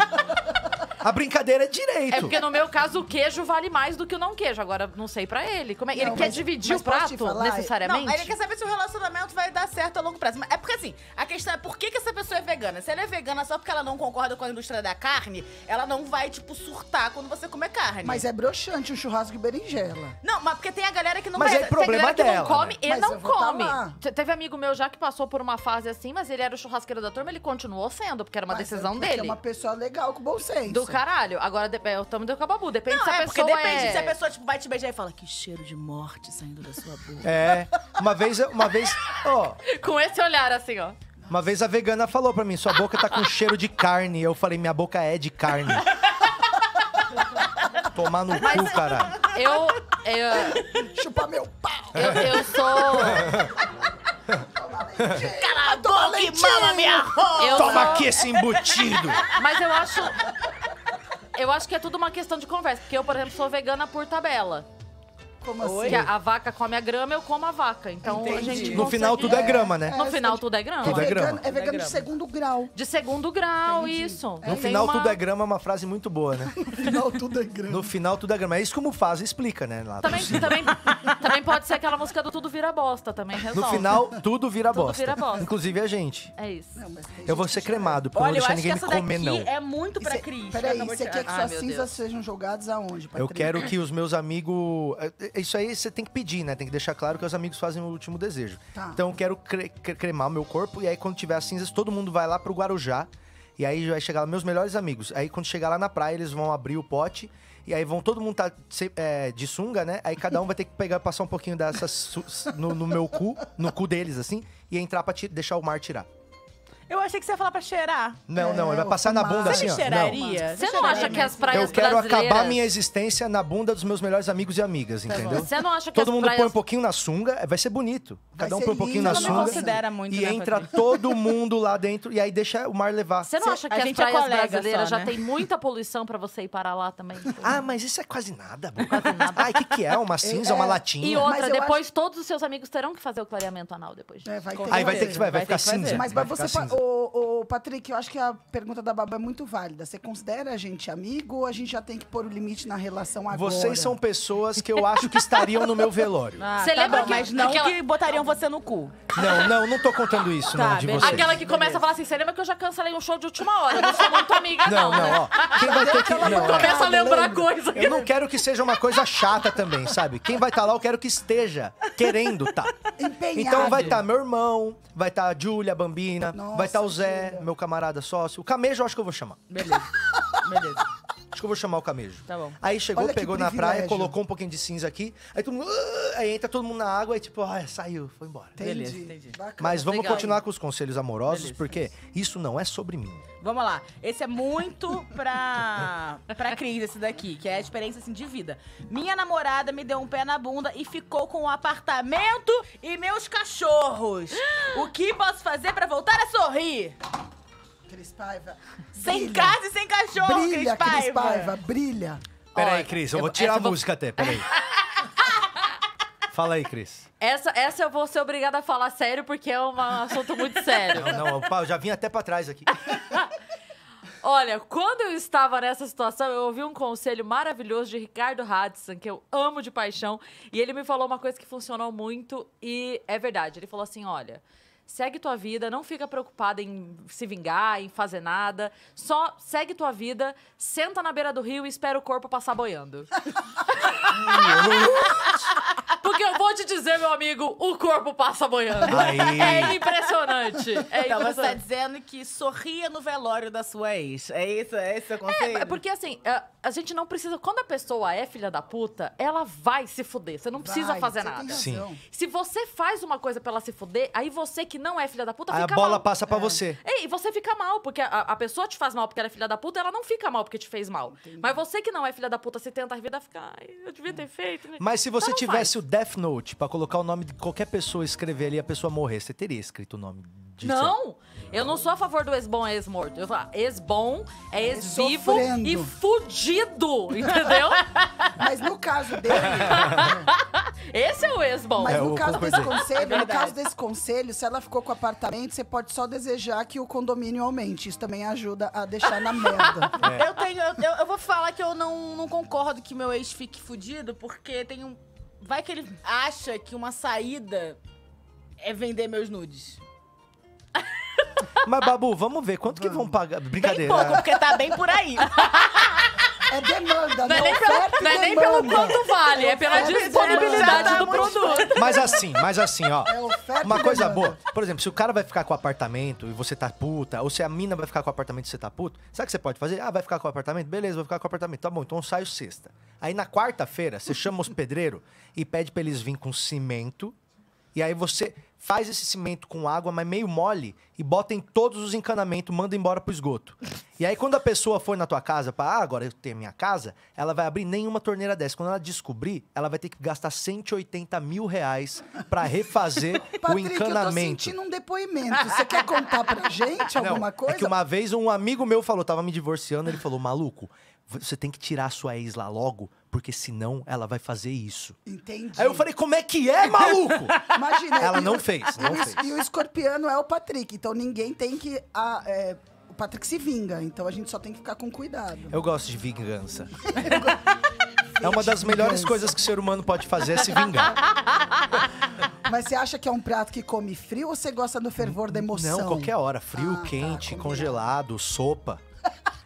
a brincadeira é direito.
É porque no meu caso o queijo vale mais do que o não queijo. Agora não sei pra ele. Como é? ele
Não,
quer
mas-
dividir
mas
o
posso
prato
te falar?
necessariamente?
Não, aí ele quer saber se o relacionamento vai dar certo a longo prazo. Mas É porque assim, a questão é por que, que essa pessoa é vegana? Se ela é vegana só porque ela não concorda com a indústria da carne, ela não vai, tipo, surtar quando você comer carne.
Mas é broxante um churrasco de berinjela.
Não, mas porque tem a galera que não
Mas
vai.
aí pro- problema
tem galera que
dela,
não come
né?
e
Mas eu
não
vou tá
come.
lá.
Te- Teve amigo meu já que passou por uma fase assim, mas ele era o churrasqueiro da turma, ele continuou sendo, porque era uma
Mas
decisão
porque
dele.
É uma pessoa legal com bom senso.
Do caralho. Agora de- é, eu tamo deu cababu. Depende
Não,
se a
é porque
pessoa
depende.
é...
Se a pessoa, tipo, vai te beijar e fala que cheiro de morte saindo da sua boca.
É, uma vez, eu- uma vez, ó,
Com esse olhar assim, ó.
uma vez a vegana falou pra mim, sua boca tá com cheiro de carne. Eu falei, minha boca é de carne. Tomar no cu, cara.
Eu... Eu,
Chupa meu pau!
eu, eu sou...
Cala a boca e mama minha roupa!
Eu
Toma
sou-
aqui esse embutido.
Mas eu acho... Eu acho que é tudo uma questão de conversa. Porque eu, por exemplo, sou vegana por tabela.
Como
Porque
assim?
a, a vaca come a grama, eu como a vaca. Então a
Entendi.
gente
No final tudo é grama, né?
No final tudo é grama.
Tudo é grama.
vegano, é vegano de segundo grau.
De segundo grau, isso.
No
Tem
final
uma-
tudo é grama é uma frase muito boa, né?
No final tudo é grama.
No final tudo é grama. É isso como faz, explica, né? Lá,
Também, também, também pode ser aquela música do Tudo Vira Bosta, também resolve.
no final tudo vira
Tudo
bosta.
vira bosta.
Inclusive a gente.
É isso.
Não, mas tem
Eu vou
gente
ser
que-
cremado, porque eu não
Olha,
vou
eu
deixar
acho que
ninguém me
essa
comer,
daqui
não.
é muito pra
Cê-
Cris.
Peraí,
Acabou de
você quer que
chegar.
Ah,
suas
meu
cinzas
Deus.
sejam jogadas aonde,
Eu
Patrick?
quero que os meus amigos. é, é, Isso aí você tem que pedir, né? Tem que deixar claro que os amigos fazem o último desejo.
Tá.
Então eu quero cre- cre- cremar o meu corpo. E aí, quando tiver as cinzas, todo mundo vai lá pro Guarujá. E aí vai chegar lá, meus melhores amigos. Aí quando chegar lá na praia, eles vão abrir o pote. E aí vão todo mundo tá se- é, de sunga, né? Aí cada um vai ter que pegar passar um pouquinho dessas su- su- no, no meu cu, no cu deles, assim, e entrar pra ti- deixar o mar tirar.
Eu achei que você ia falar pra cheirar.
Não,
É,
não, ele vai
o
passar na
mar.
bunda assim,
Você me
ó. Não.
cheiraria?
Você não acha que as praias
Eu quero
brasileiras... Tá
acabar minha existência na bunda dos meus melhores amigos e amigas, entendeu?
Você não acha que
Todo
as
mundo
praias...
põe um pouquinho na sunga, vai ser bonito.
Vai
Cada um
ser
põe um pouquinho
lindo.
na
Você não me
sunga.
considera muito,
e
né,
entra
Patrick?
todo mundo lá dentro e aí deixa o mar levar.
Você não acha
A
que as
gente é
praias
colega
brasileiras
só,
já
né?
tem muita poluição pra você ir parar lá
[LAUGHS]
também?
Ah, mas isso é quase nada, boca. [LAUGHS] Ai, o que, que é? Uma cinza, uma latinha?
E
Mas
outra,
eu
depois todos os seus amigos terão que fazer o clareamento anal depois disso.
É, vai ter
Aí vai ter que, vai, vai
Vai ter
ficar
que fazer.
cinza.
Mas,
vai
mas você.
ficar
fa-
cinza.
Ô, ô, Patrick, eu acho que a pergunta da Baba é muito válida. Você considera a gente amigo ou a gente já tem que pôr o limite na relação agora?
Vocês são pessoas que eu acho que estariam no meu velório.
Ah,
Você
tá
lembra
bom,
que-
Mas não
aquela-
que botariam você no cu.
Não, não, não tô contando isso,
Tá,
não, de
beleza.
vocês.
Aquela que começa a falar assim, você lembra que eu já cancelei um show de última hora? Eu não sou muito amiga,
Não,
não. né?"
não, ó. Quem vai ter que... Não, ó.
Começa a lembrar coisa.
Eu não quero que seja uma coisa chata também, sabe? Quem vai estar lá, eu quero que esteja querendo tá.
Empenhado.
Então vai estar meu irmão, vai estar a Júlia, a Bambina,
Nossa,
vai estar o Zé,
Júlia.
meu camarada sócio. O Camejo eu acho que eu vou chamar.
Beleza. [LAUGHS] Beleza.
Acho que eu vou chamar o Camejo.
Tá bom.
Aí chegou,
Olha que
pegou na
privilégio.
praia, colocou um pouquinho de cinza aqui. Aí todo mundo... "Ah", Aí entra todo mundo na água e tipo, ah, saiu, foi embora.
Entendi.
Beleza, entendi.
Bacana.
Mas vamos
Legal.
continuar com os conselhos amorosos, porque isso não é sobre mim.
Vamos lá. Esse é muito pra, pra Cris, esse daqui, que é a experiência assim, de vida. Minha namorada me deu um pé na bunda e ficou com o apartamento e meus cachorros. O que posso fazer pra voltar a sorrir?
Cris Paiva.
Sem
brilha.
casa e sem cachorro, Cris
Brilha,
Paiva.
Cris Paiva, brilha.
Peraí,
Olha,
Cris, eu
eu-
vou tirar a
essa eu vou-
música até, peraí. [LAUGHS] Fala aí, Cris.
Essa, essa eu vou ser obrigada a falar sério, porque é um assunto muito sério. [LAUGHS]
Não, não, eu já vim até pra trás aqui.
Olha, quando eu estava nessa situação, eu ouvi um conselho maravilhoso de Ricardo Hudson, que eu amo de paixão, e ele me falou uma coisa que funcionou muito e é verdade. Ele falou assim: olha. Segue tua vida, não fica preocupada em se vingar, em fazer nada. Só segue tua vida, senta na beira do rio e espera o corpo passar boiando. [LAUGHS] Porque eu vou te dizer, meu amigo, o corpo passa boiando.
Aí.
É impressionante. É
Então você tá
impressionante.
dizendo que sorria no velório da sua ex. É isso? É esse o seu conselho?
É, porque assim, a, a gente não precisa. Quando a pessoa é filha da puta, ela vai se fuder. Você não precisa
Vai,
fazer
você tem
nada.
razão.
Se você faz uma coisa pra ela se fuder, aí você que não é filha da puta
Aí a
fica
bola
mal.
passa pra você.
É, e você fica mal, porque a, a pessoa te faz mal porque ela é filha da puta, ela não fica mal porque te fez mal. Mas você que não é filha da puta, se tenta a vida, fica. Ai, eu devia ter feito, né?
Mas se você
Então não
tivesse o Death Note pra colocar o nome de qualquer pessoa e escrever ali e a pessoa morrer, você teria escrito o nome disso?
Não! Eu não sou a favor do ex-bom e ex-morto. Eu falo, ex-bom é ex-vivo
sofrendo.
e fudido, [LAUGHS] entendeu?
Mas no caso dele,
Esse é o ex-bom.
mas
É,
no
eu
caso desse
concordei.
conselho, no caso desse conselho, se ela ficou com o apartamento, você pode só desejar que o condomínio aumente. Isso também ajuda a deixar na merda.
É.
Eu tenho. Eu, eu- eu vou falar que eu não, não concordo que meu ex fique fudido, porque tem um. Vai que ele acha que uma saída é vender meus nudes.
Mas, Babu, vamos ver. Quanto que vão pagar?
Bem
Brincadeira.
pouco, porque tá bem por aí.
É demanda,
Não é,
não
nem pelo,
oferta e
não é nem
demanda.
pelo quanto vale, é pela
Oferta e
tá
disponibilidade
demanda.
do produto.
Mas assim, mas assim, ó.
É oferta e
Uma coisa
demanda.
boa. Por exemplo, se o cara vai ficar com o apartamento e você tá puta, ou se a mina vai ficar com o apartamento e você tá puto, sabe o que você pode fazer? Ah, vai ficar com o apartamento? Beleza, vou ficar com o apartamento. Tá bom, então eu saio sexta. Aí na quarta-feira, você chama os pedreiros e pede pra eles virem com cimento. E aí você faz esse cimento com água, mas meio mole, e bota em todos os encanamentos, manda embora pro esgoto. E aí quando a pessoa for na tua casa, para ah, agora eu tenho minha casa, ela vai abrir nenhuma torneira dessa. Quando ela descobrir, ela vai ter que gastar 180 mil reais pra refazer o
Patrick, eu tô
encanamento.
sentindo um depoimento. Você quer contar pra gente
Não,
alguma
É que
coisa?
uma vez um amigo meu falou, tava me divorciando, ele falou, maluco, você tem que tirar a sua ex lá logo, porque senão ela vai fazer isso.
Entendi.
Aí eu falei, como é que é,
[LAUGHS]
maluco?
né? Imagina.
Ela
e
não
o-
fez,
e
não
o es-
fez.
E o escorpiano é o Patrick, então ninguém tem que. a- é, o Patrick se vinga, então a gente só tem que ficar com cuidado.
Eu gosto de
[LAUGHS]
vingança. É uma das melhores
Vingança.
coisas que o ser humano pode fazer é se
[LAUGHS]
vingar.
Mas você acha que é um prato que come frio ou você gosta do fervor da emoção?
Não, qualquer hora. Frio,
Ah, tá,
quente,
combinado.
congelado, sopa.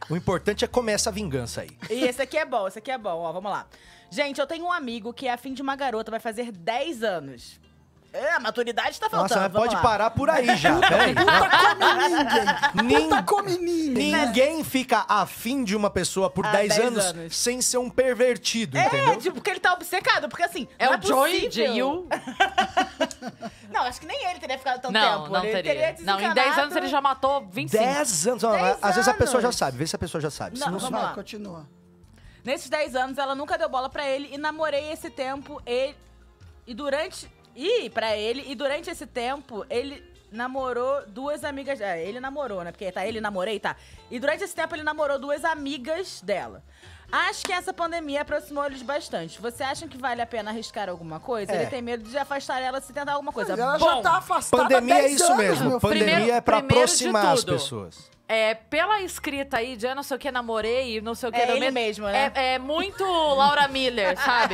O importante é comer essa vingança aí.
E esse aqui é bom, esse aqui é bom, ó, vamos lá. Gente, eu tenho um amigo que é afim de uma garota, vai fazer 10 anos. É, a maturidade
Então
tá faltando.
Nossa, mas
vamos
pode
lá.
parar por aí
[LAUGHS]
já. Peraí.
Puta come ninguém!
Ninguém fica afim de uma pessoa por
Há
10
10
anos,
anos.
sem ser um pervertido,
É,
entendeu?
tipo, porque ele tá obcecado, porque assim.
É
não
o Joy de
possível.
You.
Não, acho que nem ele teria ficado tanto
Não,
Então tempo.
não
ele
teria. Não, em 10
desencanado.
anos ele já matou 25.
10 anos. Ó,
Dez
Às vezes a pessoa já
anos.
sabe, vê se a pessoa já sabe. Se
Não,
não-
vamos
Vai,
lá.
continua.
Nesses 10 anos, ela nunca deu bola pra ele e namorei esse tempo ele e durante e para ele e durante esse tempo ele namorou duas amigas, é, ele namorou, né? Porque tá ele namorei, tá. E durante esse tempo ele namorou duas amigas dela. Acho que essa pandemia aproximou eles bastante. Você acha que vale a pena arriscar alguma coisa?
É.
Ele tem medo de afastar ela se tentar alguma coisa.
Ela
Bom,
já tá afastada. há
Pandemia é
10
isso
anos,
mesmo.
meu filho.
Pandemia
Primeiro-
é pra
primeiro de
aproximar as
tudo.
pessoas.
É, pela escrita aí de ah, não sei o que, namorei, não sei o que.
É
não
ele
me-
mesmo, né?
É, é muito
[LAUGHS]
Laura Miller, sabe?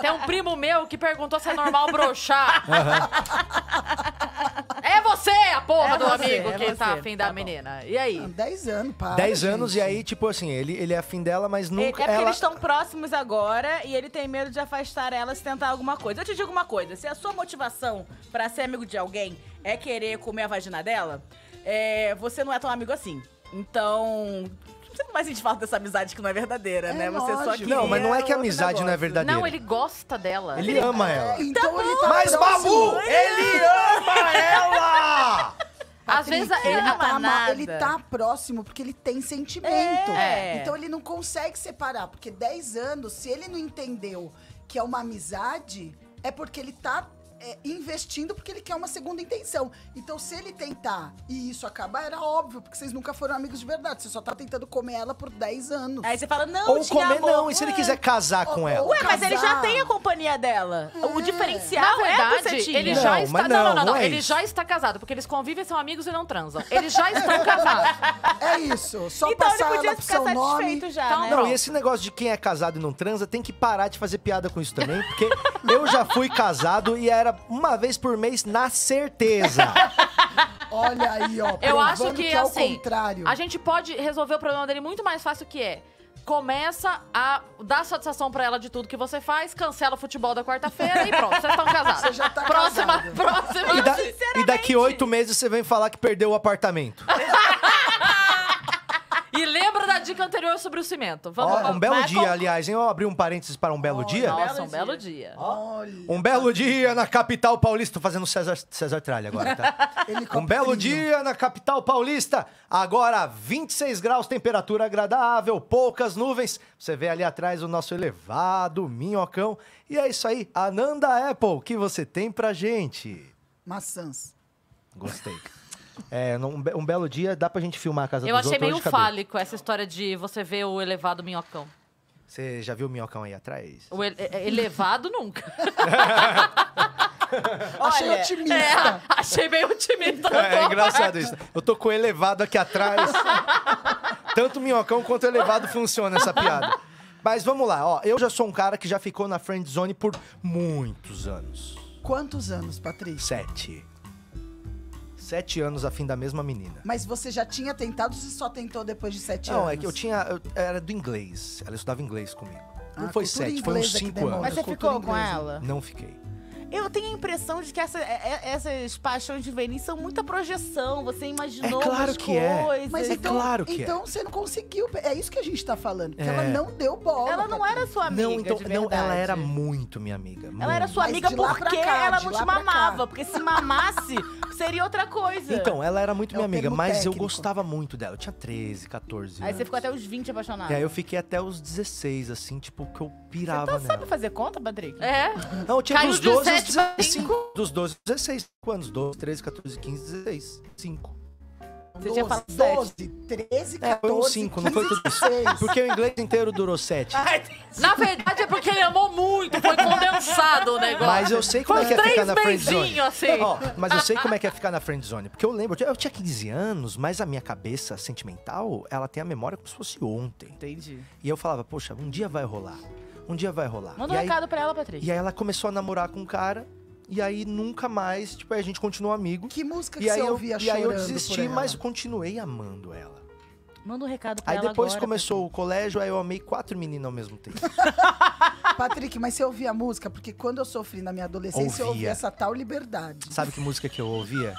Tem um primo meu que perguntou se é normal broxar. É você, a porra
É
do
você,
amigo
é
que tá
você.
afim da
Tá bom.
menina. E aí?
10 anos, para.
10 anos e
gente.
aí, tipo assim, ele, ele é afim dela, mas
É é
nunca.
porque
ela...
eles estão próximos agora e ele tem medo de afastar ela se tentar alguma coisa. Eu te digo uma coisa: se a sua motivação pra ser amigo de alguém é querer comer a vagina dela, é, você não é tão amigo assim. Então. Você não vai sentir falta dessa amizade que não é verdadeira,
É
né? Você só
lógico.
queria
Não, mas não é que a
outro
amizade não é
negócio.
verdadeira.
Não, ele gosta dela.
Ele ama ela.
Então ele tá
Mas,
próximo.
Babu, ele ama ela!
Às vezes
Patrick,
ele
ele,
ama
tá, ma-
nada.
ele tá próximo porque ele tem sentimento.
É.
Então ele não consegue separar, porque 10 anos, se ele não entendeu que é uma amizade, é porque ele tá é, investindo porque ele quer uma segunda intenção. Então, se ele tentar e isso acabar, era óbvio, porque vocês nunca foram amigos de verdade. Você só tá tentando comer ela por 10 anos.
Aí você fala, não,
Ou
te
comer,
amo. É.
não. E se ele quiser casar
Ou-
com
ou-
ela?
Ué, mas ele já
casar.
tem a companhia dela. O
Na
diferencial é você
verdade,
tinha.
ele
Não,
já
mas
está.
não,
Não, não, não.
não é
ele
isso.
já está casado, porque eles convivem, são amigos e não transam. Eles já
[LAUGHS]
estão casados.
É isso. Só
Então ele
passar ela
podia
pro
ficar
seu
satisfeito
nome.
já,
Então,
né?
não,
Não, e esse negócio de quem é casado e não transa tem que parar de fazer piada com isso também, porque eu já fui casado e era uma vez por mês na certeza.
Olha aí,
[LAUGHS]
ó.
Eu acho
provando
que,
é ao
assim,
contrário.
A gente pode resolver o problema dele muito mais fácil que é. Começa a dar satisfação pra ela de tudo que você faz, cancela o futebol da quarta-feira e
[LAUGHS]
pronto, vocês estão casados.
Você já tá
próxima,
casado.
próxima.
E, da- e daqui oito meses você vem falar que perdeu o apartamento.
E lembra da dica anterior sobre o cimento. Vamos
Ó, um belo
vai
dia, aliás, hein? Ó, abrir um parênteses para um belo dia.
Nossa, um belo dia.
Olha,
Um belo dia na capital paulista. Tô fazendo César, César Tralha agora, tá?
ele
[LAUGHS] Um belo dia na capital paulista. Agora 26 graus, temperatura agradável, poucas nuvens. Você vê ali atrás o nosso elevado minhocão. E é isso aí, Ananda Apple, o que você tem pra gente?
Maçãs.
Gostei. É, num be- um belo dia dá pra gente filmar a casa
Eu
dos
achei
outros
meio
hoje, cadê?
fálico essa história de você ver o elevado minhocão.
Você já viu o minhocão aí atrás?
O ele- é- elevado nunca.
Achei
Olha,
otimista.
É, achei meio otimista. da
É,
tua
engraçado
parte.
isso. Eu tô com o elevado aqui atrás. Tanto minhocão quanto elevado funciona essa piada. Mas vamos lá, ó. Eu já sou um cara que já ficou na friend zone por muitos anos.
Quantos anos, Patrícia?
Sete. Sete anos afim da mesma menina.
Mas você já tinha tentado ou você só tentou depois de sete anos?
Não, é que eu tinha. eu- era do inglês. Ela estudava inglês comigo. Não
Ah,
foi
cultura
sete, foi uns
inglesa que
cinco
demora.
anos.
Mas é você
Cultura
ficou com
inglesa.
ela?
Não fiquei.
Eu tenho a impressão de que essa- é- é- essas paixões juvenis são muita projeção. Você imaginou
É claro
umas
que é.
coisas.
Mas
É
então,
claro que é.
Então você não conseguiu. É isso que a gente tá falando. Porque
É.
ela não deu bola.
Ela não era sua amiga,
não, então.
de
Não, ela
verdade.
era muito minha amiga.
Ela era sua
Mas
amiga
de lá
porque
pra cá,
ela
de
não
lá
te
pra cá.
mamava. Porque se mamasse, seria outra coisa.
Então, ela era muito
É o
minha amiga,
termo
mas eu
técnico.
gostava muito dela. Eu tinha 13, 14
Aí
anos.
você ficou até os 20 apaixonado.
E aí eu fiquei até os 16, assim, tipo, que eu pirava
Então
nela.
sabe fazer conta, Patrick?
É.
Não, eu tinha
Caiu
dos
de
12 aos
17 pra
15. Dos 12 aos 16 anos. 12, 13, 14, 15, 16. 5.
Você tinha falado
12, 13, 14,
É, foi uns 5, não foi tudo isso.
16.
Porque o inglês inteiro durou 7.
Na verdade é porque ele amou muito, foi condensado o negócio.
Mas eu sei como é
Foi
que é
três
ficar na friend zone.
beijinhos, assim.
Ó, mas eu sei como é que é ficar na friend zone. Porque eu lembro, eu tinha- eu tinha 15 anos, mas a minha cabeça sentimental, ela tem a memória como se fosse ontem.
Entendi.
E eu falava, poxa, um dia vai rolar. Um dia vai rolar.
Manda
e
um
aí,
recado pra ela, Patrick.
E aí ela começou a namorar com um cara. E aí nunca mais, tipo, aí a gente continuou amigo.
Que música que
E aí,
você
eu,
ouvia
e aí eu
chorando por
desisti,
ela?
mas continuei amando ela.
Manda um recado pra
Aí
ela
depois
agora,
começou o colégio, aí eu amei quatro meninas ao mesmo tempo. [LAUGHS]
Patrick, mas você ouvia música? Porque quando eu sofri na minha adolescência, eu
Ouvia.
ouvia essa tal liberdade.
Sabe que música que eu ouvia?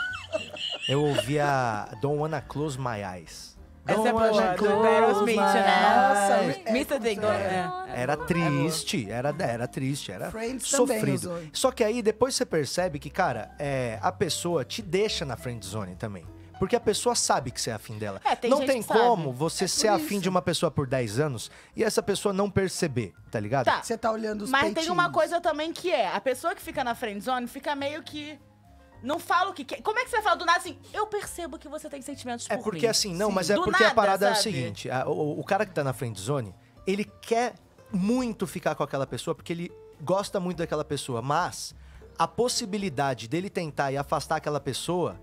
Eu ouvia Don't Wanna Close My Eyes.
Essa é
Don't
boa,
Wanna
do
Close My
Aerosmith, né?
Eyes.
Nossa,
Patrick. Mr. Dingo. É.
Era triste, era, era triste, era
Friends também
sofrido.
usou.
Só que aí depois você percebe que, cara, é, a pessoa te deixa na friend zone também. Porque a pessoa sabe que você é afim dela.
É, tem
não
gente
tem
que sabe.
como você ser afim
É isso.
de uma pessoa por 10 anos e essa pessoa não perceber, tá ligado?
Tá.
Você tá olhando os
Mas tem
peitinhos.
uma coisa também que é, a pessoa que fica na friendzone fica meio que... Não fala o que quer. Como é que você vai falar do nada assim? Eu percebo que você tem sentimentos
É
por
porque
mim.
assim, não,
Sim.
mas é
Do
porque a
nada,
parada é o
sabe?
seguinte: a- o, o cara que tá na friend zone, ele quer muito ficar com aquela pessoa porque ele gosta muito daquela pessoa, mas a possibilidade dele tentar e afastar aquela pessoa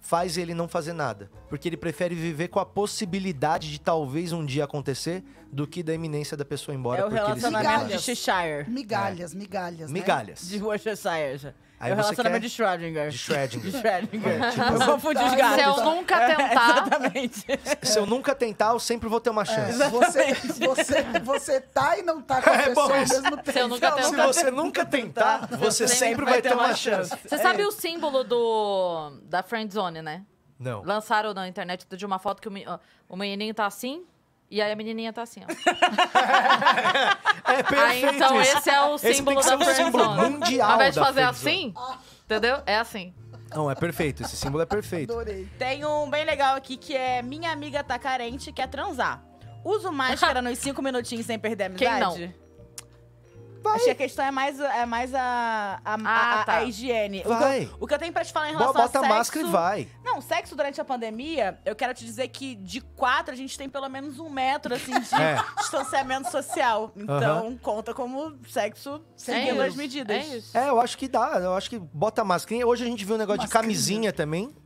faz ele não fazer nada, porque ele prefere viver com a possibilidade de talvez um dia acontecer do que da iminência da pessoa ir embora
É o
porque ele se
relacionamento de
apaixona.
Migalhas.
Cheshire.
Migalhas, migalhas, né?
migalhas
De Worcestershire.
Aí
é o
você
relacionamento
quer-
de Schrödinger.
de Schrödinger. [LAUGHS]
[LAUGHS] De Schrödinger.
É, tipo,
eu confundi os
Se
gatos. É,
Se eu
[LAUGHS]
nunca tentar,
Exatamente.
Se eu nunca tentar, eu sempre vou ter uma chance.
Você, você, você tá e não tá com a
É bom
pessoa ao
isso.
mesmo tempo.
se eu nunca
Se
tentar.
você nunca tentar, você sempre vai ter uma chance.
Você sabe o símbolo do da friend zone, né?
Não.
Lançaram na internet de uma foto que o, meni- ó, o menininho tá assim e aí a menininha tá assim, ó.
É
Ah,
perfeito
então
isso.
esse é o
Esse
símbolo
tem
da
que ser um
friend
símbolo
zone.
mundial
Ao invés de
da
fazer assim,
friendzone.
entendeu? É assim.
Não, é perfeito. Esse símbolo é perfeito.
Adorei.
Tem um bem legal aqui que é Minha amiga tá
[LAUGHS]
carente, quer transar. Uso máscara nos 5 minutinhos sem perder a
Quem
amizade.
Vai.
Achei que a questão é mais, é mais a, a, a- a-
tá.
a higiene. O que eu- O,
Vai.
que eu, tenho pra te falar em relação
Bota
a
a
sexo...
máscara e vai.
Não, sexo durante a pandemia, eu quero te dizer que de quatro a gente tem pelo menos um metro, assim,
[LAUGHS]
de
É.
distanciamento social. Então, conta como sexo seguindo
isso,
as medidas.
É isso.
É, eu acho que dá. Eu acho que bota a mascarinha. Hoje a gente viu um negócio
Mascarinha.
de camisinha
[LAUGHS]
também.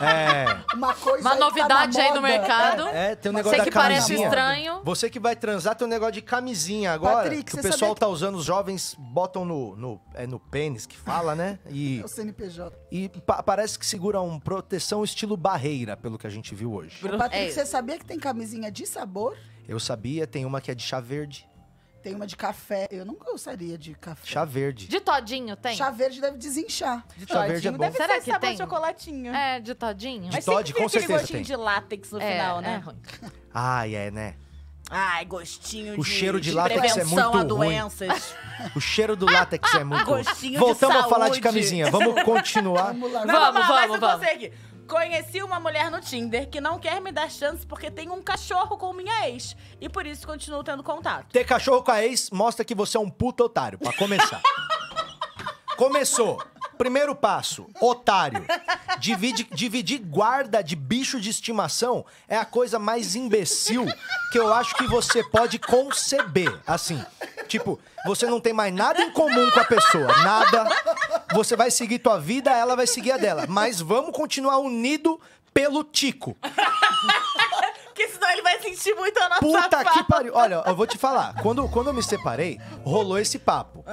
é.
Uma coisa
Uma
aí que tá
novidade
na
aí no
moda.
mercado.
É, tem um
Sei
negócio da
que
camisinha.
parece estranho.
Você que vai transar tem um negócio de camisinha agora.
Patrick,
que o
você
pessoal
sabia que-
tá usando, os jovens botam no, no, é no pênis que fala, né? E,
É o CNPJ.
e pa- parece que segura um proteção estilo barreira, pelo que a gente viu hoje.
Ô, Patrick,
É isso.
você sabia que tem camisinha de sabor?
Eu sabia, tem uma que é de chá verde.
Tem uma de café. Eu não gostaria de café.
Chá verde.
De todinho tem?
Chá verde deve desinchar.
De chá verde é bom.
Deve
Será
ser
que
sabor
tem?
chocolatinho.
É, de todinho.
De
Mas sempre
Todd,
fica
com
aquele
certeza
gostinho
tem.
de látex no
É,
final,
é
né?
ruim.
Ai, é, né?
Ai, gostinho
O
de,
cheiro de
de
látex é
prevenção
muito
a
ruim.
doenças.
O cheiro do látex é muito. bom.
Gostinho de
Voltamos a falar de
saúde.
camisinha. Vamos continuar.
Vamos lá.
Não, vamos,
[LAUGHS]
lá,
Vamos, vamos,
mas eu
vamos.
consegui. Conheci uma mulher no Tinder que não quer me dar chance porque tem um cachorro com minha ex. E por isso continuo tendo contato.
Ter cachorro com a ex mostra que você é um puta otário, pra começar. Começou. Primeiro passo, otário. Divide- dividir guarda de bicho de estimação é a coisa mais imbecil que eu acho que você pode conceber. Assim, tipo, você não tem mais nada em comum com a pessoa, nada. Você vai seguir tua vida, ela vai seguir a dela. Mas vamos continuar unido pelo tico.
Porque senão ele vai sentir muito a nossa
Puta
falta.
que pariu. Olha, eu vou te falar. Quando, quando eu me separei, rolou esse papo.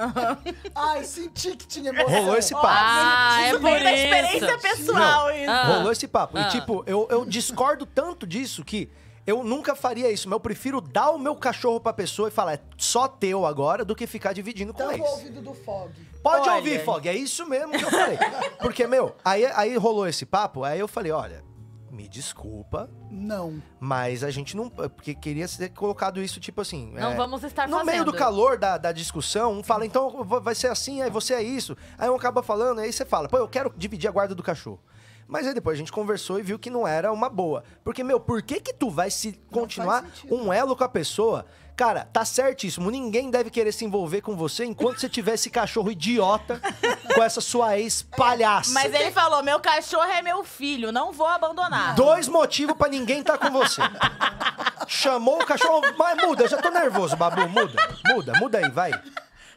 Ai, senti que tinha emoção.
Rolou esse papo.
Ah, é
Isso
por
vem da experiência
isso.
pessoal, isso.
Ah.
Rolou esse papo.
Ah.
E, tipo, eu, eu discordo tanto disso que eu nunca faria isso. Mas eu prefiro dar o meu cachorro pra pessoa e falar, é só teu agora, do que ficar dividindo com
Tampa o
eles.
ouvido do Fog.
Pode
Olha.
ouvir, Fog. É isso mesmo que eu
[LAUGHS]
falei. Porque, meu, aí, aí rolou esse papo, aí eu falei, olha, me desculpa,
Não.
mas a gente não. Porque queria ter colocado isso, tipo assim.
Não
é,
vamos
tá
estar
No meio do
fazendo.
calor da, da discussão, um fala, então eu vou- vai ser assim, aí você é isso. Aí um acaba falando, aí você fala, pô, eu quero dividir a guarda do cachorro. Mas aí depois a gente conversou e viu que não era uma boa. Porque, meu, por que que tu vai se continuar
faz sentido.
um elo com a pessoa? Cara, tá certíssimo. Ninguém deve querer se envolver com você enquanto você tiver esse cachorro
[LAUGHS]
idiota com essa sua ex palhaça.
Mas ele falou: meu cachorro é meu filho, não vou abandonar.
Dois motivos pra ninguém tá com
[LAUGHS]
você. Chamou o cachorro. Mas muda, eu já tô nervoso, babu. Muda, muda, muda aí, vai.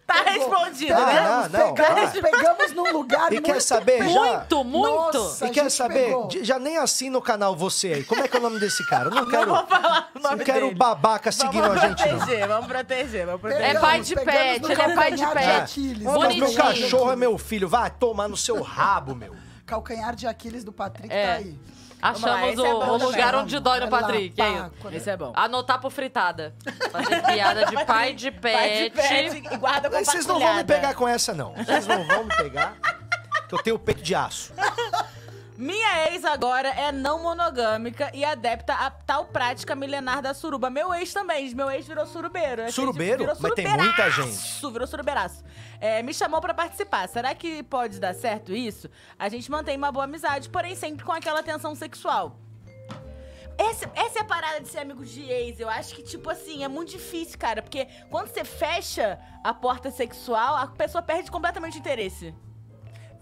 Tá respondido,
É, Não,
né?
não, não,
pegamos,
vai.
pegamos num lugar
E
muito
quer saber? Já,
Muito, muito.
Nossa,
e
a
quer
gente
saber?
pegou.
De- Já nem assina o canal você aí. Como é que é o nome desse cara? Eu
[LAUGHS]
não quero.
vou falar o nome
não quero
dele.
babaca seguindo
vamos
a gente, não.
proteger, vamos proteger, vamos proteger.
É pai de
Pegamos
pet,
no
ele é pai de
calcanhar
É.
de
pet.
Aquiles.
Ah, mas meu
Bonitinho.
cachorro é meu filho. Vai tomar no seu rabo, meu.
Calcanhar de Aquiles do Patrick
É.
tá aí.
Achamos
Vamos lá, esse
o,
é bom
o
também,
lugar
vamos.
onde dói no
Vai lá,
Patrick.
pá,
é isso.
quando-
Esse é [LAUGHS] bom.
Anotar pro fritada. Fazer piada de pai
[LAUGHS]
de
Pai de
pet.
pet e guarda
Mas Vocês não vão me
compartilhada.
pegar com essa, não. Vocês não vão me pegar. Que eu tenho peito de aço.
Minha ex agora é não monogâmica e adepta a tal prática milenar da suruba. Meu ex também, meu ex virou surubeiro. Achei
Surubeiro?
que Virou
Mas tem muita
surubeiraço,
gente.
Virou surubeiraço. É, me chamou pra participar. Será que pode dar certo isso? A gente mantém uma boa amizade, porém sempre com aquela tensão sexual. Essa, essa é a parada de ser amigo de ex. Eu acho que, tipo assim, é muito difícil, cara. Porque quando você fecha a porta sexual, a pessoa perde completamente o interesse.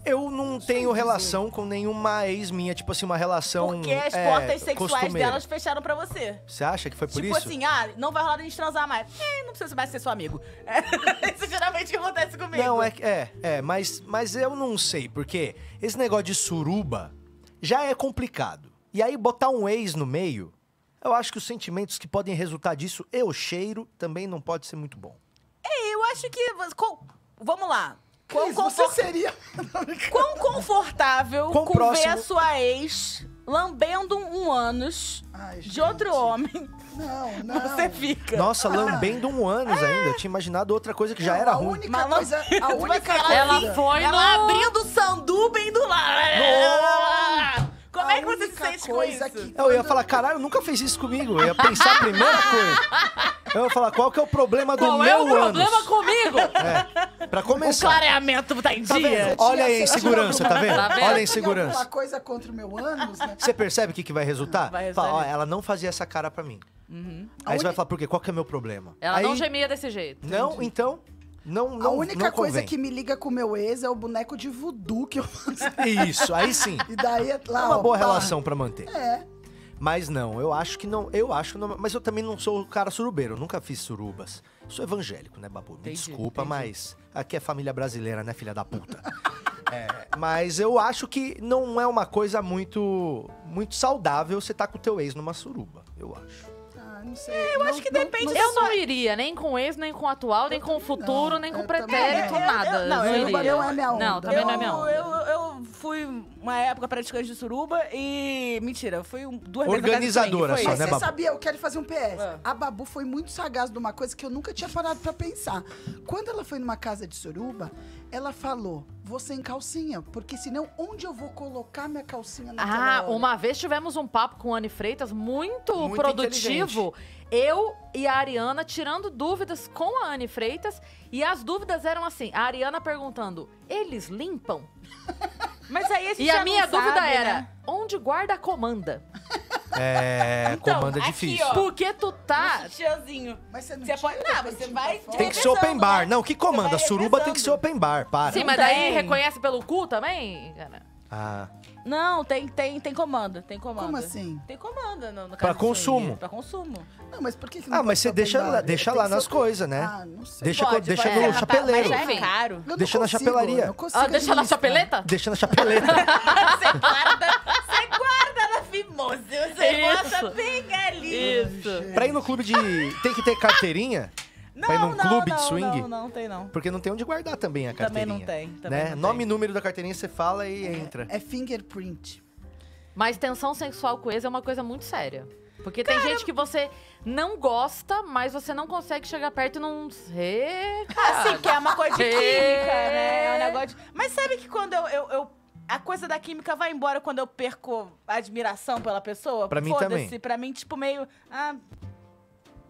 Eu não tenho relação com nenhuma ex minha, tipo assim, uma relação.
Porque as
é,
portas sexuais
costumeira.
delas fecharam pra você.
Você acha que foi por
tipo
isso?
assim, ah, não vai rolar a gente transar mais. É, não precisa mais ser seu amigo. É, [LAUGHS] isso geralmente que acontece comigo.
Não, é, que- é, é mas, mas eu não sei, porque esse negócio de suruba já é complicado. E aí botar um ex no meio, eu acho que os sentimentos que podem resultar disso e o cheiro também não pode ser muito bom.
Eu acho que. qual- vamos lá. Quão,
Cris, você
confor-
seria...
quão confortável
[LAUGHS] Quão
com ver
próximo-
a sua ex lambendo um ânus
Ai,
de
gente.
outro homem,
Não, não.
você fica.
Nossa, lambendo um ânus
Ah!
ainda. Eu tinha imaginado outra coisa
É
que já era
a
ruim.
única
Malandro.
coisa... A
Tipo
única
assim,
coisa...
Ela foi
Ela
no-
abrindo o sandu bem do lado. Como é que você se sente com isso?
Eu ia falar, caralho, nunca fez isso comigo. Eu ia pensar a primeira coisa. Eu ia falar, qual que é o problema do
Qual
meu
é o
ânus?
problema comigo?
É, pra
O
começar.
clareamento tá em
Tá vendo?
dia.
Olha aí a insegurança, tá vendo?
Tá vendo?
Olha a
Uma
insegurança.
é coisa contra o meu ânus, né?
Você percebe o que, que vai resultar?
Vai
Fala, ó,
resultar. Uhum.
ela não fazia essa cara pra mim. Aí você vai falar, por quê? Qual que é o meu problema?
Ela
Aí,
não gemia desse jeito.
Não, então. [LAUGHS] Não,
a
não,
única
não
coisa
convém.
que me liga com o meu ex é o boneco de voodoo que eu faço.
Isso, aí
[LAUGHS]
sim.
E daí é
É
lá.
uma
ó,
boa
pá.
relação pra manter.
É.
Mas não, eu acho que não. Eu acho que não. Mas eu também não sou o cara surubeiro, eu nunca fiz surubas. Sou evangélico, né, Babu? Me desculpa, mas aqui é família brasileira, né, filha da puta? [LAUGHS] É, mas eu acho que não é uma coisa muito muito saudável você tá com o teu ex numa suruba, eu acho.
Ah, não sei. eu
acho que depende-
Eu
assim, é-
não iria, nem com ex, nem com o atual, nem com o futuro, nem com o
Eu também
pretérito,
não.
nada.
Eu- eu- não,
iria.
suruba não
é minha
Não,
onda.
também
eu,
não é minha onda.
Eu, eu fui uma época praticante de suruba e. Mentira, eu fui um- duas vezes. na casa de
Organizadora
swing,
só,
foi?
Mas
né,
você
Babu?
sabia, eu quero fazer um PS.
Ah.
A Babu foi muito sagaz de uma coisa que eu nunca tinha parado pra pensar. Quando ela foi numa casa de suruba, ela falou, vou sem calcinha, porque senão onde eu vou colocar minha calcinha naquela
Ah,
hora?
uma vez tivemos um papo com a Anne Freitas muito,
Muito
produtivo. Eu e a Ariana tirando dúvidas com a Anne Freitas. E as dúvidas eram assim: a Ariana perguntando, eles limpam?
Mas aí a gente
E
já
a
não
minha dúvida
sabe,
era:
né?
onde guarda a comanda?
É,
Então,
comanda é
aqui,
difícil.
ó.
Porque tu tá.
Um sutiãzinho.
Mas você não
Você
tinha
pode. Não,
repetir
você
pra
vai.
fora?
Tem que ser
revezando,
open bar.
né?
Não, que comanda?
Você vai
Suruba tem que ser
revezando.
open bar, para.
Sim,
Não
mas daí
tem.
reconhece pelo cu também? cara?
Ah,
Não, tem, tem, tem comando. Tem comando.
Como assim?
Tem comando no, no
Pra
caso de
consumo.
swing, Pra consumo.
Não, mas por que, que não
ah
pode
mas
ser
você deixa,
open
lá-
né?
bar?
deixa
Tem
lá
que ser
nas
open-
coisas, né?
Ah, não sei.
Deixa,
Pode,
co- deixa
pode.
no
É, rapaz,
chapeleiro.
mas já é
Enfim.
caro.
Eu não
deixa na
consigo,
chapelaria.
não consigo
Ah, deixa na
administrar.
chapeleta?
Deixa na
[LAUGHS]
chapeleta.
Você guarda, você guarda na fimose. Você
Isso.
bota bem ali.
Isso.
pra ir no clube de. Tem que ter carteirinha?
Não,
Pra ir num
não,
clube de
não,
swing?
não, não tem não.
Porque não tem onde guardar também a
Também
carteirinha.
não tem, também
né?
não tem.
Nome e número da carteirinha você fala e entra.
É fingerprint.
Mas tensão sexual com ex é uma coisa muito séria. Porque tem gente que você não gosta, mas você não consegue chegar perto e não sei.
Ah,
cara.
Assim, que é uma coisa de
É.
química, né? É um negócio de... Mas sabe que quando eu, eu, eu- A coisa da química vai embora quando eu perco a admiração pela pessoa?
Pra mim
Foda-se,
também.
Pra mim, tipo, meio... Ah,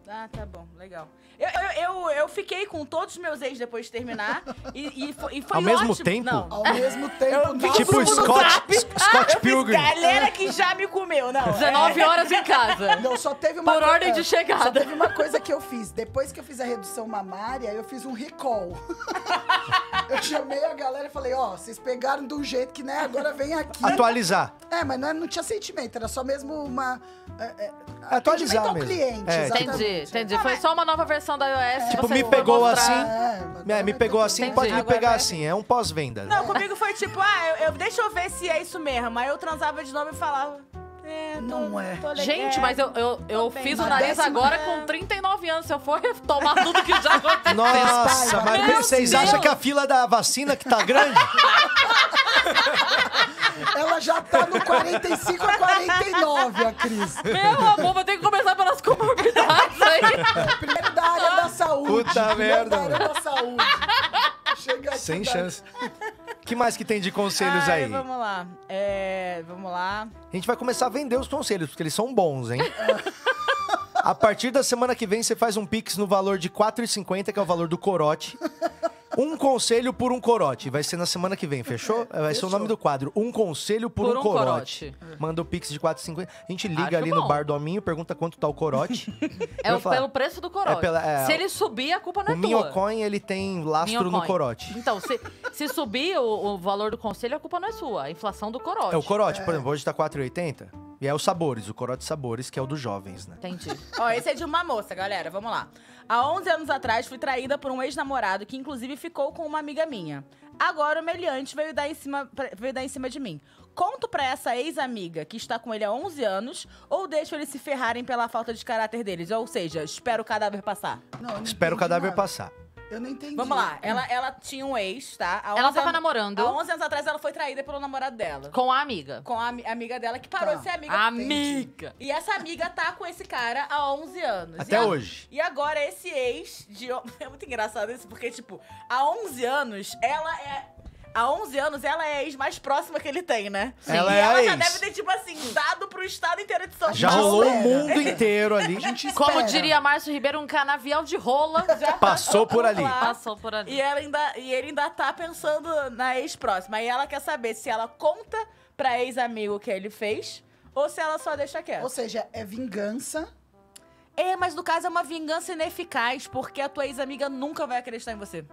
ah tá bom, legal. Eu, eu, eu, eu fiquei com todos os meus ex depois de terminar. e, e fo- e foi
Ao mesmo
ótimo.
tempo?
Não.
Ao mesmo tempo, não.
Tipo
grupo no
tá-
Ah,
Scott,
[LAUGHS]
Scott Pilgrim.
Galera que já me comeu, não.
É.
19 horas em casa.
Não, só teve uma
Por
coisa-
ordem de
Só
chegada.
teve uma coisa que eu fiz. Depois que eu fiz a redução mamária, eu fiz um recall. [LAUGHS] eu chamei a galera e falei, ó, vocês pegaram de um jeito que, né, agora vem aqui.
Atualizar.
É, mas não, é- não tinha sentimento, era só mesmo uma... É, é,
Atualizar
atendimento ao
mesmo.
cliente,
É, tipo-
exatamente.
Entendi, entendi. Foi só uma nova versão da iOS.
Tipo,
É, você
me
foi
pegou
mostrar.
assim.
É,
É, me pegou assim,
Entendi.
pode me
Agora
pegar
vai-
assim. É um pós-venda.
Não, comigo foi tipo, ah, eu, eu- deixa eu ver se é isso mesmo. Aí eu transava de novo e falava. É, tô,
Não é.
tô
assim.
legal.
Gente, mas eu, eu, eu
bem,
fiz o
mas
nariz
décimo-
agora com 39 anos. Se eu for tomar tudo que
[LAUGHS]
já aconteceu.
Nossa,
Meu
mas
Deus.
vocês acham que a fila da vacina que tá grande?
Ela já tá no 45 a 49, a Cris.
Meu amor, vou ter que começar pelas comorbidades
[LAUGHS]
aí.
É Primeiro da área da saúde.
Puta
primeiro
merda,
da área
mano.
da saúde. Chega aqui,
Sem
dá-
chance. que mais que tem de conselhos
Ai,
aí?
Vamos lá. É, vamos lá.
A gente vai começar a vender os conselhos, porque eles são bons, hein? a partir da semana que vem, você faz um pix no valor de R$ 4,50, que é o valor do corote. Um conselho por um corote. Vai ser na semana que vem, fechou? Vai ser o nome do quadro. Um conselho por, um, corote. Manda o pix de 4,50. A gente liga
Acho
ali
bom.
no bar do Aminho, pergunta quanto tá o
[LAUGHS]
corote.
É
Vai
o-
falar,
pelo preço do corote.
É pela- é,
Se ele subir, a culpa não é
O
tua.
Minhocoin, ele tem lastro no
Minhocoin.
corote.
Então, se, se subir o, o valor do conselho, a culpa não é sua. A inflação do corote.
É o corote, por exemplo, hoje tá 4,80. E é os sabores, o corote sabores, que é o dos jovens, né?
Entendi.
Ó, esse é de uma moça, galera. Vamos lá. Há 11 anos atrás, fui traída por um ex-namorado que, inclusive, ficou com uma amiga minha. Agora, o meliante veio dar em cima, pra- veio dar em cima de mim. Conto pra essa ex-amiga que está com ele há 11 anos ou deixo eles se ferrarem pela falta de caráter deles? Ou seja, espero o cadáver passar.
Não, eu não
Espero o
entendi
cadáver
nada.
passar.
Eu não entendi.
Vamos lá. Ela, ela tinha um ex, tá? Há
Ela
11
tava
anos-
namorando
Há 11 anos atrás, ela foi traída pelo namorado dela.
com a amiga.
Com a ami- amiga dela, que parou
Tá.
de ser amiga.
Amiga!
E essa amiga tá com esse cara há 11 anos.
Até
é.
E a-
hoje.
E agora esse ex de... on- [LAUGHS] É muito engraçado isso, porque, tipo, há 11 anos, ela é... Há 11 anos, ela é a ex mais próxima que ele tem, né?
Ela
e
é
ela
a
já
ex.
deve ter, tipo assim, dado pro estado inteiro de São
Já
Não,
rolou o
pera.
mundo inteiro ali.
Como
Espera.
diria Márcio Ribeiro, um canavial de rola
[LAUGHS]
Já
Passou por Tá ali.
lá.
passou por ali.
E, ela ainda, e ele ainda tá pensando na ex-próxima. E ela quer saber se ela conta pra ex-amigo o que ele fez ou se ela só deixa
Ou
quieto.
seja, é vingança.
É, mas no caso é uma vingança ineficaz, porque a tua ex-amiga nunca vai acreditar em você.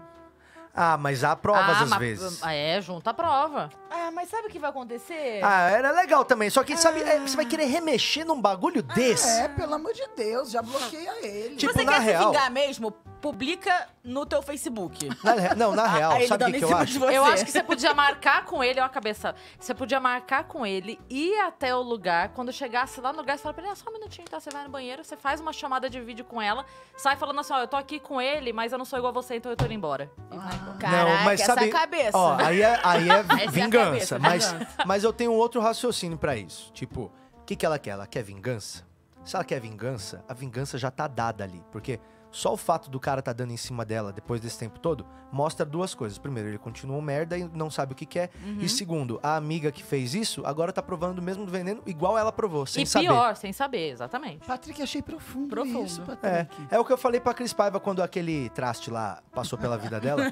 Ah, mas há provas
Ah,
às
mas-
vezes.
ah, É, junta a prova.
Ah, mas sabe o que vai acontecer?
Ah, era legal também. Só que, sabe, é, você vai querer remexer num bagulho desse.
É, pelo amor de Deus, já bloqueia ele.
Tipo,
você
na
quer se
real-
vingar mesmo? Publica no teu Facebook.
Na re- não, na real,
Aí Ah, ele
sabe o
dando
que,
em
que eu
cima de
acho?
você.
Eu acho que você podia marcar com ele, ó a cabeça. Você podia marcar com ele, ir até o lugar. Quando chegasse lá no lugar, você fala pra ele, ah, só um minutinho, tá? Você vai no banheiro, você faz uma chamada de vídeo com ela, sai falando assim, ó, eu tô aqui com ele, mas eu não sou igual a você, então eu tô indo embora. E vai embora.
Caraca,
não, mas
essa
sabe,
cabeça.
Ó, aí é, aí
[LAUGHS]
é
cabeça,
vingança. mas,
vingança.
mas eu tenho outro raciocínio pra isso. Tipo, o que, que ela quer? Ela quer vingança? Se ela quer vingança, a vingança já tá dada ali. Porque só o fato do cara tá dando em cima dela depois desse tempo todo mostra duas coisas. Primeiro, ele continua um merda e não sabe o que quer. E
Uhum.
segundo, a amiga que fez isso agora tá provando o mesmo veneno igual ela provou, sem
e
saber.
pior, sem saber, exatamente.
Patrick, achei profundo,
Profundo.
isso,
É,
Patrick.
é o que eu falei pra Cris Paiva quando aquele traste lá passou pela vida
[LAUGHS]
dela.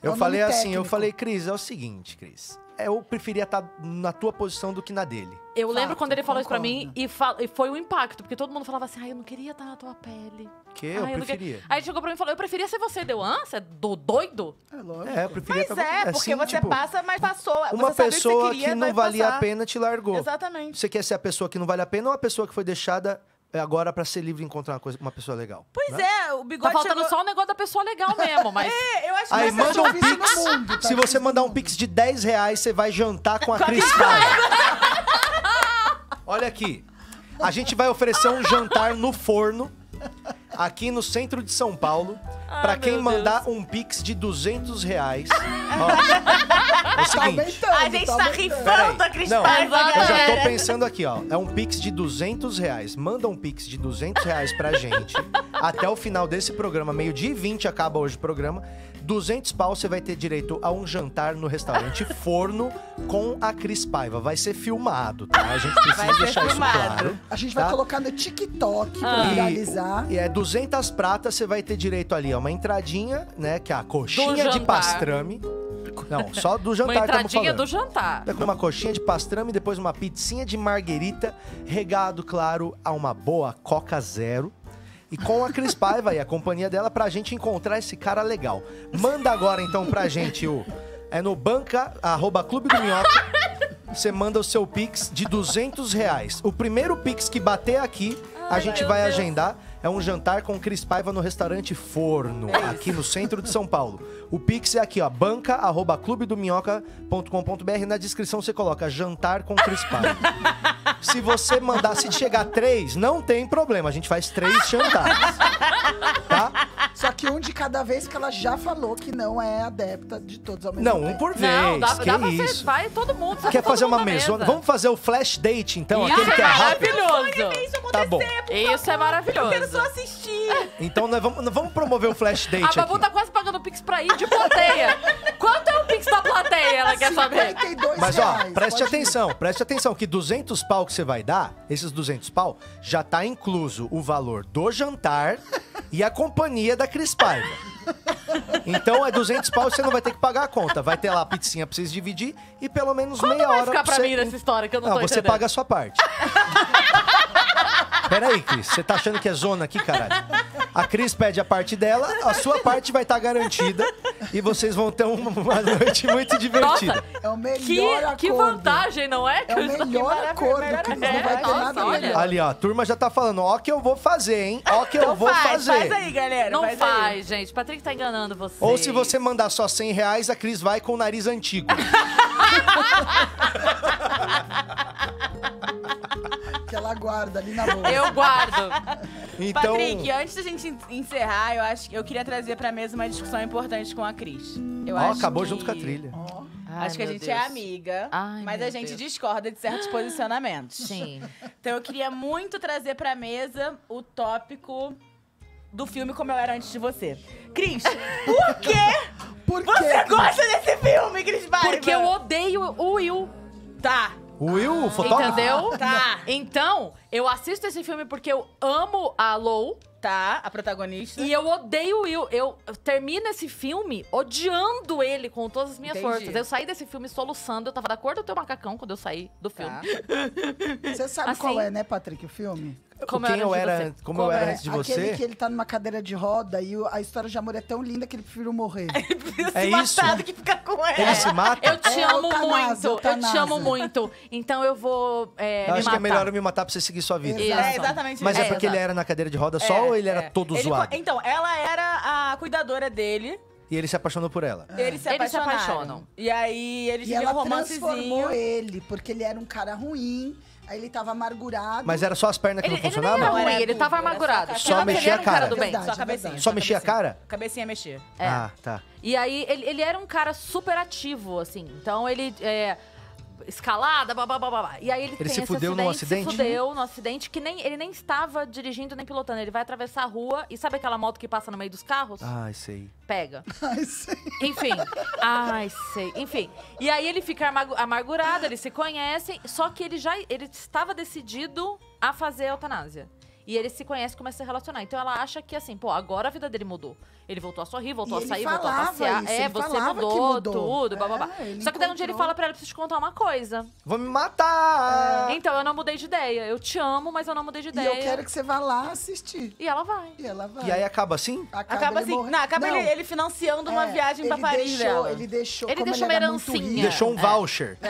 É o
Eu
nome
falei assim, eu
técnico.
falei, Cris, é o seguinte, Cris. é, Eu preferia estar na tua posição do que na dele.
Eu lembro
Fato,
quando ele falou isso pra mim
concordo.
e, fa- e foi um impacto, porque todo mundo falava assim, ai, eu não queria estar na tua pele.
Que
Ai,
eu
Ah,
não queria-
preferia.
Aí ele chegou pra mim e falou, eu preferia ser você, deu ânsia? Você é do doido?
É, lógico.
É, eu preferia
Mas
tá-
é, porque
assim,
você
tipo,
passa, mas passou.
Uma
você sabe o
pessoa
que, você queria,
não
vai
valia
passar.
a pena te largou.
Exatamente.
Você quer ser a pessoa que não vale a pena ou a pessoa que foi deixada é, agora pra ser livre e encontrar uma, coisa- uma pessoa legal? né?
Pois é, o
Tá
bigode
faltando
chegou...
só o negócio da pessoa legal
[LAUGHS]
mesmo, mas...
É, eu acho que
Aí
você
manda um
tá difícil
pix.
no mundo, tá
Se você
difícil
mandar
no
um
mundo.
pix de 10 reais, você vai jantar com a Cris Paiva. [LAUGHS] Olha aqui. A gente vai oferecer um jantar no forno, aqui no centro de São Paulo, pra quem
meu
mandar um pix de 200 reais. Ó, é o
Tá
seguinte.
aumentando,
A gente tá
aumentando.
rifando.
Peraí.
Volta, Cris
Não,
Paiva,
eu já tô
galera.
pensando aqui, ó. É um pix de 200 reais. Manda um pix de 200 reais pra
[LAUGHS]
gente. até o final desse programa, meio-dia e 20 acaba hoje o programa. 200 pau, você vai ter direito a um jantar no
[LAUGHS]
restaurante Forno com a Cris Paiva. Vai ser filmado, tá? A gente precisa
Vai ser
deixar
filmado.
isso claro.
A gente vai
tá?
colocar no TikTok pra
Ah.
viralizar.
E é 200 pratas, você vai ter direito ali, ó, uma entradinha, né, que é a coxinha de
jantar.
pastrame. Não, só do
Uma
jantar estamos
entradinha
falando.
do jantar.
Tá com uma coxinha de pastrame, depois uma pizzinha de marguerita, regado, claro, a uma boa Coca Zero. E com a Cris Paiva e a companhia dela pra gente encontrar esse cara legal. Manda agora então pra gente o. É no banca, arroba Clube do Minhoca. Você manda o seu Pix de 200 reais. O primeiro Pix que bater aqui, a gente vai agendar. É um jantar com Cris Paiva no restaurante Forno,
É
aqui no centro de São Paulo. O Pix é aqui, ó, banca, arroba clubedominhoca.com.br. Na descrição você coloca jantar com Cris Paiva.
[LAUGHS]
se você mandar, se chegar três, não tem problema. A gente faz três jantares, tá?
Só que um de cada vez que ela já falou que não é adepta de todos ao mesmo
Não,
tempo.
um por vez,
Não, dá,
que
dá pra
isso.
ser. Vai todo mundo. senta
Quer
todo
fazer
mundo
uma
na
mesona?
mesa.
Vamos fazer o flash date, então?
Isso
aquele
é [LAUGHS]
que é rápido.
maravilhoso.
Tá bom.
Isso é
Eu quero só
maravilhoso.
assistir.
Então nós vamos, nós vamos promover o flash date
A Babu
aqui.
tá quase pagando Pix pra ir
[LAUGHS]
de plateia. Quanto é o Pix da plateia? Ela quer saber.
52
Mas ó,
reais.
preste
Pode-
atenção, preste atenção que 200 pau que você vai dar, esses 200 pau, já tá incluso o valor do
[LAUGHS]
jantar e a companhia da Cris Paiva. Então é 200 pau, você não vai ter que pagar a conta. Vai ter lá a pizzinha pra vocês dividir e pelo menos
Quanto
meia
vai
hora
ficar pra
você...
mim nessa história que eu não,
Não,
tô
você
entendendo?
paga a sua
[LAUGHS]
parte. Peraí, Cris. Você tá achando que é zona aqui, caralho? A Cris pede a parte dela, a sua parte vai estar garantida e vocês vão ter um- uma noite muito divertida.
Nossa,
É o melhor
que,
acordo.
que vantagem, não é?
É o melhor
maravilha,
acordo,
melhor
que não
acordo.
vai ter
Nossa,
nada
olha.
melhor.
Ali, ó, a turma já tá falando, ó que eu vou fazer, hein? Ó que eu
Então
vou
faz,
fazer.
faz aí, galera.
[LAUGHS] Não
faz, aí.
faz, gente. Patrick tá enganando você.
Ou se você mandar só 100 reais, a Cris vai com o nariz
[LAUGHS]
antigo.
Que ela guarda ali na boca.
[LAUGHS]
Eu guardo.
Então,
Patrick, antes da gente en- encerrar, eu acho que eu queria trazer pra mesa uma discussão importante com a Cris. Eu
ó,
acho
acabou
que-
junto com a trilha.
Ai,
acho que a
meu
gente
Deus.
é amiga,
Ai,
mas
meu
a gente
Deus.
discorda de
[GASPS]
certos posicionamentos.
Sim.
Então eu queria muito trazer pra mesa o tópico do filme Como Eu Era Antes de Você.
[LAUGHS]
Cris, por que
Por quê?
você gosta desse filme, Cris Barba?
Porque eu odeio o Will.
Tá,
O Will, o fotógrafo?
Entendeu?
Tá.
Então, eu assisto esse filme porque eu amo a Lou
tá, a protagonista.
[LAUGHS] e eu odeio o Will. Eu termino esse filme odiando ele com todas as minhas
Entendi.
forças. Eu saí desse filme soluçando, eu tava da cor do teu macacão quando eu saí do filme.
Tá.
Você sabe
Assim.
qual é, né, Patrick, o filme?
[LAUGHS] Como
quem
eu
eu
era
era,
antes de
an-
você.
como eu
Como
era
é?
antes de
Aquele
você.
que ele tá numa cadeira de roda e o- a história de amor é tão linda que ele preferiu morrer.
É isso.
que fica com ela.
Ele se mata.
Eu te
É,
amo
eutanásia,
muito, eu te
eutanásia.
amo muito. Então eu vou é,
Eu
me
acho que é
matar.
melhor eu me matar pra você seguir sua vida.
Exato.
É exatamente
Mas é,
isso.
porque ele
exato.
era na cadeira de roda só ou ele era
é.
todo
Ele co-
zoado?
Então, ela era a cuidadora dele.
E ele se apaixonou por ela.
Eles se
Eles se
apaixonaram.
apaixonam.
E aí eles
Ah. E
viviam um
ela
romancezinho.
transformou ele, porque ele era um cara ruim, aí ele tava amargurado. [LAUGHS]
Mas era só as pernas que não
Ele, ele nem era
funcionavam?
ruim,
Não, era
ele tava
tudo, era
amargurado.
só
a cara. Só
Porque ele
mexia
era um
a
cara
cara.
do bem.
Verdade.
Só a cabecinha.
Só mexia a
cabecinha.
cara?
Cabecinha mexia.
Ah,
É.
tá.
E aí, ele, ele era um cara super ativo, assim. Então, ele é. Escalada, babá, babá, babá. E aí ele, tem
se
esse
fudeu
acidente,
num
Se
acidente?
fudeu num acidente que nem ele nem estava dirigindo nem pilotando. Ele vai atravessar a rua e sabe aquela moto que passa no meio dos carros?
Ai, sei.
Pega.
Ai, sim.
Enfim. Ai, sei. Enfim. E aí ele fica amagu- amargurado, eles se conhecem, só que ele já ele estava decidido a fazer a eutanásia. E ele se conhece e começa a se relacionar. Então ela acha que assim, pô, agora a vida dele mudou. Ele voltou a sorrir, voltou
E
a
ele
sair, voltou a
falava
passear.
isso,
é,
ele
você
falava que
mudou,
mudou.
tudo, blá blá blá.
É, ele
Só que daí um dia ele
encontrou.
fala pra ela, preciso te contar uma coisa.
Vou me
É,
matar!
Então, eu não mudei de ideia. Eu te amo, mas eu não mudei de
É. E
ideia.
eu quero que você vá lá assistir.
E ela vai.
E ela
então
vai.
E
é.
aí acaba assim?
Acaba
ele
assim.
morre-
Não, acaba
Não,
ele, ele financiando uma
é,
viagem pra
ele
Paris
deixou,
dela.
Ele deixou,
Ele
como
deixou
ele era
uma
muito
herancinha.
é.
rico,
Deixou um voucher.
É.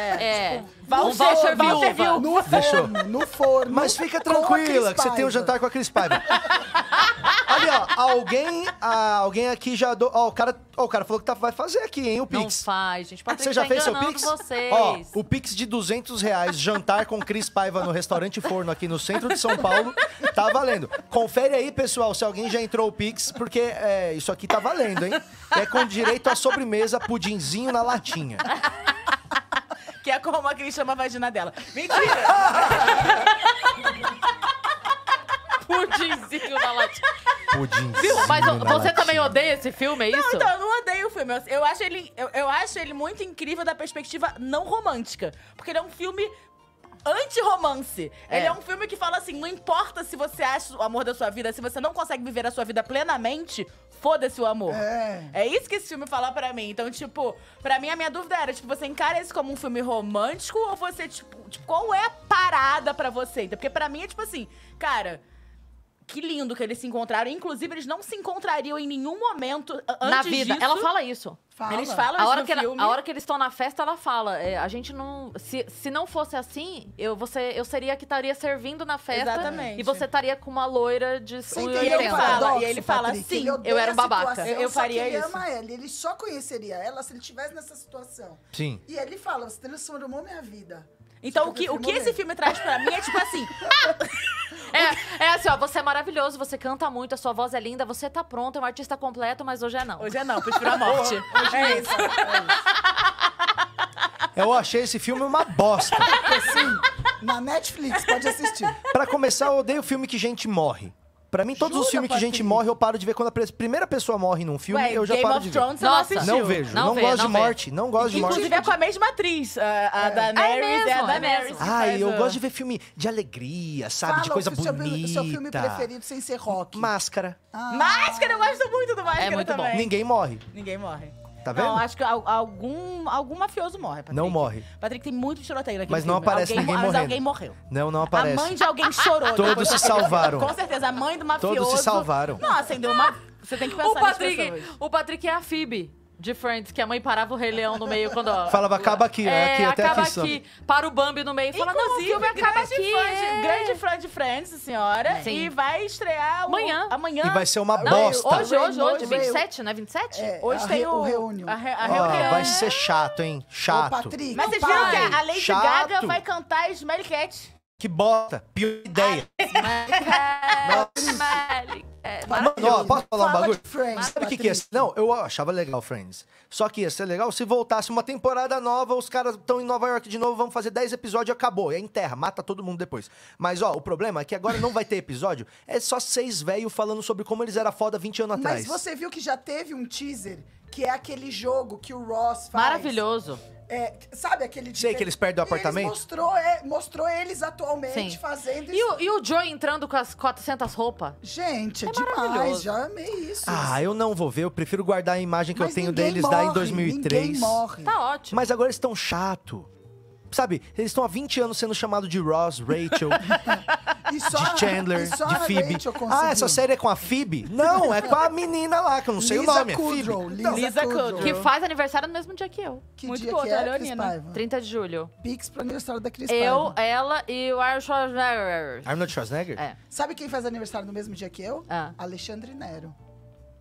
é.
Vou-
Um voucher
vou- vou-
viúva.
tipo, No forno, no forno.
Mas fica
com a
tranquila,
Cris
que você tem um
Paiva.
jantar com a Cris Paiva. Ali, ó, alguém, ah, alguém aqui já... Do... Ó, o cara, ó, o cara falou que tá, vai fazer aqui, hein, o
Não
Pix.
faz,
Ah,
gente. Patrick
Você já
tá
fez seu
enganando
Pix?
vocês.
Ó, o Pix de 200 reais, jantar com Cris Paiva no restaurante Forno aqui no centro de São Paulo, tá valendo. Confere aí, pessoal, se alguém já entrou o Pix, porque é, isso aqui tá valendo, hein? É com direito à sobremesa, pudinzinho na latinha.
Que é como a Cris chama a vagina
[LAUGHS]
dela. Mentira!
Pudinzinho na latinha.
Pudinzinho
Viu? Mas
na
ó, você
latinha.
também odeia esse filme, é isso?
então, eu não odeio o filme. Eu, eu acho ele, eu, eu acho ele muito incrível da perspectiva não romântica. Porque ele é um filme anti-romance. Ele é um filme que fala assim: não importa se você acha o amor da sua vida, se você não consegue viver a sua vida plenamente, foda-se o amor.
É.
É isso que esse filme fala pra mim. Então, tipo, pra mim a minha dúvida era, tipo, você encara isso como um filme romântico ou você, tipo, tipo qual é a parada pra você? Então, Porque pra mim é tipo assim, cara, que lindo que eles se encontraram. Inclusive, eles não se encontrariam em nenhum momento a- antes
na vida.
disso.
Ela fala isso.
Fala.
Eles falam
A hora,
isso
que
no
ela-
filme.
a hora que eles estão na festa, ela fala. é, a gente não. Se, se não fosse assim, eu, você, eu seria a que estaria servindo na festa.
Exatamente.
E você estaria com uma loira de
Você
1,80.
entendeu
ele
o
fala,
paradoxo,
e ele fala,
Patrick?
sim,
Ele
eu
odeia
era um
a
babaca.
situação,
Eu
só
faria
que ele
isso.
ama ela, ele só conheceria ela se ele estivesse nessa situação.
Sim.
E ele fala, você transformou minha vida.
Então,
Você
o que, o
transformou
que esse
mesmo.
filme traz pra mim é tipo assim.
É, é assim, ó, você é maravilhoso, você canta muito, a sua voz é linda, você tá pronto, é um artista completo, mas hoje é
[LAUGHS]
não.
Hoje é não, prefiro a morte. é isso.
Eu achei esse filme uma bosta.
Assim, na Netflix, pode assistir.
Pra começar, eu odeio filme que gente morre. Pra mim, todos os
Jura,
filmes que gente
Patrick?
morre, eu paro de ver. Quando a pre- primeira pessoa morre num filme,
Ué,
eu já
Game
paro
of
de ver.
Thrones
Nossa.
você não assistiu.
Não vejo,
Não
não,
vê,
gosto
não
de
vê.
morte, não gosto de morte.
Inclusive é com a mesma atriz, a, a Daenerys
mesmo,
é a
é
Daenerys.
mesmo.
que
Ai,
faz
eu
a-
gosto de ver filme de alegria, sabe?
Fala
de coisa
o seu,
bonita.
seu filme preferido Ah, sem ser rock.
Máscara.
Máscara, eu gosto muito do Máscara
É muito bom.
também.
é.
Ninguém morre.
Ninguém morre.
Tá
Não,
vendo?
acho que al- algum, algum mafioso morre, Patrick.
Não morre.
Patrick tem muito tiroteio naquele
Mas não
filme.
aparece
Alguém
ninguém
mo- mas
morrendo.
alguém morreu.
Não, não aparece.
A mãe de alguém chorou.
Todos
depois
se
daquele-
salvaram.
Com certeza, a mãe do mafioso...
Todos se salvaram.
Não, acendeu uma... Você tem que pensar
O
nas
Patrick,
pessoas.
o Patrick é a Phoebe de Friends, que a mãe parava o Rei Leão no meio quando. ó,
Falava, acaba aqui, é, aqui, até
acaba
aqui, só.
Para o Bambi no meio e fala, não, o filme
grande
acaba aqui.
fã de-
é.
grande fã de Friends, senhora.
Sim.
E vai estrear... o-
Amanhã.
Amanhã.
E vai ser uma
Não,
Tá bosta.
Hoje, hoje, hoje,
Hoje,
27, né? 27?
É,
Hoje
a
tem
re-
o...
o reúne.
A, re- a
Ó,
reunião.
vai ser chato, hein?
Ô,
Chato.
Patrick,
Mas vocês viram que
para.
a Lady
Chato.
Gaga vai cantar Smelly Cat.
Que bosta. Pior ideia.
[LAUGHS]
Malik, é,
Mano, ó, posso falar um
Fala
bagulho?
de Friends,
Sabe o que, que ia
Patrick.
ser? Não, eu achava legal Friends. Só que ia ser legal se voltasse uma temporada nova, os caras estão em Nova York de novo, vamos fazer 10 episódios e acabou. E aí enterra, mata todo mundo depois. Mas, ó, o problema é que agora não vai ter episódio. É só seis velhos falando sobre como eles eram foda 20 anos
Mas
tá atrás.
você viu que já teve um teaser, que é aquele jogo que o Ross faz.
Maravilhoso.
É, sabe aquele de-
Sei que eles perdem o
E
apartamento?
Eles mostrou, é, mostrou eles atualmente
Sim.
fazendo
E o, e o Joe entrando com as 400 roupas?
Gente, é,
maravilhoso.
demais, já amei isso.
Ah, eu não vou ver, eu prefiro guardar a imagem que
Mas
eu tenho
ninguém
deles
morre,
daí em 2003.
Ninguém morre.
Tá ótimo.
Mas agora eles estão chato. Sabe, eles estão há 20 anos sendo chamados de Ross, Rachel,
E só,
de Chandler,
e só
de
a
Phoebe.
Rachel conseguiu.
Ah, essa série é com a Phoebe? Não, é com
[LAUGHS]
a menina lá, que eu não sei o nome, é
Kudrow,
Phoebe.
Lisa,
Lisa
Kudrow.
Kudrow.
Que faz aniversário no mesmo dia que eu.
Que
Muito
dia
boa,
que
tá,
é, Cris
Leonina?
Paiva?
30 de julho.
Pix pro aniversário da Cris
Eu,
Paiva.
ela e o Arnold Schwarzenegger.
Arnold Schwarzenegger?
É.
Sabe quem faz aniversário no mesmo dia que eu?
Ah.
Alexandre Nero.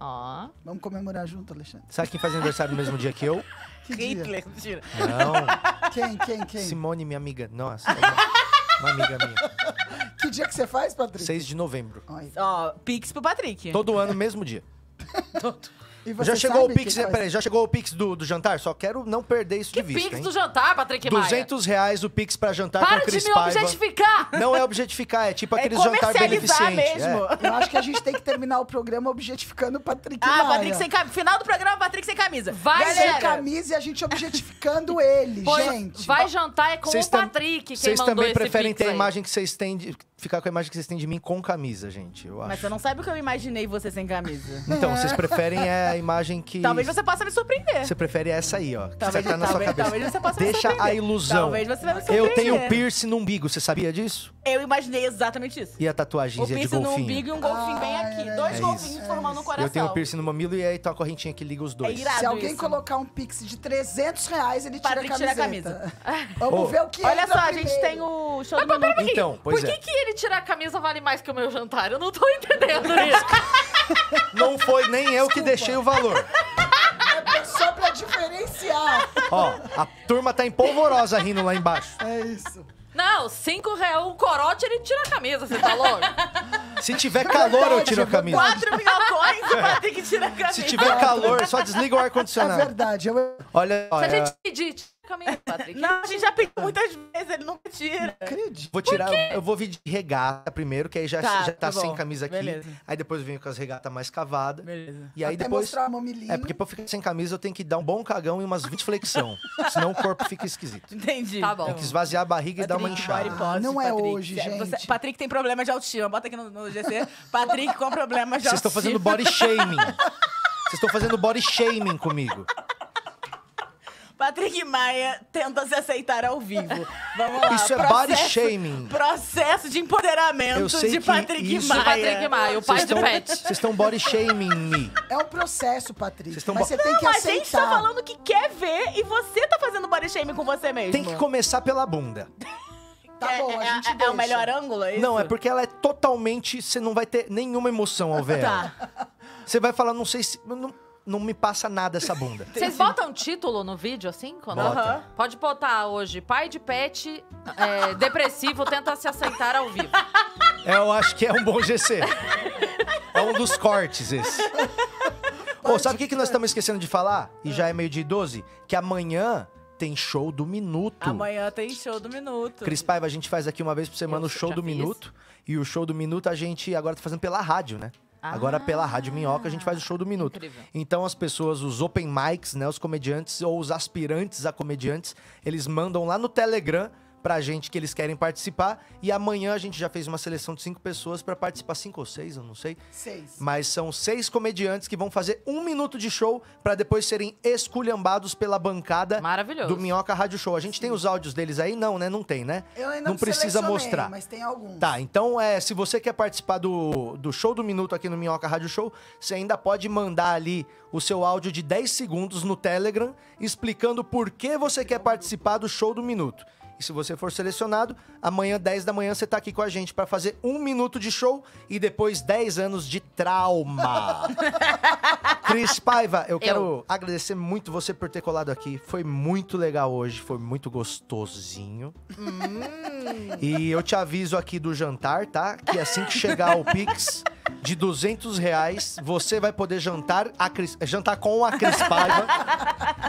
Ó.
Vamos comemorar junto, Alexandre.
Sabe quem faz aniversário no mesmo dia que eu?
Que dia?
Hitler, mentira.
Não.
Quem, quem, quem?
Simone, minha amiga. Nossa, tá uma- uma amiga minha.
Que dia que você faz, Patrick?
6 de novembro.
Olha.
Ó, Pix pro Patrick.
Todo ano, mesmo dia.
E você
já chegou o
sabe
Pix,
quem faz?
peraí, já chegou o Pix do, do jantar? Só quero não perder isso
Que
de vista,
pix
hein?
do jantar, Patrick Maia.
200 reais o Pix pra jantar
Para
com Cris
de me
Paiva.
objetificar!
Não é objetificar, é tipo
É
aqueles jantar
comercializar
beneficente.
mesmo.
é.
Eu acho que a gente tem que terminar o programa objetificando o Patrick
Ah,
Maia.
Patrick sem camisa. Final do programa, Patrick sem camisa.
Vai,
sem
Vera.
camisa e a gente objetificando [LAUGHS] ele,
Pois,
gente.
Vai jantar é com
Vocês
o
tam-
Patrick, quem
Vocês
mandou
também
esse
preferem
pix
ter a
aí.
imagem que vocês têm de. Ficar com a imagem que vocês têm de mim com camisa, gente. Eu acho.
Mas você não sabe o que eu imaginei você sem camisa.
Então, vocês preferem é a imagem que.
Talvez você possa me surpreender.
Você prefere é essa aí, ó. Que
Talvez-
você tá na sua
talvez-
cabeça.
talvez você possa me
Deixa a
surpreender.
ilusão.
Talvez você vai me
Eu
surpreender.
tenho piercing no umbigo, você sabia disso?
Eu imaginei exatamente isso.
E a tatuagem é
O
de
piercing no
golfinho.
umbigo e um golfinho bem
Ah,
aqui.
era
Dois
é isso.
golfinhos formando um coração. É
Eu tenho piercing no mamilo e aí tá a correntinha que liga os dois.
irado.
Se alguém
isso.
colocar um pix de 300 reais, ele tira
Patrick
a
tira a
camiseta. Vamos
Ô,
ver o que
Olha
entra
só, a gente
primeiro.
tem o show do Minuto.
então, pois
um Por
é.
que, que ele tirar a camisa vale mais que o meu jantar? Eu não tô [LAUGHS] entendendo isso.
Não foi nem eu que deixei o valor.
[LAUGHS]
É só pra diferenciar.
Ó, a turma tá em polvorosa rindo lá embaixo.
É isso.
não, cinco reais, um corote, ele tira a camisa, você tá
[LAUGHS]
louco?
Se tiver calor, eu tiro a camisa.
tipo, Quatro minhocões
[LAUGHS]
e o Patrick tira a camisa.
Se tiver calor, só desliga o
É
ar-condicionado.
verdade. Eu
Olha,
Se a
olha,
gente pedir, tira a camisa, Patrick.
Não, a gente já pediu muitas vezes, ele nunca tira.
acredito.
vou tirar, eu vou vir de regata primeiro, que aí já
Tá,
já tá
tá bom.
sem camisa aqui.
Beleza.
Aí depois eu venho com as regatas mais cavadas.
Beleza.
E aí
Até
depois
mostrar a mamilinha.
É porque pra eu ficar sem camisa eu tenho que dar um bom cagão e umas 20
[LAUGHS]
flexão, senão o corpo fica esquisito.
Entendi.
Tá bom.
Tem que esvaziar a barriga e dar uma
Patrick,
inchada.
body positive,
não é
Patrick.
hoje,
Você-
gente.
Patrick tem problema de autoestima. Bota aqui no, no GC. Patrick com problema de
Vocês estão
autoestima.
fazendo body
[LAUGHS]
shaming. Vocês estão fazendo body shaming comigo.
Patrick Maia tenta se aceitar
[LAUGHS]
ao vivo. Vamos lá.
Isso é
processo-
body shaming.
Processo de
Eu
empoderamento
sei
de
que
Patrick
isso-
Maia.
Patrick Maia, o pai do
tão-
pet.
Vocês estão body shaming me.
É um processo, Patrick.
Vocês tão
Mas
bo-
você tem que
Não, a
aceitar.
gente tá falando que quer ver e você tá fazendo body shaming com você mesmo.
Tem que começar pela bunda.
Tá bom, a
É- é-
gente
é,
deixa.
o melhor ângulo, é isso?
Não, é porque ela é totalmente. Você não vai ter nenhuma emoção ao ver ela.
Tá.
Você vai falar, não sei se. Não, não me passa nada essa bunda.
Vocês botam título no vídeo, assim? Quando...
é. Bota.
Aham.
Pode botar hoje, pai de pet, é, depressivo, tenta se aceitar ao vivo.
Eu acho que é um bom GC. É um dos cortes esse. Ô, sabe o que, que nós estamos esquecendo de falar? E já é meio de 12? Que amanhã tem show do minuto.
Amanhã tem show do Minuto.
Cris Paiva, a gente faz aqui uma vez por semana
Eu
o show
já
do
fiz.
minuto. E o show do minuto a gente agora tá fazendo pela rádio, né? Agora pela Rádio Minhoca a gente faz o show do minuto.
Ah, incrível.
Então as pessoas, os open mics, né, os comediantes ou os aspirantes a comediantes, eles mandam lá no Telegram pra gente que eles querem participar e amanhã a gente já fez uma seleção de cinco pessoas pra participar, cinco ou seis, eu não sei.
Seis.
Mas são seis comediantes que vão fazer um minuto de show pra depois serem esculhambados pela bancada
Maravilhoso.
do Minhoca Rádio Show. A gente tem os áudios deles aí? Não, né? Não tem, né?
Eu ainda
não precisa
selecionei,
mostrar.
Mas tem alguns.
Tá, então é, se você quer participar do, do show do minuto aqui no Minhoca Rádio Show, você ainda pode mandar ali o seu áudio de 10 segundos no Telegram explicando por que você quer participar do show do minuto. E se você for selecionado, amanhã 10 da manhã você tá aqui com a gente pra fazer um minuto de show e depois 10 anos de trauma. Cris Paiva, eu quero agradecer muito você por ter colado aqui. Foi muito legal hoje, foi muito gostosinho. E eu te aviso aqui do jantar, tá? Que assim que chegar o Pix de 200 reais, você vai poder jantar, a Cris- jantar com a Cris Paiva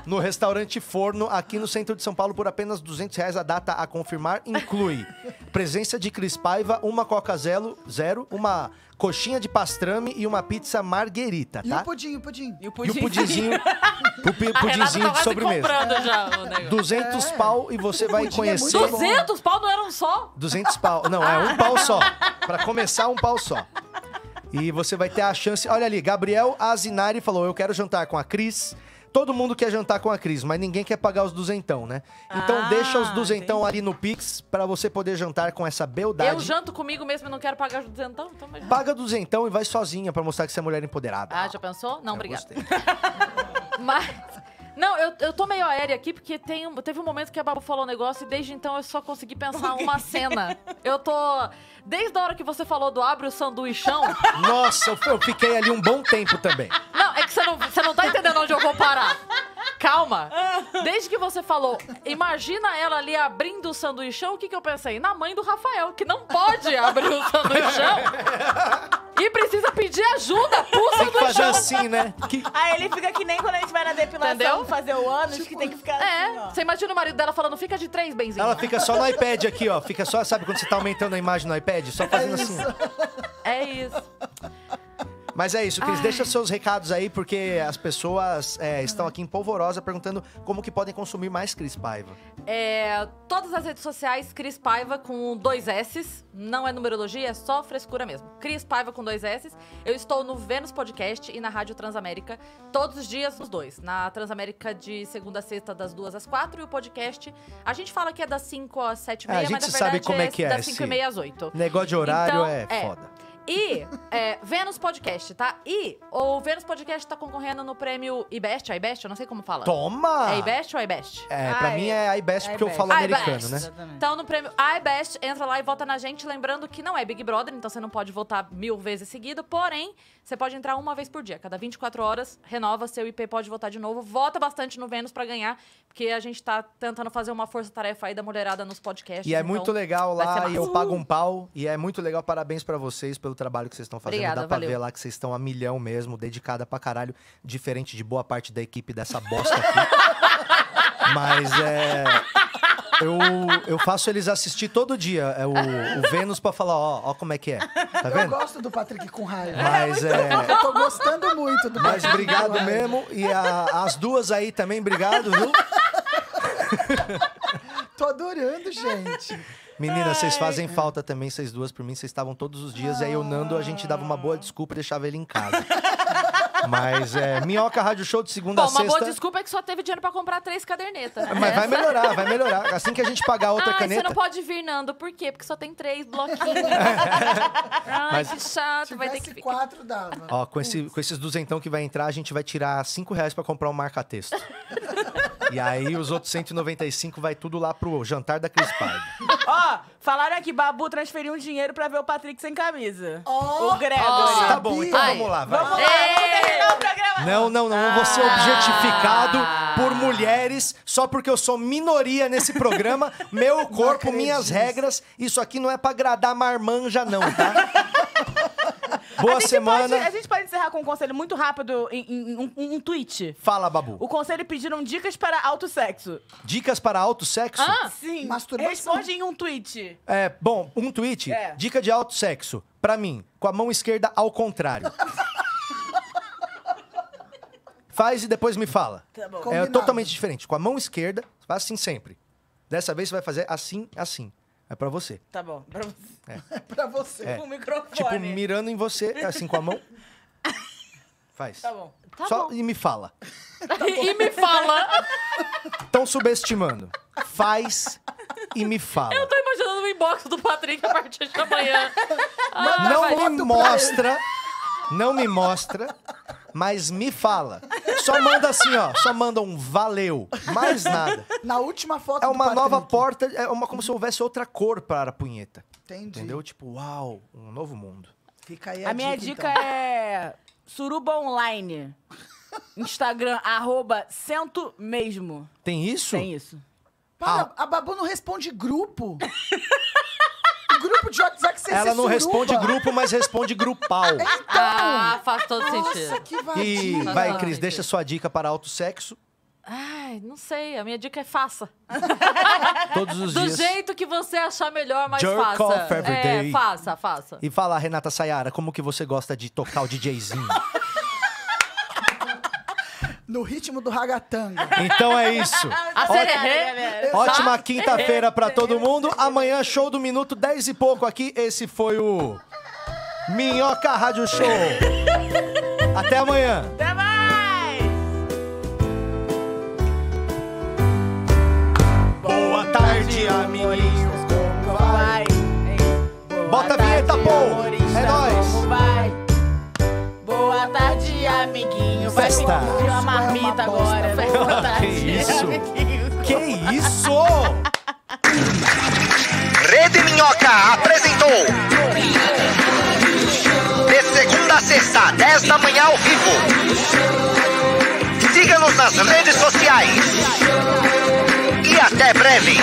no restaurante Forno, aqui no centro de São Paulo, por apenas 200 reais. A data a confirmar inclui presença de Cris Paiva, uma Coca Zero, zero uma coxinha de pastrame e uma pizza marguerita,
E
tá?
o pudim, o pudim.
E o
E o
[LAUGHS]
pudinzinho, o pi-
A Renata tá
pudinzinho de
quase
sobremesa.
comprando já
[LAUGHS]
o negócio.
200 pau e você vai
Pudim é
conhecer...
muito bom.
200 pau não eram só?
200 pau. Não, é um pau só. Pra começar, um pau só. E você vai ter a chance. Olha ali, Gabriel Azinari falou: Eu quero jantar com a Cris. todo mundo quer jantar com a Cris, mas ninguém quer pagar os duzentão, né? Então
Ah,
deixa os duzentão ali no Pix pra você poder jantar com essa beldade.
Eu janto comigo mesmo e não quero pagar o duzentão, então mas...
Paga duzentão e vai sozinha pra mostrar que você é mulher empoderada.
Ah, já pensou? Não,
Eu
obrigada.
gostei.
[LAUGHS] Mas. Não, eu, eu tô meio aérea aqui porque tem um- teve um momento que a Babu falou um negócio e desde então eu só consegui pensar uma cena. Eu tô. Desde a hora que você falou do abre o sanduichão.
Nossa, eu f- eu fiquei ali um bom tempo também.
Não, é que você não, você não tá entendendo onde eu vou parar. Calma. Desde que você falou, imagina ela ali abrindo o sanduichão, o que, que eu pensei? Na mãe do Rafael, que não pode abrir o sanduichão.
[LAUGHS]
E precisa pedir ajuda pro
Tem que fazer
sanduichão.
assim, né? Que-
Aí Ah, ele fica que nem quando a gente vai na depilação
Entendeu?
fazer o ânus, que tem que ficar assim,
É,
ó.
você imagina o marido dela falando, fica de três, benzinho.
Ela fica só no iPad aqui, ó. Fica só, sabe quando você tá aumentando a imagem no iPad? Só fazendo assim. ó.
É isso.
Mas é isso, Cris. Deixa seus recados aí, porque as pessoas é, estão aqui em polvorosa perguntando como que podem consumir mais Cris Paiva.
É, todas as redes sociais, Cris Paiva com dois S's. Não é numerologia, é só frescura mesmo. Cris Paiva com dois S's. Eu estou no Vênus Podcast e na Rádio Transamérica todos os dias, os dois. Na Transamérica de segunda a sexta, das duas às quatro. E o podcast, a gente fala que é das cinco às sete e
É, a
meia,
gente
mas na
sabe
verdade
como é que é
das cinco
esse-
e meia às oito.
Negócio de horário
Então,
é,
é.
foda.
E é, Vênus Podcast, tá? E o Vênus Podcast tá concorrendo no prêmio IBEST, IBEST, eu não sei como fala.
Toma!
É IBEST ou IBEST?
Ah. É, pra
Ah,
mim
é.
é iBest porque eu
iBest.
falo americano,
iBest.
né?
Exatamente.
Então, no prêmio iBest, entra lá e vota na gente. Lembrando que não é Big Brother, então você não pode votar mil vezes seguido. Porém, você pode entrar uma vez por dia. Cada 24 horas, renova seu IP, pode votar de novo. Vota bastante no Vênus pra ganhar, porque a gente tá tentando fazer uma força-tarefa aí da mulherada nos podcasts.
E é
então-
muito legal
vai ser
lá,
massa.
e eu pago um pau. E é muito legal, parabéns pra vocês pelo trabalho que vocês estão fazendo.
Obrigada,
Dá pra
valeu.
ver lá que vocês estão a milhão mesmo, dedicada pra caralho. Diferente de boa parte da equipe dessa bosta aqui.
[LAUGHS]
Mas é. Eu, eu faço eles assistir todo dia é o, o Vênus pra falar, ó, ó como é que é. Tá
Eu
vendo?
gosto do Patrick com raiva.
[LAUGHS] Mas é.
Eu tô gostando muito do
Mas
Patrick com
obrigado
raiva.
mesmo. E a- as duas aí também, obrigado, viu?
Tô
[LAUGHS]
adorando, gente.
Meninas, vocês fazem falta também, vocês duas. Por mim, vocês estavam todos os dias. E aí, o Nando, a gente dava uma boa desculpa e deixava ele em
[LAUGHS]
casa. Mas é. Minhoca Rádio Show de segunda
Bom,
a
uma boa
sexta.
desculpa é que só teve dinheiro pra comprar três cadernetas. né?
Mas vai melhorar, vai melhorar. Assim que a gente pagar outra
Ai, você
caneta.
não pode vir, Nando. Por quê? Porque só tem três
[LAUGHS]
bloquinhos. Ai,
Mas-
que chato.
Se
Vai ter que
tivesse
ficar.
quatro, dava.
Ó, é, com, esse, com esses duzentão que vai entrar, a gente vai tirar cinco reais pra comprar um
[LAUGHS]
marca-texto. e aí, os outros 195 vai tudo lá pro jantar da Cris Paiva.
Ó, falaram aqui, Babu transferiu um dinheiro pra ver o Patrick sem camisa.
Ó,
o Gregory.
ó.
Tá bom, então
Ai,
vamos lá, vai.
Vamos lá, vamos
Ei!
terminar o programa.
Não, não, não. Eu vou
Ah.
ser objetificado por mulheres só porque eu sou minoria nesse
[LAUGHS]
programa. Meu corpo,
acredito.
minhas regras. Isso aqui não é pra agradar marmanja, não,
[LAUGHS]
tá? Boa semana.
Pode- a gente pode encerrar com um conselho muito rápido em, em- em um, um tweet.
Fala, Babu.
O conselho é pediram dicas para alto sexo.
Dicas para alto sexo?
Ah,
Sim.
Masturbação.
Responde em um tweet.
É, bom, um tweet.
É.
Dica de alto sexo. Pra mim, com a mão esquerda ao
[LAUGHS]
contrário. Faz e depois me fala.
Tá bom.
É
Combinado.
totalmente diferente. Com a mão esquerda, faz assim sempre. Dessa vez você vai fazer assim, assim. É pra você.
Tá bom. Pra você.
Pra você.
É.
Com o microfone.
Tipo, mirando em você, assim com a mão. Faz.
Tá bom.
Só e me fala.
tá
e, e me fala.
Estão subestimando. Faz e me fala.
Eu tô imaginando o inbox do Patrick a partir de amanhã.
não
foto
me
pra
mostra. Não me mostra, mas me fala. Só manda assim, ó. Só manda um valeu. Mais nada.
Na última foto
É
do
uma
Patrick.
nova porta, é uma como se houvesse outra cor para a punheta.
Entendi.
Entendeu? Tipo, uau, um novo mundo.
Fica aí a,
A minha dica,
então.
é suruba online. Instagram, arroba cento mesmo.
Tem isso?
Tem isso.
Para,
Ah.
a Babu não responde grupo. [LAUGHS] O grupo de WhatsApp você
é
Ela
se
não
suruba.
responde grupo, mas responde
[LAUGHS]
grupal.
Ah, faz todo
Nossa,
sentido.
que
E
vadia.
vai, Cris, deixa sua dica para alto sexo
Ai, não sei. A minha dica é faça.
todos os
[LAUGHS] Do
dias.
jeito que você achar melhor, mas
Jerk
faça.
off every
é,
day.
faça, faça.
E fala, Renata Sayara, como que você gosta de tocar o DJzinho?
No ritmo do ragatanga.
então é isso.
A
galera.
sererê.
Ótima
[LAUGHS]
quinta-feira pra todo mundo. Amanhã, show do minuto, 10 e pouco aqui. Esse foi o Minhoca Rádio Show. Até amanhã.
Até mais!
É
tá
marmita.
Tinha uma marmita agora. né?
[LAUGHS]
Foi
Que
fantástico.
isso? Que isso?
Rede Minhoca apresentou. De segunda a sexta, 10 da manhã ao vivo. Siga-nos nas redes sociais. E até breve.